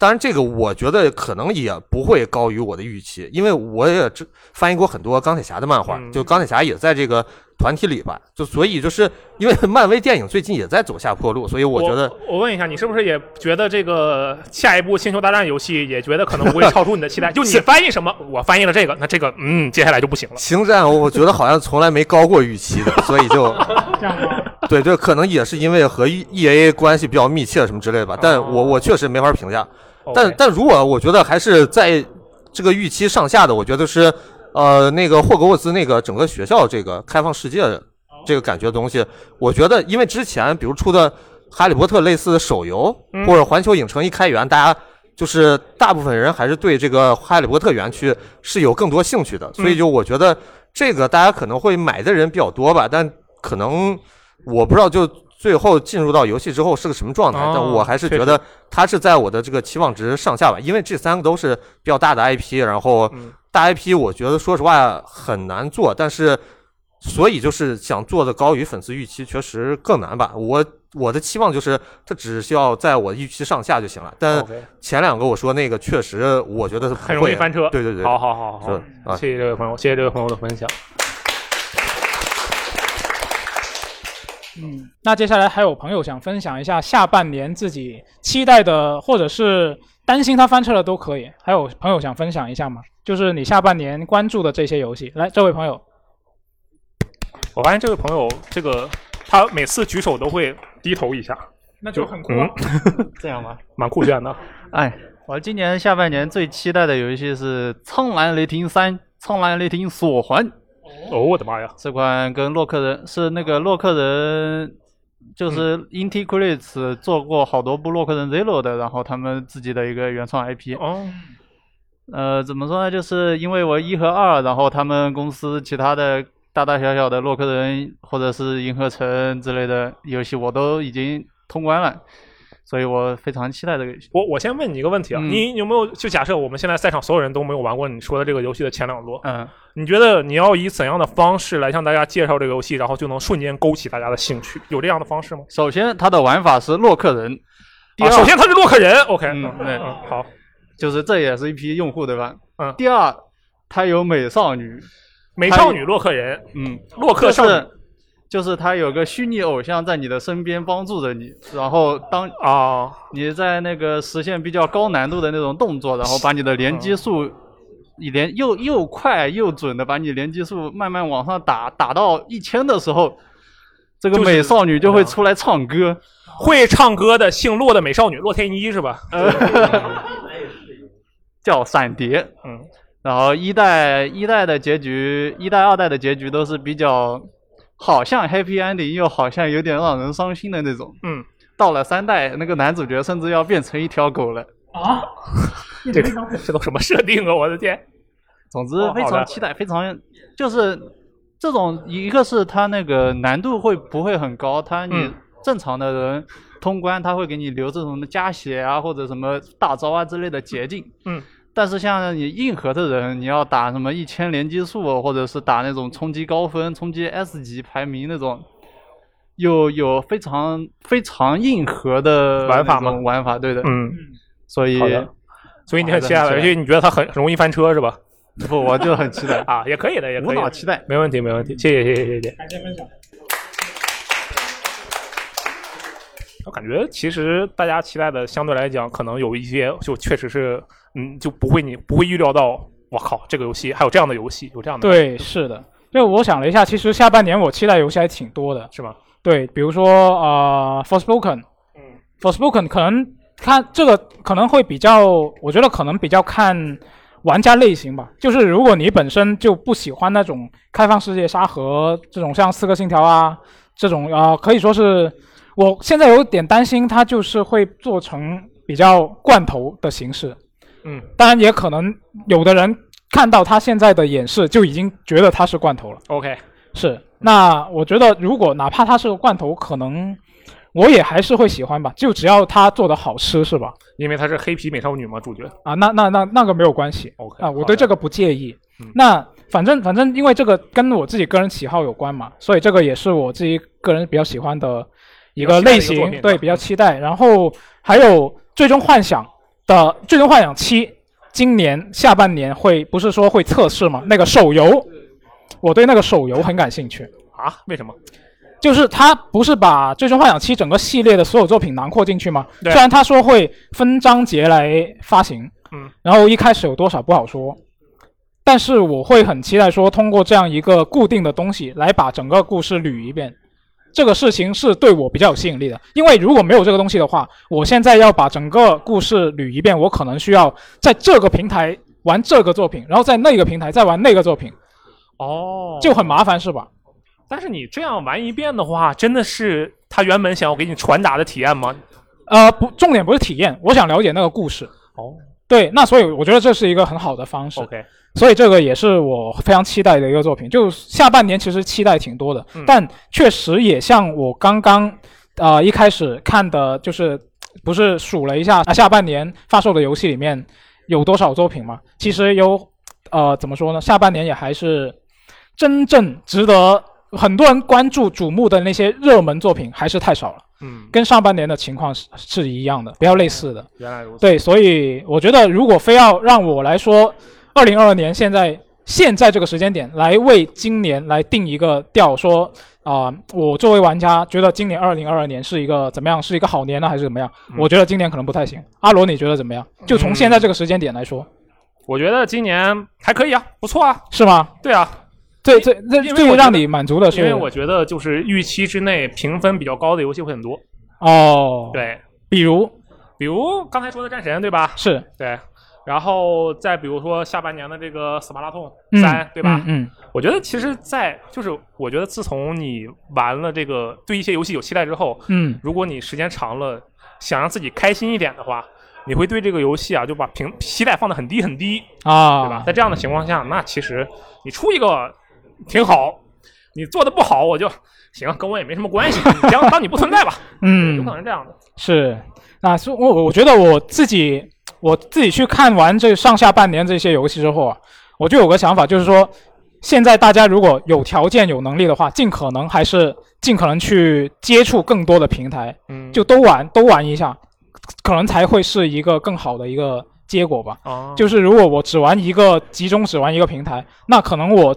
D: 当然，这个我觉得可能也不会高于我的预期，因为我也只翻译过很多钢铁侠的漫画，就钢铁侠也在这个团体里吧，就所以就是因为漫威电影最近也在走下坡路，所以我觉得
B: 我问一下，你是不是也觉得这个下一部《星球大战》游戏也觉得可能 不会超出你的期待？就你翻译什么，我翻译了这个，那这个嗯，接下来就不行了。
D: 星战，我觉得好像从来没高过预期的，所以就
J: 这样吗？
D: 对对，可能也是因为和 E A 关系比较密切什么之类的吧。但我我确实没法评价。但
B: 哦 OK
D: 但如果我觉得还是在这个预期上下的，我觉得是呃那个霍格沃兹那个整个学校这个开放世界
B: 哦
D: 的这个感觉的东西，我觉得因为之前比如出的《哈利波特》类似的手游
B: 嗯
D: 或者环球影城一开园，大家。就是大部分人还是对这个哈利波特园区是有更多兴趣的，
B: 嗯
D: 所以就我觉得这个大家可能会买的人比较多吧，但可能我不知道就最后进入到游戏之后是个什么状态，
B: 哦
D: 但我还是觉
B: 确
D: 得它是在我的这个期望值上下吧，因为这三个都是比较大的 IP，然后
B: 嗯
D: 大 IP 我觉得说实话很难做，但是所以就是想做的高于粉丝预期，确实更难吧。我我的期望就是它只需要在我预期上下就行了，但
B: OK
D: 前两个我说那个确实我觉得
B: 很容易翻车。
D: 对对对，
B: 好好好好
D: 是啊
B: 好，谢谢这位朋友，谢谢这位朋友的分享。
A: 嗯，那接下来还有朋友想分享一下下半年自己期待的，或者是担心它翻车的都可以。还有朋友想分享一下吗？就是你下半年关注的这些游戏。来，这位朋友，
B: 我发现这位朋友，这个他每次举手都会低头一下，
M: 那
B: 就
M: 很
B: 酷啊
C: 嗯这样吗？
B: 蛮酷炫的。
C: 哎，我今年下半年最期待的游戏是《苍蓝雷霆三》《苍蓝雷霆锁环》。
B: 哦，我的妈呀！
C: 这款跟洛克人是那个洛克人，就是
B: 嗯
C: Inti Creates 做过好多部洛克人 Zero 的，然后他们自己的一个原创 IP。
B: 哦。
C: 呃，怎么说呢？就是因为我一和二，然后他们公司其他的大大小小的洛克人或者是银河城之类的游戏，我都已经通关了，所以我非常期待这个游戏。
B: 我我先问你一个问题啊，
C: 嗯
B: 你有没有就假设我们现在在场所有人都没有玩过你说的这个游戏的前两座，
C: 嗯，
B: 你觉得你要以怎样的方式来向大家介绍这个游戏，然后就能瞬间勾起大家的兴趣？有这样的方式吗？
C: 首先，它的玩法是洛克人。第
B: 啊
C: 二，
B: 首先他是洛克人，OK，
C: 嗯，对，
B: 好，
C: 就是这也是一批用户对吧？
B: 嗯。
C: 第二，它有美少女，
B: 美
C: 它
B: 少
C: 有
B: 女洛克人，
C: 嗯，
B: 洛克少女
C: 就是就是它有个虚拟偶像在你的身边帮助着你，然后当
B: 啊
C: 你在那个实现比较高难度的那种动作，然后把你的
B: 嗯
C: 连击数。你连又又快又准的把你连击数慢慢往上打，打到一千的时候，这个
B: 就是哎
C: 美少女就会出来唱歌。
B: 会唱歌的姓洛的美少女洛天依 是吧？
C: 呃叫闪蝶，
B: 嗯，
C: 然后一代一代的结局，一代二代的结局都是比较好像 happy ending，又好像有点让人伤心的那种。
B: 嗯，
C: 到了三代，那个男主角甚至要变成一条狗了。
M: 啊，
B: 这个这都什么设定啊！我的天，
C: 总之
B: 哦
C: 非
B: 好的
C: 常期待，非常就是这种，一个是它那个难度会不会很高，它你
B: 嗯
C: 正常的人通关，它会给你留这种的加血啊或者什么大招啊之类的捷径。
B: 嗯，
C: 但是像你硬核的人，你要打什么一千连击数，或者是打那种冲击高分、冲击 S 级排名那种，有有非常非常硬核的
B: 玩法
C: 那
B: 吗
C: 种玩法，对的，
B: 嗯，
C: 所以
B: 好的所以你很期待了，
C: 而
B: 而且
C: 且
B: 你觉得它很很容易翻车是吧？
C: 不，我就很期待
B: 啊，也可以的，也可以的
C: 无脑期待，
B: 没问题，没问题，谢谢，谢谢，谢谢。
M: 感谢分享。
B: 我感觉其实大家期待的相对来讲，可能有一些就确实是，嗯，就不会你不会预料到，我靠，这个游戏还有这样的游戏，有这样的
A: 对，是的。就我想了一下，其实下半年我期待游戏还挺多的，
B: 是吗？
A: 对，比如说呃，Forspoken，嗯，Forspoken 可能看这个可能会比较，我觉得可能比较看玩家类型吧。就是如果你本身就不喜欢那种开放世界沙盒这种，像《刺客信条》啊这种啊、呃可以说是我现在有点担心它就是会做成比较罐头的形式。
B: 嗯，
A: 当然也可能有的人看到他现在的演示就已经觉得他是罐头了。
B: OK，
A: 是，那我觉得如果哪怕它是个罐头，可能我也还是会喜欢吧，就只要它做的好吃，是吧？
B: 因为她是黑皮美少女嘛，主角。
A: 啊，那那那那个没有关系
B: OK，嗯
A: 啊，我对这个不介意。那反正反正，因为这个跟我自己个人喜好有关嘛，所以这个也是我自己个人比较喜欢的一个类型，
B: 比较期待的一个作品嗯
A: 对，比较期待。然后还有《最终幻想》的《最终幻想七》，今年下半年会不是说会测试吗？那个手游，我对那个手游很感兴趣。
B: 啊？为什么？
A: 就是他不是把《最终幻想七》整个系列的所有作品囊括进去吗？
B: 对
A: 虽然他说会分章节来发行，
B: 嗯，
A: 然后一开始有多少不好说，但是我会很期待说通过这样一个固定的东西来把整个故事捋一遍，这个事情是对我比较有吸引力的。因为如果没有这个东西的话，我现在要把整个故事捋一遍，我可能需要在这个平台玩这个作品，然后在那个平台再玩那个作品，
B: 哦，
A: 就很麻烦，是吧？
B: 但是你这样玩一遍的话，真的是他原本想要给你传达的体验吗？
A: 呃，不，重点不是体验，我想了解那个故事。
B: 哦，
A: 对，那所以我觉得这是一个很好的方式。
B: OK，
A: 所以这个也是我非常期待的一个作品。就下半年其实期待挺多的，
B: 嗯
A: 但确实也像我刚刚呃一开始看的，就是不是数了一下啊，下半年发售的游戏里面有多少作品嘛？其实有呃怎么说呢？下半年也还是真正值得很多人关注、瞩目的那些热门作品还是太少了。
B: 嗯，
A: 跟上半年的情况是是一样的，比较类似的。
B: 原来如此。
A: 对，所以我觉得如果非要让我来说，二零二二年现在现在这个时间点来为今年来定一个调，说啊、我作为玩家觉得今年二零二二年是一个怎么样，是一个好年呢，还是怎么样？
B: 嗯
A: 我觉得今年可能不太行。阿罗，你觉得怎么样？就从现在这个时间点来说，
B: 我觉得今年还可以啊，不错啊。
A: 是吗？
B: 对啊，
A: 对对，那
B: 因为
A: 最
B: 我觉
A: 让
B: 得
A: 你满足的是，
B: 因为我觉得就是预期之内评分比较高的游戏会很多。
A: 哦，
B: 对，
A: 比如
B: 比如刚才说的战神，对吧？
A: 是
B: 对。然后再比如说下半年的这个斯巴拉痛
A: 嗯
B: 三、对吧？
A: 嗯嗯
B: 我觉得其实在，就是我觉得自从你玩了这个对一些游戏有期待之后，
A: 嗯
B: 如果你时间长了，想让自己开心一点的话，你会对这个游戏啊就把评期待放得很低很低，
A: 啊，
B: 对吧？在这样的情况下，那其实你出一个挺好，你做的不好我就行，跟我也没什么关系，你当当你不存在吧，
A: 嗯
B: 有可能是这样的。
A: 是，那是我我我觉得我自己我自己去看完这上下半年这些游戏之后啊，我就有个想法，就是说，现在大家如果有条件有能力的话，尽可能还是尽可能去接触更多的平台，
B: 嗯
A: 就都玩都玩一下，可能才会是一个更好的一个结果吧。
B: 哦
A: 就是如果我只玩一个集中只玩一个平台，那可能我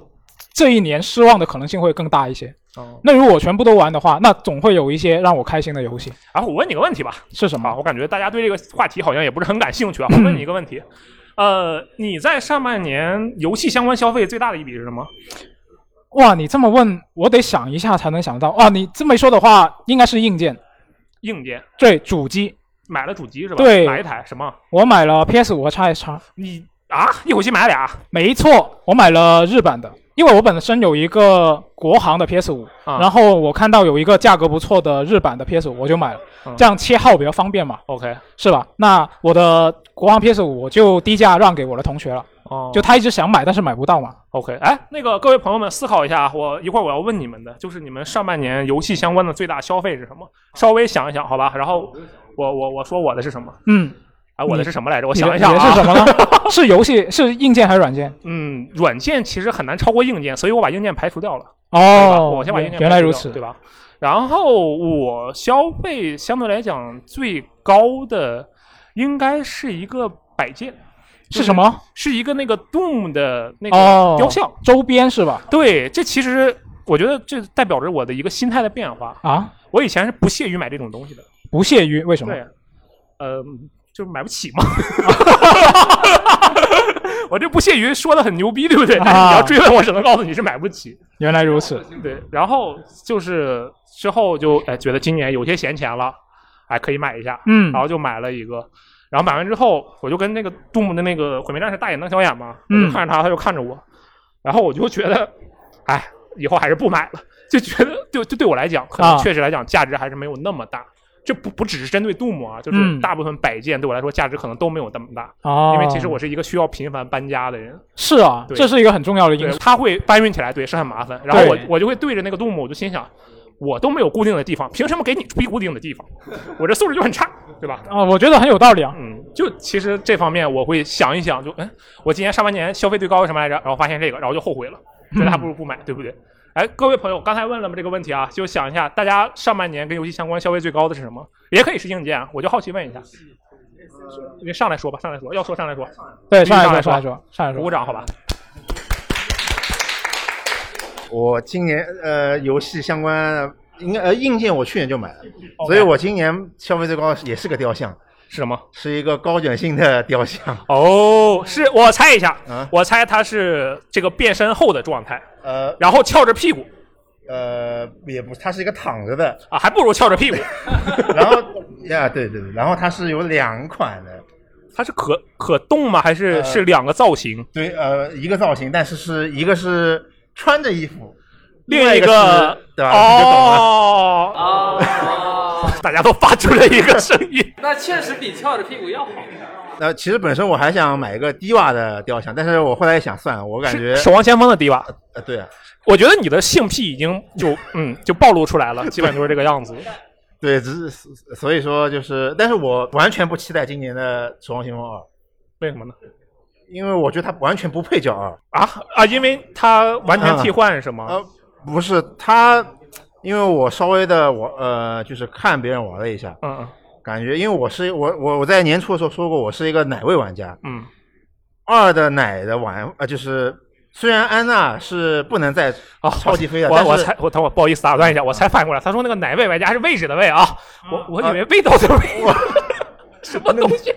A: 这一年失望的可能性会更大一些。
B: 哦
A: 那如果我全部都玩的话，那总会有一些让我开心的游戏。
B: 然后啊我问你个问题吧，
A: 是什么？
B: 啊，我感觉大家对这个话题好像也不是很感兴趣啊。我问你一个问题，呃，你在上半年游戏相关消费最大的一笔是什么？
A: 哇，你这么问，我得想一下才能想到。哇，你这么一说的话，应该是硬件，
B: 硬件
A: 对，主机。
B: 买了主机是吧？
A: 对
B: 哪一台？什么？
A: 我买了 PS 五和 XS
B: 你啊，一口气买俩？
A: 没错，我买了日版的，因为我本身有一个国行的 PS 五、
B: 啊
A: 然后我看到有一个价格不错的日版的 PS 五，我就买了、
B: 嗯
A: 这样切号比较方便嘛，
B: OK，
A: 是吧？那我的国行 PS 五我就低价让给我的同学了，
B: 哦，
A: 就他一直想买，但是买不到嘛。
B: OK，哎，那个各位朋友们思考一下啊，我一会儿我要问你们的，就是你们上半年游戏相关的最大消费是什么？稍微想一想，好吧。然后我我我说我的是什么？
A: 嗯，
B: 哎，我的
A: 你
B: 是什么来着？我
A: 你
B: 想
A: 的
B: 一想
A: 你
B: 啊，
A: 的是什么 呢？是游戏，是硬件还是软件？
B: 嗯，软件其实很难超过硬件，所以我把硬件排除掉了。对吧
A: 哦，
B: 我先把硬件
A: 原来
B: 排除
A: 如
B: 掉
A: 此，
B: 对吧？然后我消费相对来讲最高的应该是一个摆件，就是
A: 什么？
B: 是一个那个 Doom 的那
A: 哦
B: 个雕像。
A: 周边是吧？
B: 对，这其实我觉得这代表着我的一个心态的变化。
A: 啊，
B: 我以前是不屑于买这种东西的，
A: 不屑于为什么？
B: 对，呃，就是买不起嘛。 我这不屑于说的很牛逼，对不对？但是你要追问，我只能告诉你是买不起。
A: 原来如此，
B: 对，然后就是之后就哎觉得今年有些闲钱了，哎可以买一下，
A: 嗯
B: 然后就买了一个，然后买完之后我就跟那个杜牧的那个毁灭战士大眼瞪小眼嘛，我
A: 嗯
B: 就看着他，他就看着我，然后我就觉得，哎，以后还是不买了，就觉得就就对我来讲，可能
A: 啊
B: 确实来讲价值还是没有那么大。这不不只是针对杜牧啊，就是
A: 嗯
B: 大部分摆件对我来说价值可能都没有那么大，
A: 哦
B: 因为其实我是一个需要频繁搬家的人，
A: 是啊，
B: 对
A: 这是一个很重要的因
B: 对，
A: 素。
B: 它会搬运起来，对，是很麻烦。然后我
A: 对
B: 我就会对着那个杜牧，我就心想，我都没有固定的地方，凭什么给你逼固定的地方？我这素质就很差，对吧？
A: 啊、我觉得很有道理啊。
B: 嗯，就其实这方面我会想一想，就嗯，我今年上半年消费最高是什么来着？然后发现这个，然后就后悔了，
A: 嗯
B: 觉得还不如不买，对不对？哎，各位朋友，刚才问了这个问题啊，就想一下，大家上半年跟游戏相关消费最高的是什么？也可以是硬件啊，我就好奇问一下。你上来说吧，上来说，要说上来说。
A: 对，
B: 必须
A: 上来
B: 来
A: 说，上来说，上来说，
B: 鼓鼓掌好吧？
K: 我今年呃游戏相关应该呃硬件我去年就买了，所以我今年消费最高的也是个雕像，
B: 哦是什么？
K: 是一个高卷性的雕像。
B: 哦，是我猜一下，
K: 啊
B: 我猜他是这个变身后的状态，
K: 呃
B: 然后翘着屁股
K: 呃，也不，它是一个躺着的，
B: 啊，还不如翘着屁股。
K: 然后呀，对对对，然后它是有两款的，
B: 它是可可动吗？还是
K: 呃
B: 是两个造型？
K: 对，呃，一个造型，但是是一个是穿着衣服，
B: 另
K: 外
B: 一
K: 一
B: 个
K: 是对吧？你就懂了。
B: 哦哦， 大家都发出了一个声音。
L: 那确实比翘着屁股要好。
K: 那其实本身我还想买一个低瓦的雕像，但是我后来想算了，我感觉
B: 是守望先锋的迪瓦，
K: 呃对啊，
B: 我觉得你的性癖已经就嗯就暴露出来了，基本就是这个样子。
K: 对，只是所以说就是，但是我完全不期待今年的《守望先锋二》，
B: 为什么呢？
K: 因为我觉得它完全不配叫二。
B: 啊啊，因为它完全替换是吗？
K: 呃，不是它，因为我稍微的我呃就是看别人玩了一下，
B: 嗯嗯
K: 感觉因为我是我我我在年初的时候说过，我是一个奶味玩家，
B: 嗯，
K: 二的奶的玩呃就是虽然安娜是不能再超级飞了，
B: 哦我
K: 但
B: 我
K: 是
B: 才我等我不好意思打断一下，我才反应过来，他说那个奶味玩家是位置的位啊，我我以为味道的 味，什么东西？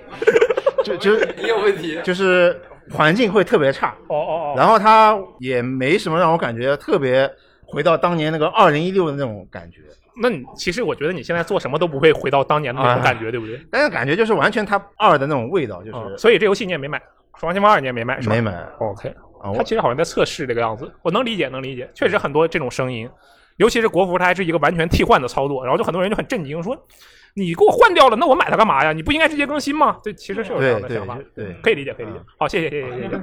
K: 就就
L: 你有问题
K: 就是环境会特别差。
B: 哦哦哦。
K: 然后它也没什么让我感觉特别回到当年那个二零一六的那种感觉，
B: 那你其实我觉得你现在做什么都不会回到当年的那种感觉，对不对？
K: 啊但是感觉就是完全它二的那种味道，就是、
B: 所以这游戏你也没买，《双星猫二》你也没买，是吧
K: 没买。啊
B: OK，
K: 我
B: 它其实好像在测试这个样子，我能理解，能理解。确实很多这种声音，尤其是国服，它还是一个完全替换的操作，然后就很多人就很震惊，说你给我换掉了，那我买它干嘛呀？你不应该直接更新吗？这其实是有这样的
K: 对
B: 想法，
K: 对啊对
B: 可以理解，可以理解。好，谢谢，谢谢，谢谢。谢谢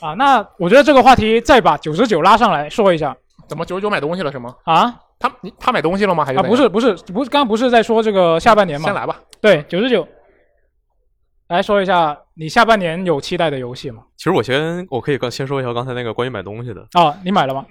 A: 啊，那我觉得这个话题再把九十九拉上来说一下
B: 怎么九十九买东西了是吗？
A: 啊。
B: 他你他买东西了吗？还是
A: 啊，
B: 怎
A: 不
B: 样
A: 是不是不是，刚刚不是在说这个下半年吗？
B: 先来吧。
A: 对，九十九，来说一下你下半年有期待的游戏吗？
H: 其实我先我可以刚先说一下刚才那个关于买东西的，
A: 啊，你买了吗？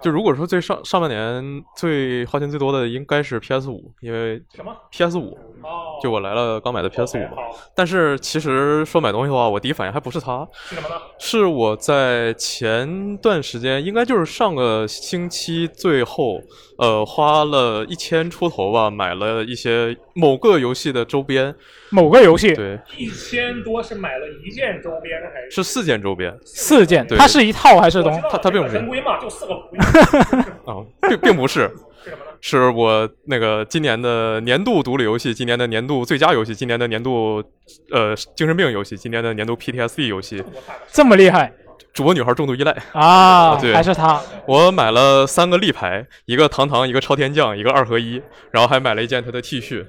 H: 就如果说最上上半年最花钱最多的应该是 PS 五，因为
B: 什么
H: PS 五，
A: 哦
H: 就我来了刚买的 PS 五嘛。但是其实说买东西的话，我第一反应还不是它，
B: 是什么呢？
H: 是我在前段时间，应该就是上个星期最后，呃，花了一千出头吧，买了一些某个游戏的周边。
A: 某个游戏
H: 对，
B: 一千多是买了一件周边还是
H: 是四件周边。
A: 四件，
H: 对
A: 它是一套还是东？
H: 它它并不是
B: 规嘛，就四个规。
H: 啊，并并不 是，是我那个今年的年度独立游戏，今年的年度最佳游戏，今年的年度呃精神病游戏，今年的年度 PTSD 游戏，
A: 这么厉害
H: 主播女孩重度依赖
A: 啊？
H: 对，
A: 还是它？
H: 我买了三个立牌，一个糖糖，一个超天降，一个二合一，然后还买了一件他的 T 恤。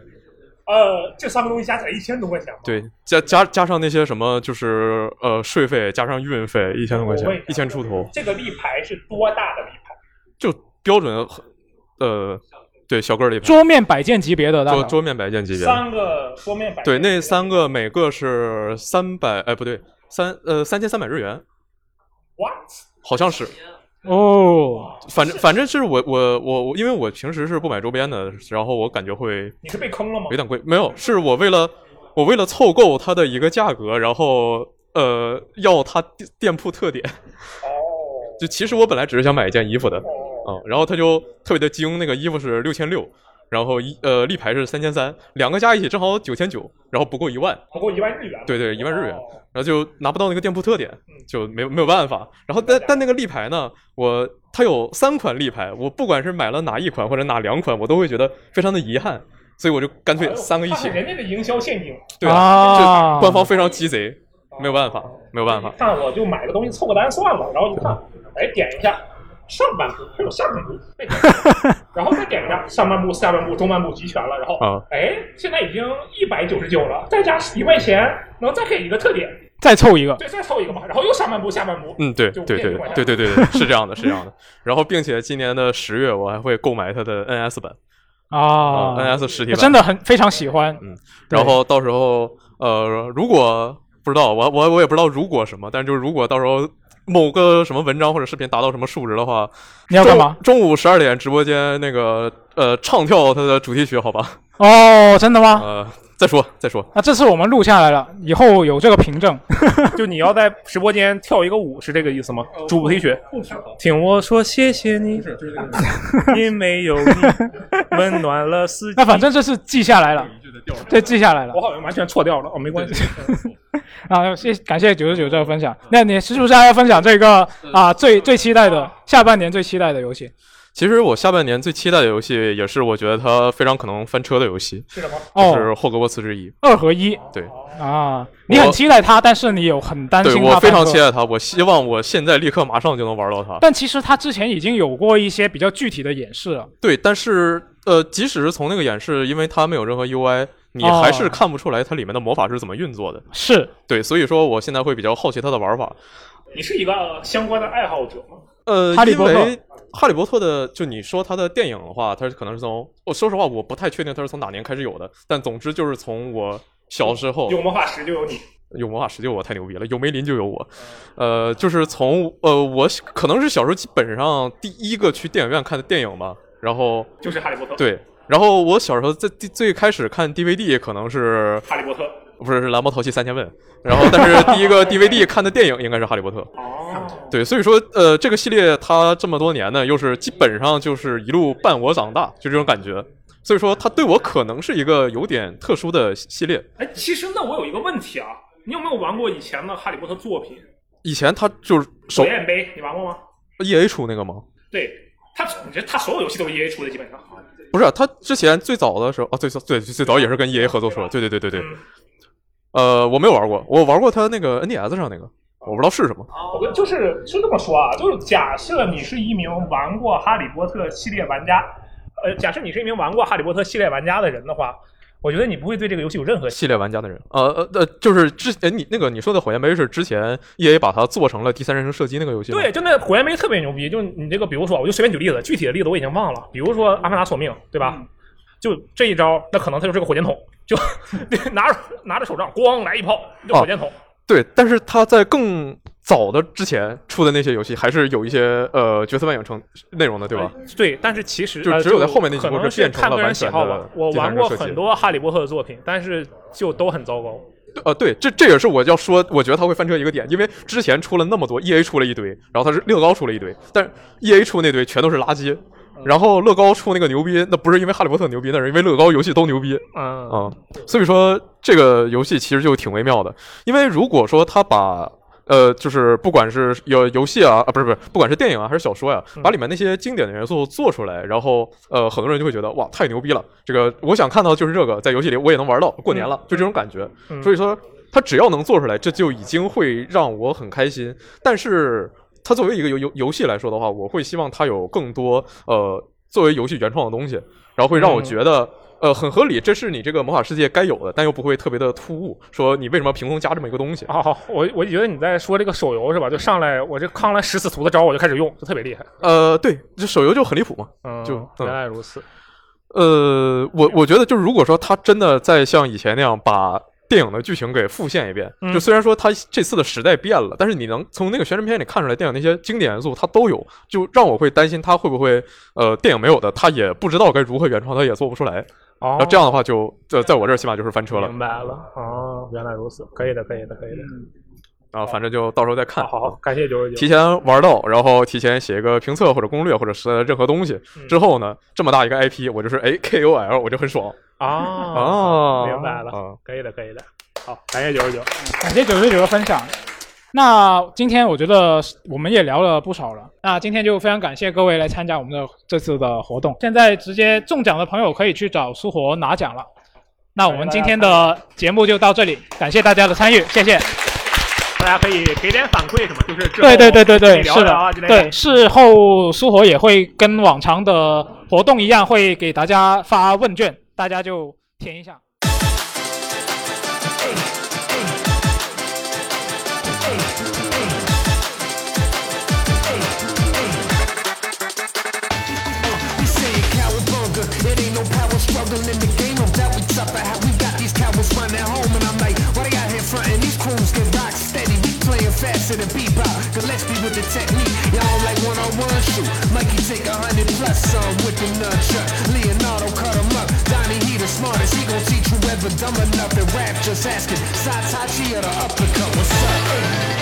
B: 呃，这三个东西加起来一千多块钱吗？
H: 对，加加加上那些什么，就是呃税费，加上运费，一千多块
B: 我问
H: 钱
B: 一，下
H: 一千出头，
B: 这个立牌是多大的立牌？
H: 就标准呃，对小个儿立牌，
A: 桌面摆件级别的大
H: 桌
A: 佬
H: 桌面摆件级别，
B: 三个桌面摆。
H: 对，那三个每个是三百，哎，不对，三呃三千三百日元，
B: What？
H: 好像是。
A: 哦，
H: 反正反正是我我我我，因为我平时是不买周边的，然后我感觉会
B: 你是被坑了吗
H: 有？点贵。没有，是我为了我为了凑够它的一个价格，然后呃要它店店铺特点。就其实我本来只是想买一件衣服的，啊、然后他就特别的精，那个衣服是六千六，然后一呃立牌是三千三，两个加一起正好九千九，然后不够一万，
B: 不够一万日元。
H: 对对，一万日
B: 哦
H: 元，然后就拿不到那个店铺特点，
B: 嗯
H: 就没有没有办法。然后但但那个立牌呢，我它有三款立牌，我不管是买了哪一款或者哪两款，我都会觉得非常的遗憾，所以我就干
B: 哎
H: 脆三个一
B: 他
H: 起
B: 是。人哦家的营销陷阱。
H: 对
A: 啊
H: 这官方非常鸡贼，
B: 哦
H: 没有办法，没有办法。
B: 看我就买个东西凑个单算了，然后一看，哎，点一下上半部，还有下半部，那个然后再点一下上半部、下半部、中半部集全了，然后
H: 啊
B: 哎，现在已经一百九十九了，再加一块钱能再给一个特点，
A: 再凑一个
B: 对，再凑一个吧，然后又上半部、下半部，
H: 嗯，对
B: 就
H: 对对
B: 变成
H: 对对 对对，是这样的，是这样的。然后，并且今年的十月，我还会购买它的 NS 版，
A: 啊
H: 啊，NS 实体
A: 我
H: 版
A: 真的很非常喜欢。
H: 嗯，然后到时候呃，如果不知道，我我我也不知道如果什么，但是就是如果到时候某个什么文章或者视频达到什么数值的话，
A: 你要干嘛
H: 中？中午十二点直播间那个呃，唱跳它的主题曲，好吧？
A: 哦，真的吗？
H: 呃， 再说再说，
A: 那这次我们录下来了，以后有这个凭证。
B: 就你要在直播间跳一个舞，是这个意思吗？主题曲，听我说，谢谢你， 因为有 你，温暖了四季。
A: 那反正这是记下来了，这记下来了
B: 我好像完全错掉了，哦，没关系。
A: 啊！谢谢感谢九十九这个分享。那你是不是还要分享这个啊最最期待的下半年最期待的游戏？
H: 其实我下半年最期待的游戏，也是我觉得它非常可能翻车的游戏，
B: 是什么
A: 哦
H: 就是《霍格沃茨之一》。
A: 二合一
H: 对，
A: 啊，你很期待它，但是你有很担
H: 对
A: 心它
H: 我非常
A: 翻车
H: 期待它，我希望我现在立刻马上就能玩到它。
A: 但其实它之前已经有过一些比较具体的演示了。
H: 对，但是呃，即使是从那个演示，因为它没有任何 UI，你
A: 哦
H: 还是看不出来它里面的魔法是怎么运作的。
A: 是
H: 对，所以说我现在会比较好奇它的玩法。
B: 你是一个相关的爱好者吗？
H: 呃，
B: 哈利波特
H: 因为哈利波特的，就你说它的电影的话，它是可能是从，我、说实话，我不太确定它是从哪年开始有的，但总之就是从我小时候
B: 有魔法石就有你。
H: 有魔法石就有我太牛逼了，有梅林就有我，
B: 嗯
H: 呃，就是从呃我小可能是小时候基本上第一个去电影院看的电影吧，然后
B: 就是哈利波特
H: 对，然后我小时候在第最开始看 DVD 可能是
B: 哈利波特，
H: 不是是蓝猫淘气三千问，然后但是第一个 DVD 看的电影应该是《哈利波特》。
B: 哦
H: 对，所以说呃，这个系列它这么多年呢，又是基本上就是一路伴我长大，就这种感觉。所以说它对我可能是一个有点特殊的系列。
B: 哎，其实那我有一个问题啊，你有没有玩过以前的哈利波特作品？
H: 以前它就是
B: 火
H: 首
B: 焰杯你玩过吗？
H: E A 出那个吗？
B: 对，他你这他所有游戏都是 EA 出的，基本上。
H: 不是，他之前最早的时候啊，最早对最早也是跟 E A 合作出来，对对对对对。
B: 嗯
H: 呃，我没有玩过，我玩过他那个 N D S 上那个，我不知道是什么。
B: 我们就是是这么说啊，就是假设你是一名玩过《哈利波特》系列玩家，呃，假设你是一名玩过《哈利波特》系列玩家的人的话，我觉得你不会对这个游戏有任何
H: 系列玩家的人，呃呃呃，就是之呃你那个你说的火焰杯是之前 E A 把它做成了第三人称射击那个游戏吗，
B: 对，真的火焰杯特别牛逼。就是你这个，比如说，我就随便举例子，具体的例子我已经忘了。比如说阿凡达索命，对
H: 嗯
B: 吧？就这一招，那可能他就是个火箭筒，就
H: 嗯
B: 拿着拿着手杖，咣来一炮，就
H: 哦
B: 火箭筒。
H: 对，但是他在更早的之前出的那些游戏还是有一些呃角色扮演成内容的，对吧？
B: 对，但是其实
H: 就
B: 呃
H: 只有在后面那几
B: 可
H: 部
B: 能
H: 是
B: 是
H: 变成
B: 看
H: 了
B: 个人
H: 完
B: 喜
H: 全
B: 好
H: 的
B: 吧。我
H: 第三
B: 玩
H: 人
B: 过
H: 设计
B: 很多哈利波特的作品，但是就都很糟糕。
H: 呃，对，这这也是我要说，我觉得他会翻车一个点，因为之前出了那么多，E A 出了一堆，然后他是乐高出了一堆，但是 E A 出那堆全都是垃圾，
B: 嗯
H: 然后乐高出那个牛逼，那不是因为哈利波特牛逼，那是因为乐高游戏都牛逼，
B: 嗯
H: 啊、所以说这个游戏其实就挺微妙的，因为如果说他把呃，就是不管是游游戏啊，啊不是不是，不管是电影啊还是小说呀、
B: 嗯
H: 把里面那些经典的元素做出来，然后呃，很多人就会觉得哇，太牛逼了！这个我想看到就是这个，在游戏里我也能玩到，过年了，就这种感觉。
B: 嗯
H: 所以说，他只要能做出来，这就已经会让我很开心。但是，它作为一个游游游戏来说的话，我会希望它有更多呃，作为游戏原创的东西，然后会让我
B: 嗯
H: 觉得。呃，很合理，这是你这个魔法世界该有的，但又不会特别的突兀。说你为什么凭空加这么一个东西？
B: 好好，哦我我觉得你在说这个手游是吧？就上来我这抗了十次图的招，我就开始用，就特别厉害。
H: 呃，对，这手游就很离谱嘛，
B: 嗯，
H: 就嗯
B: 原来如此。
H: 呃，我我觉得就是如果说他真的再像以前那样把电影的剧情给复现一遍，
B: 嗯
H: 就虽然说他这次的时代变了，但是你能从那个宣传片里看出来，电影那些经典元素它都有，就让我会担心他会不会呃电影没有的，他也不知道该如何原创，他也做不出来。
B: 哦
H: 然后这样的话就呃在我这儿起码就是翻车了
B: 明白了，哦，原来如此，可以的，可以的，可以的。
H: 啊，反正就到时候再看。
B: 好好，感谢九十九。
H: 提前玩到，然后提前写一个评测或者攻略或者是任何东西
B: 嗯
H: 之后呢，这么大一个 IP，我就是哎 KOL，我就很爽。
B: 啊
H: 哦
B: 明白了，
A: 啊
H: 嗯
B: 可以的，可以的。好，感谢九十九。
A: 感谢九十九的分享。那今天我觉得我们也聊了不少了，那今天就非常感谢各位来参加我们的这次的活动。现在直接中奖的朋友可以去找苏活拿奖了。那我们今天的节目就到这里，感谢大家的参与，谢谢。
B: 大家可以给点反馈什么，就是之后
A: 对对对对对，
B: 聊
A: 是
B: 聊啊
A: 的
B: 之，类的
A: 对，事后苏活也会跟往常的活动一样，会给大家发问卷，大家就填一下。
N: We say it cowabunga, it ain't no power struggle in the game. No doubt we tough at how we got these cowards running home. And I'm like, why they out here frontin'? These crews get rock steady. We playing faster than bebop. Gillespie with the technique. Y'all don't like one-on-one shoot. Mikey take a hundred plus some with the nunchucks. Leonardo cut him up. Donnie, he the smartest. He gon' teach whoever dumb enough to rap. Just asking. Satachi or the uppercut, what's up? Hey.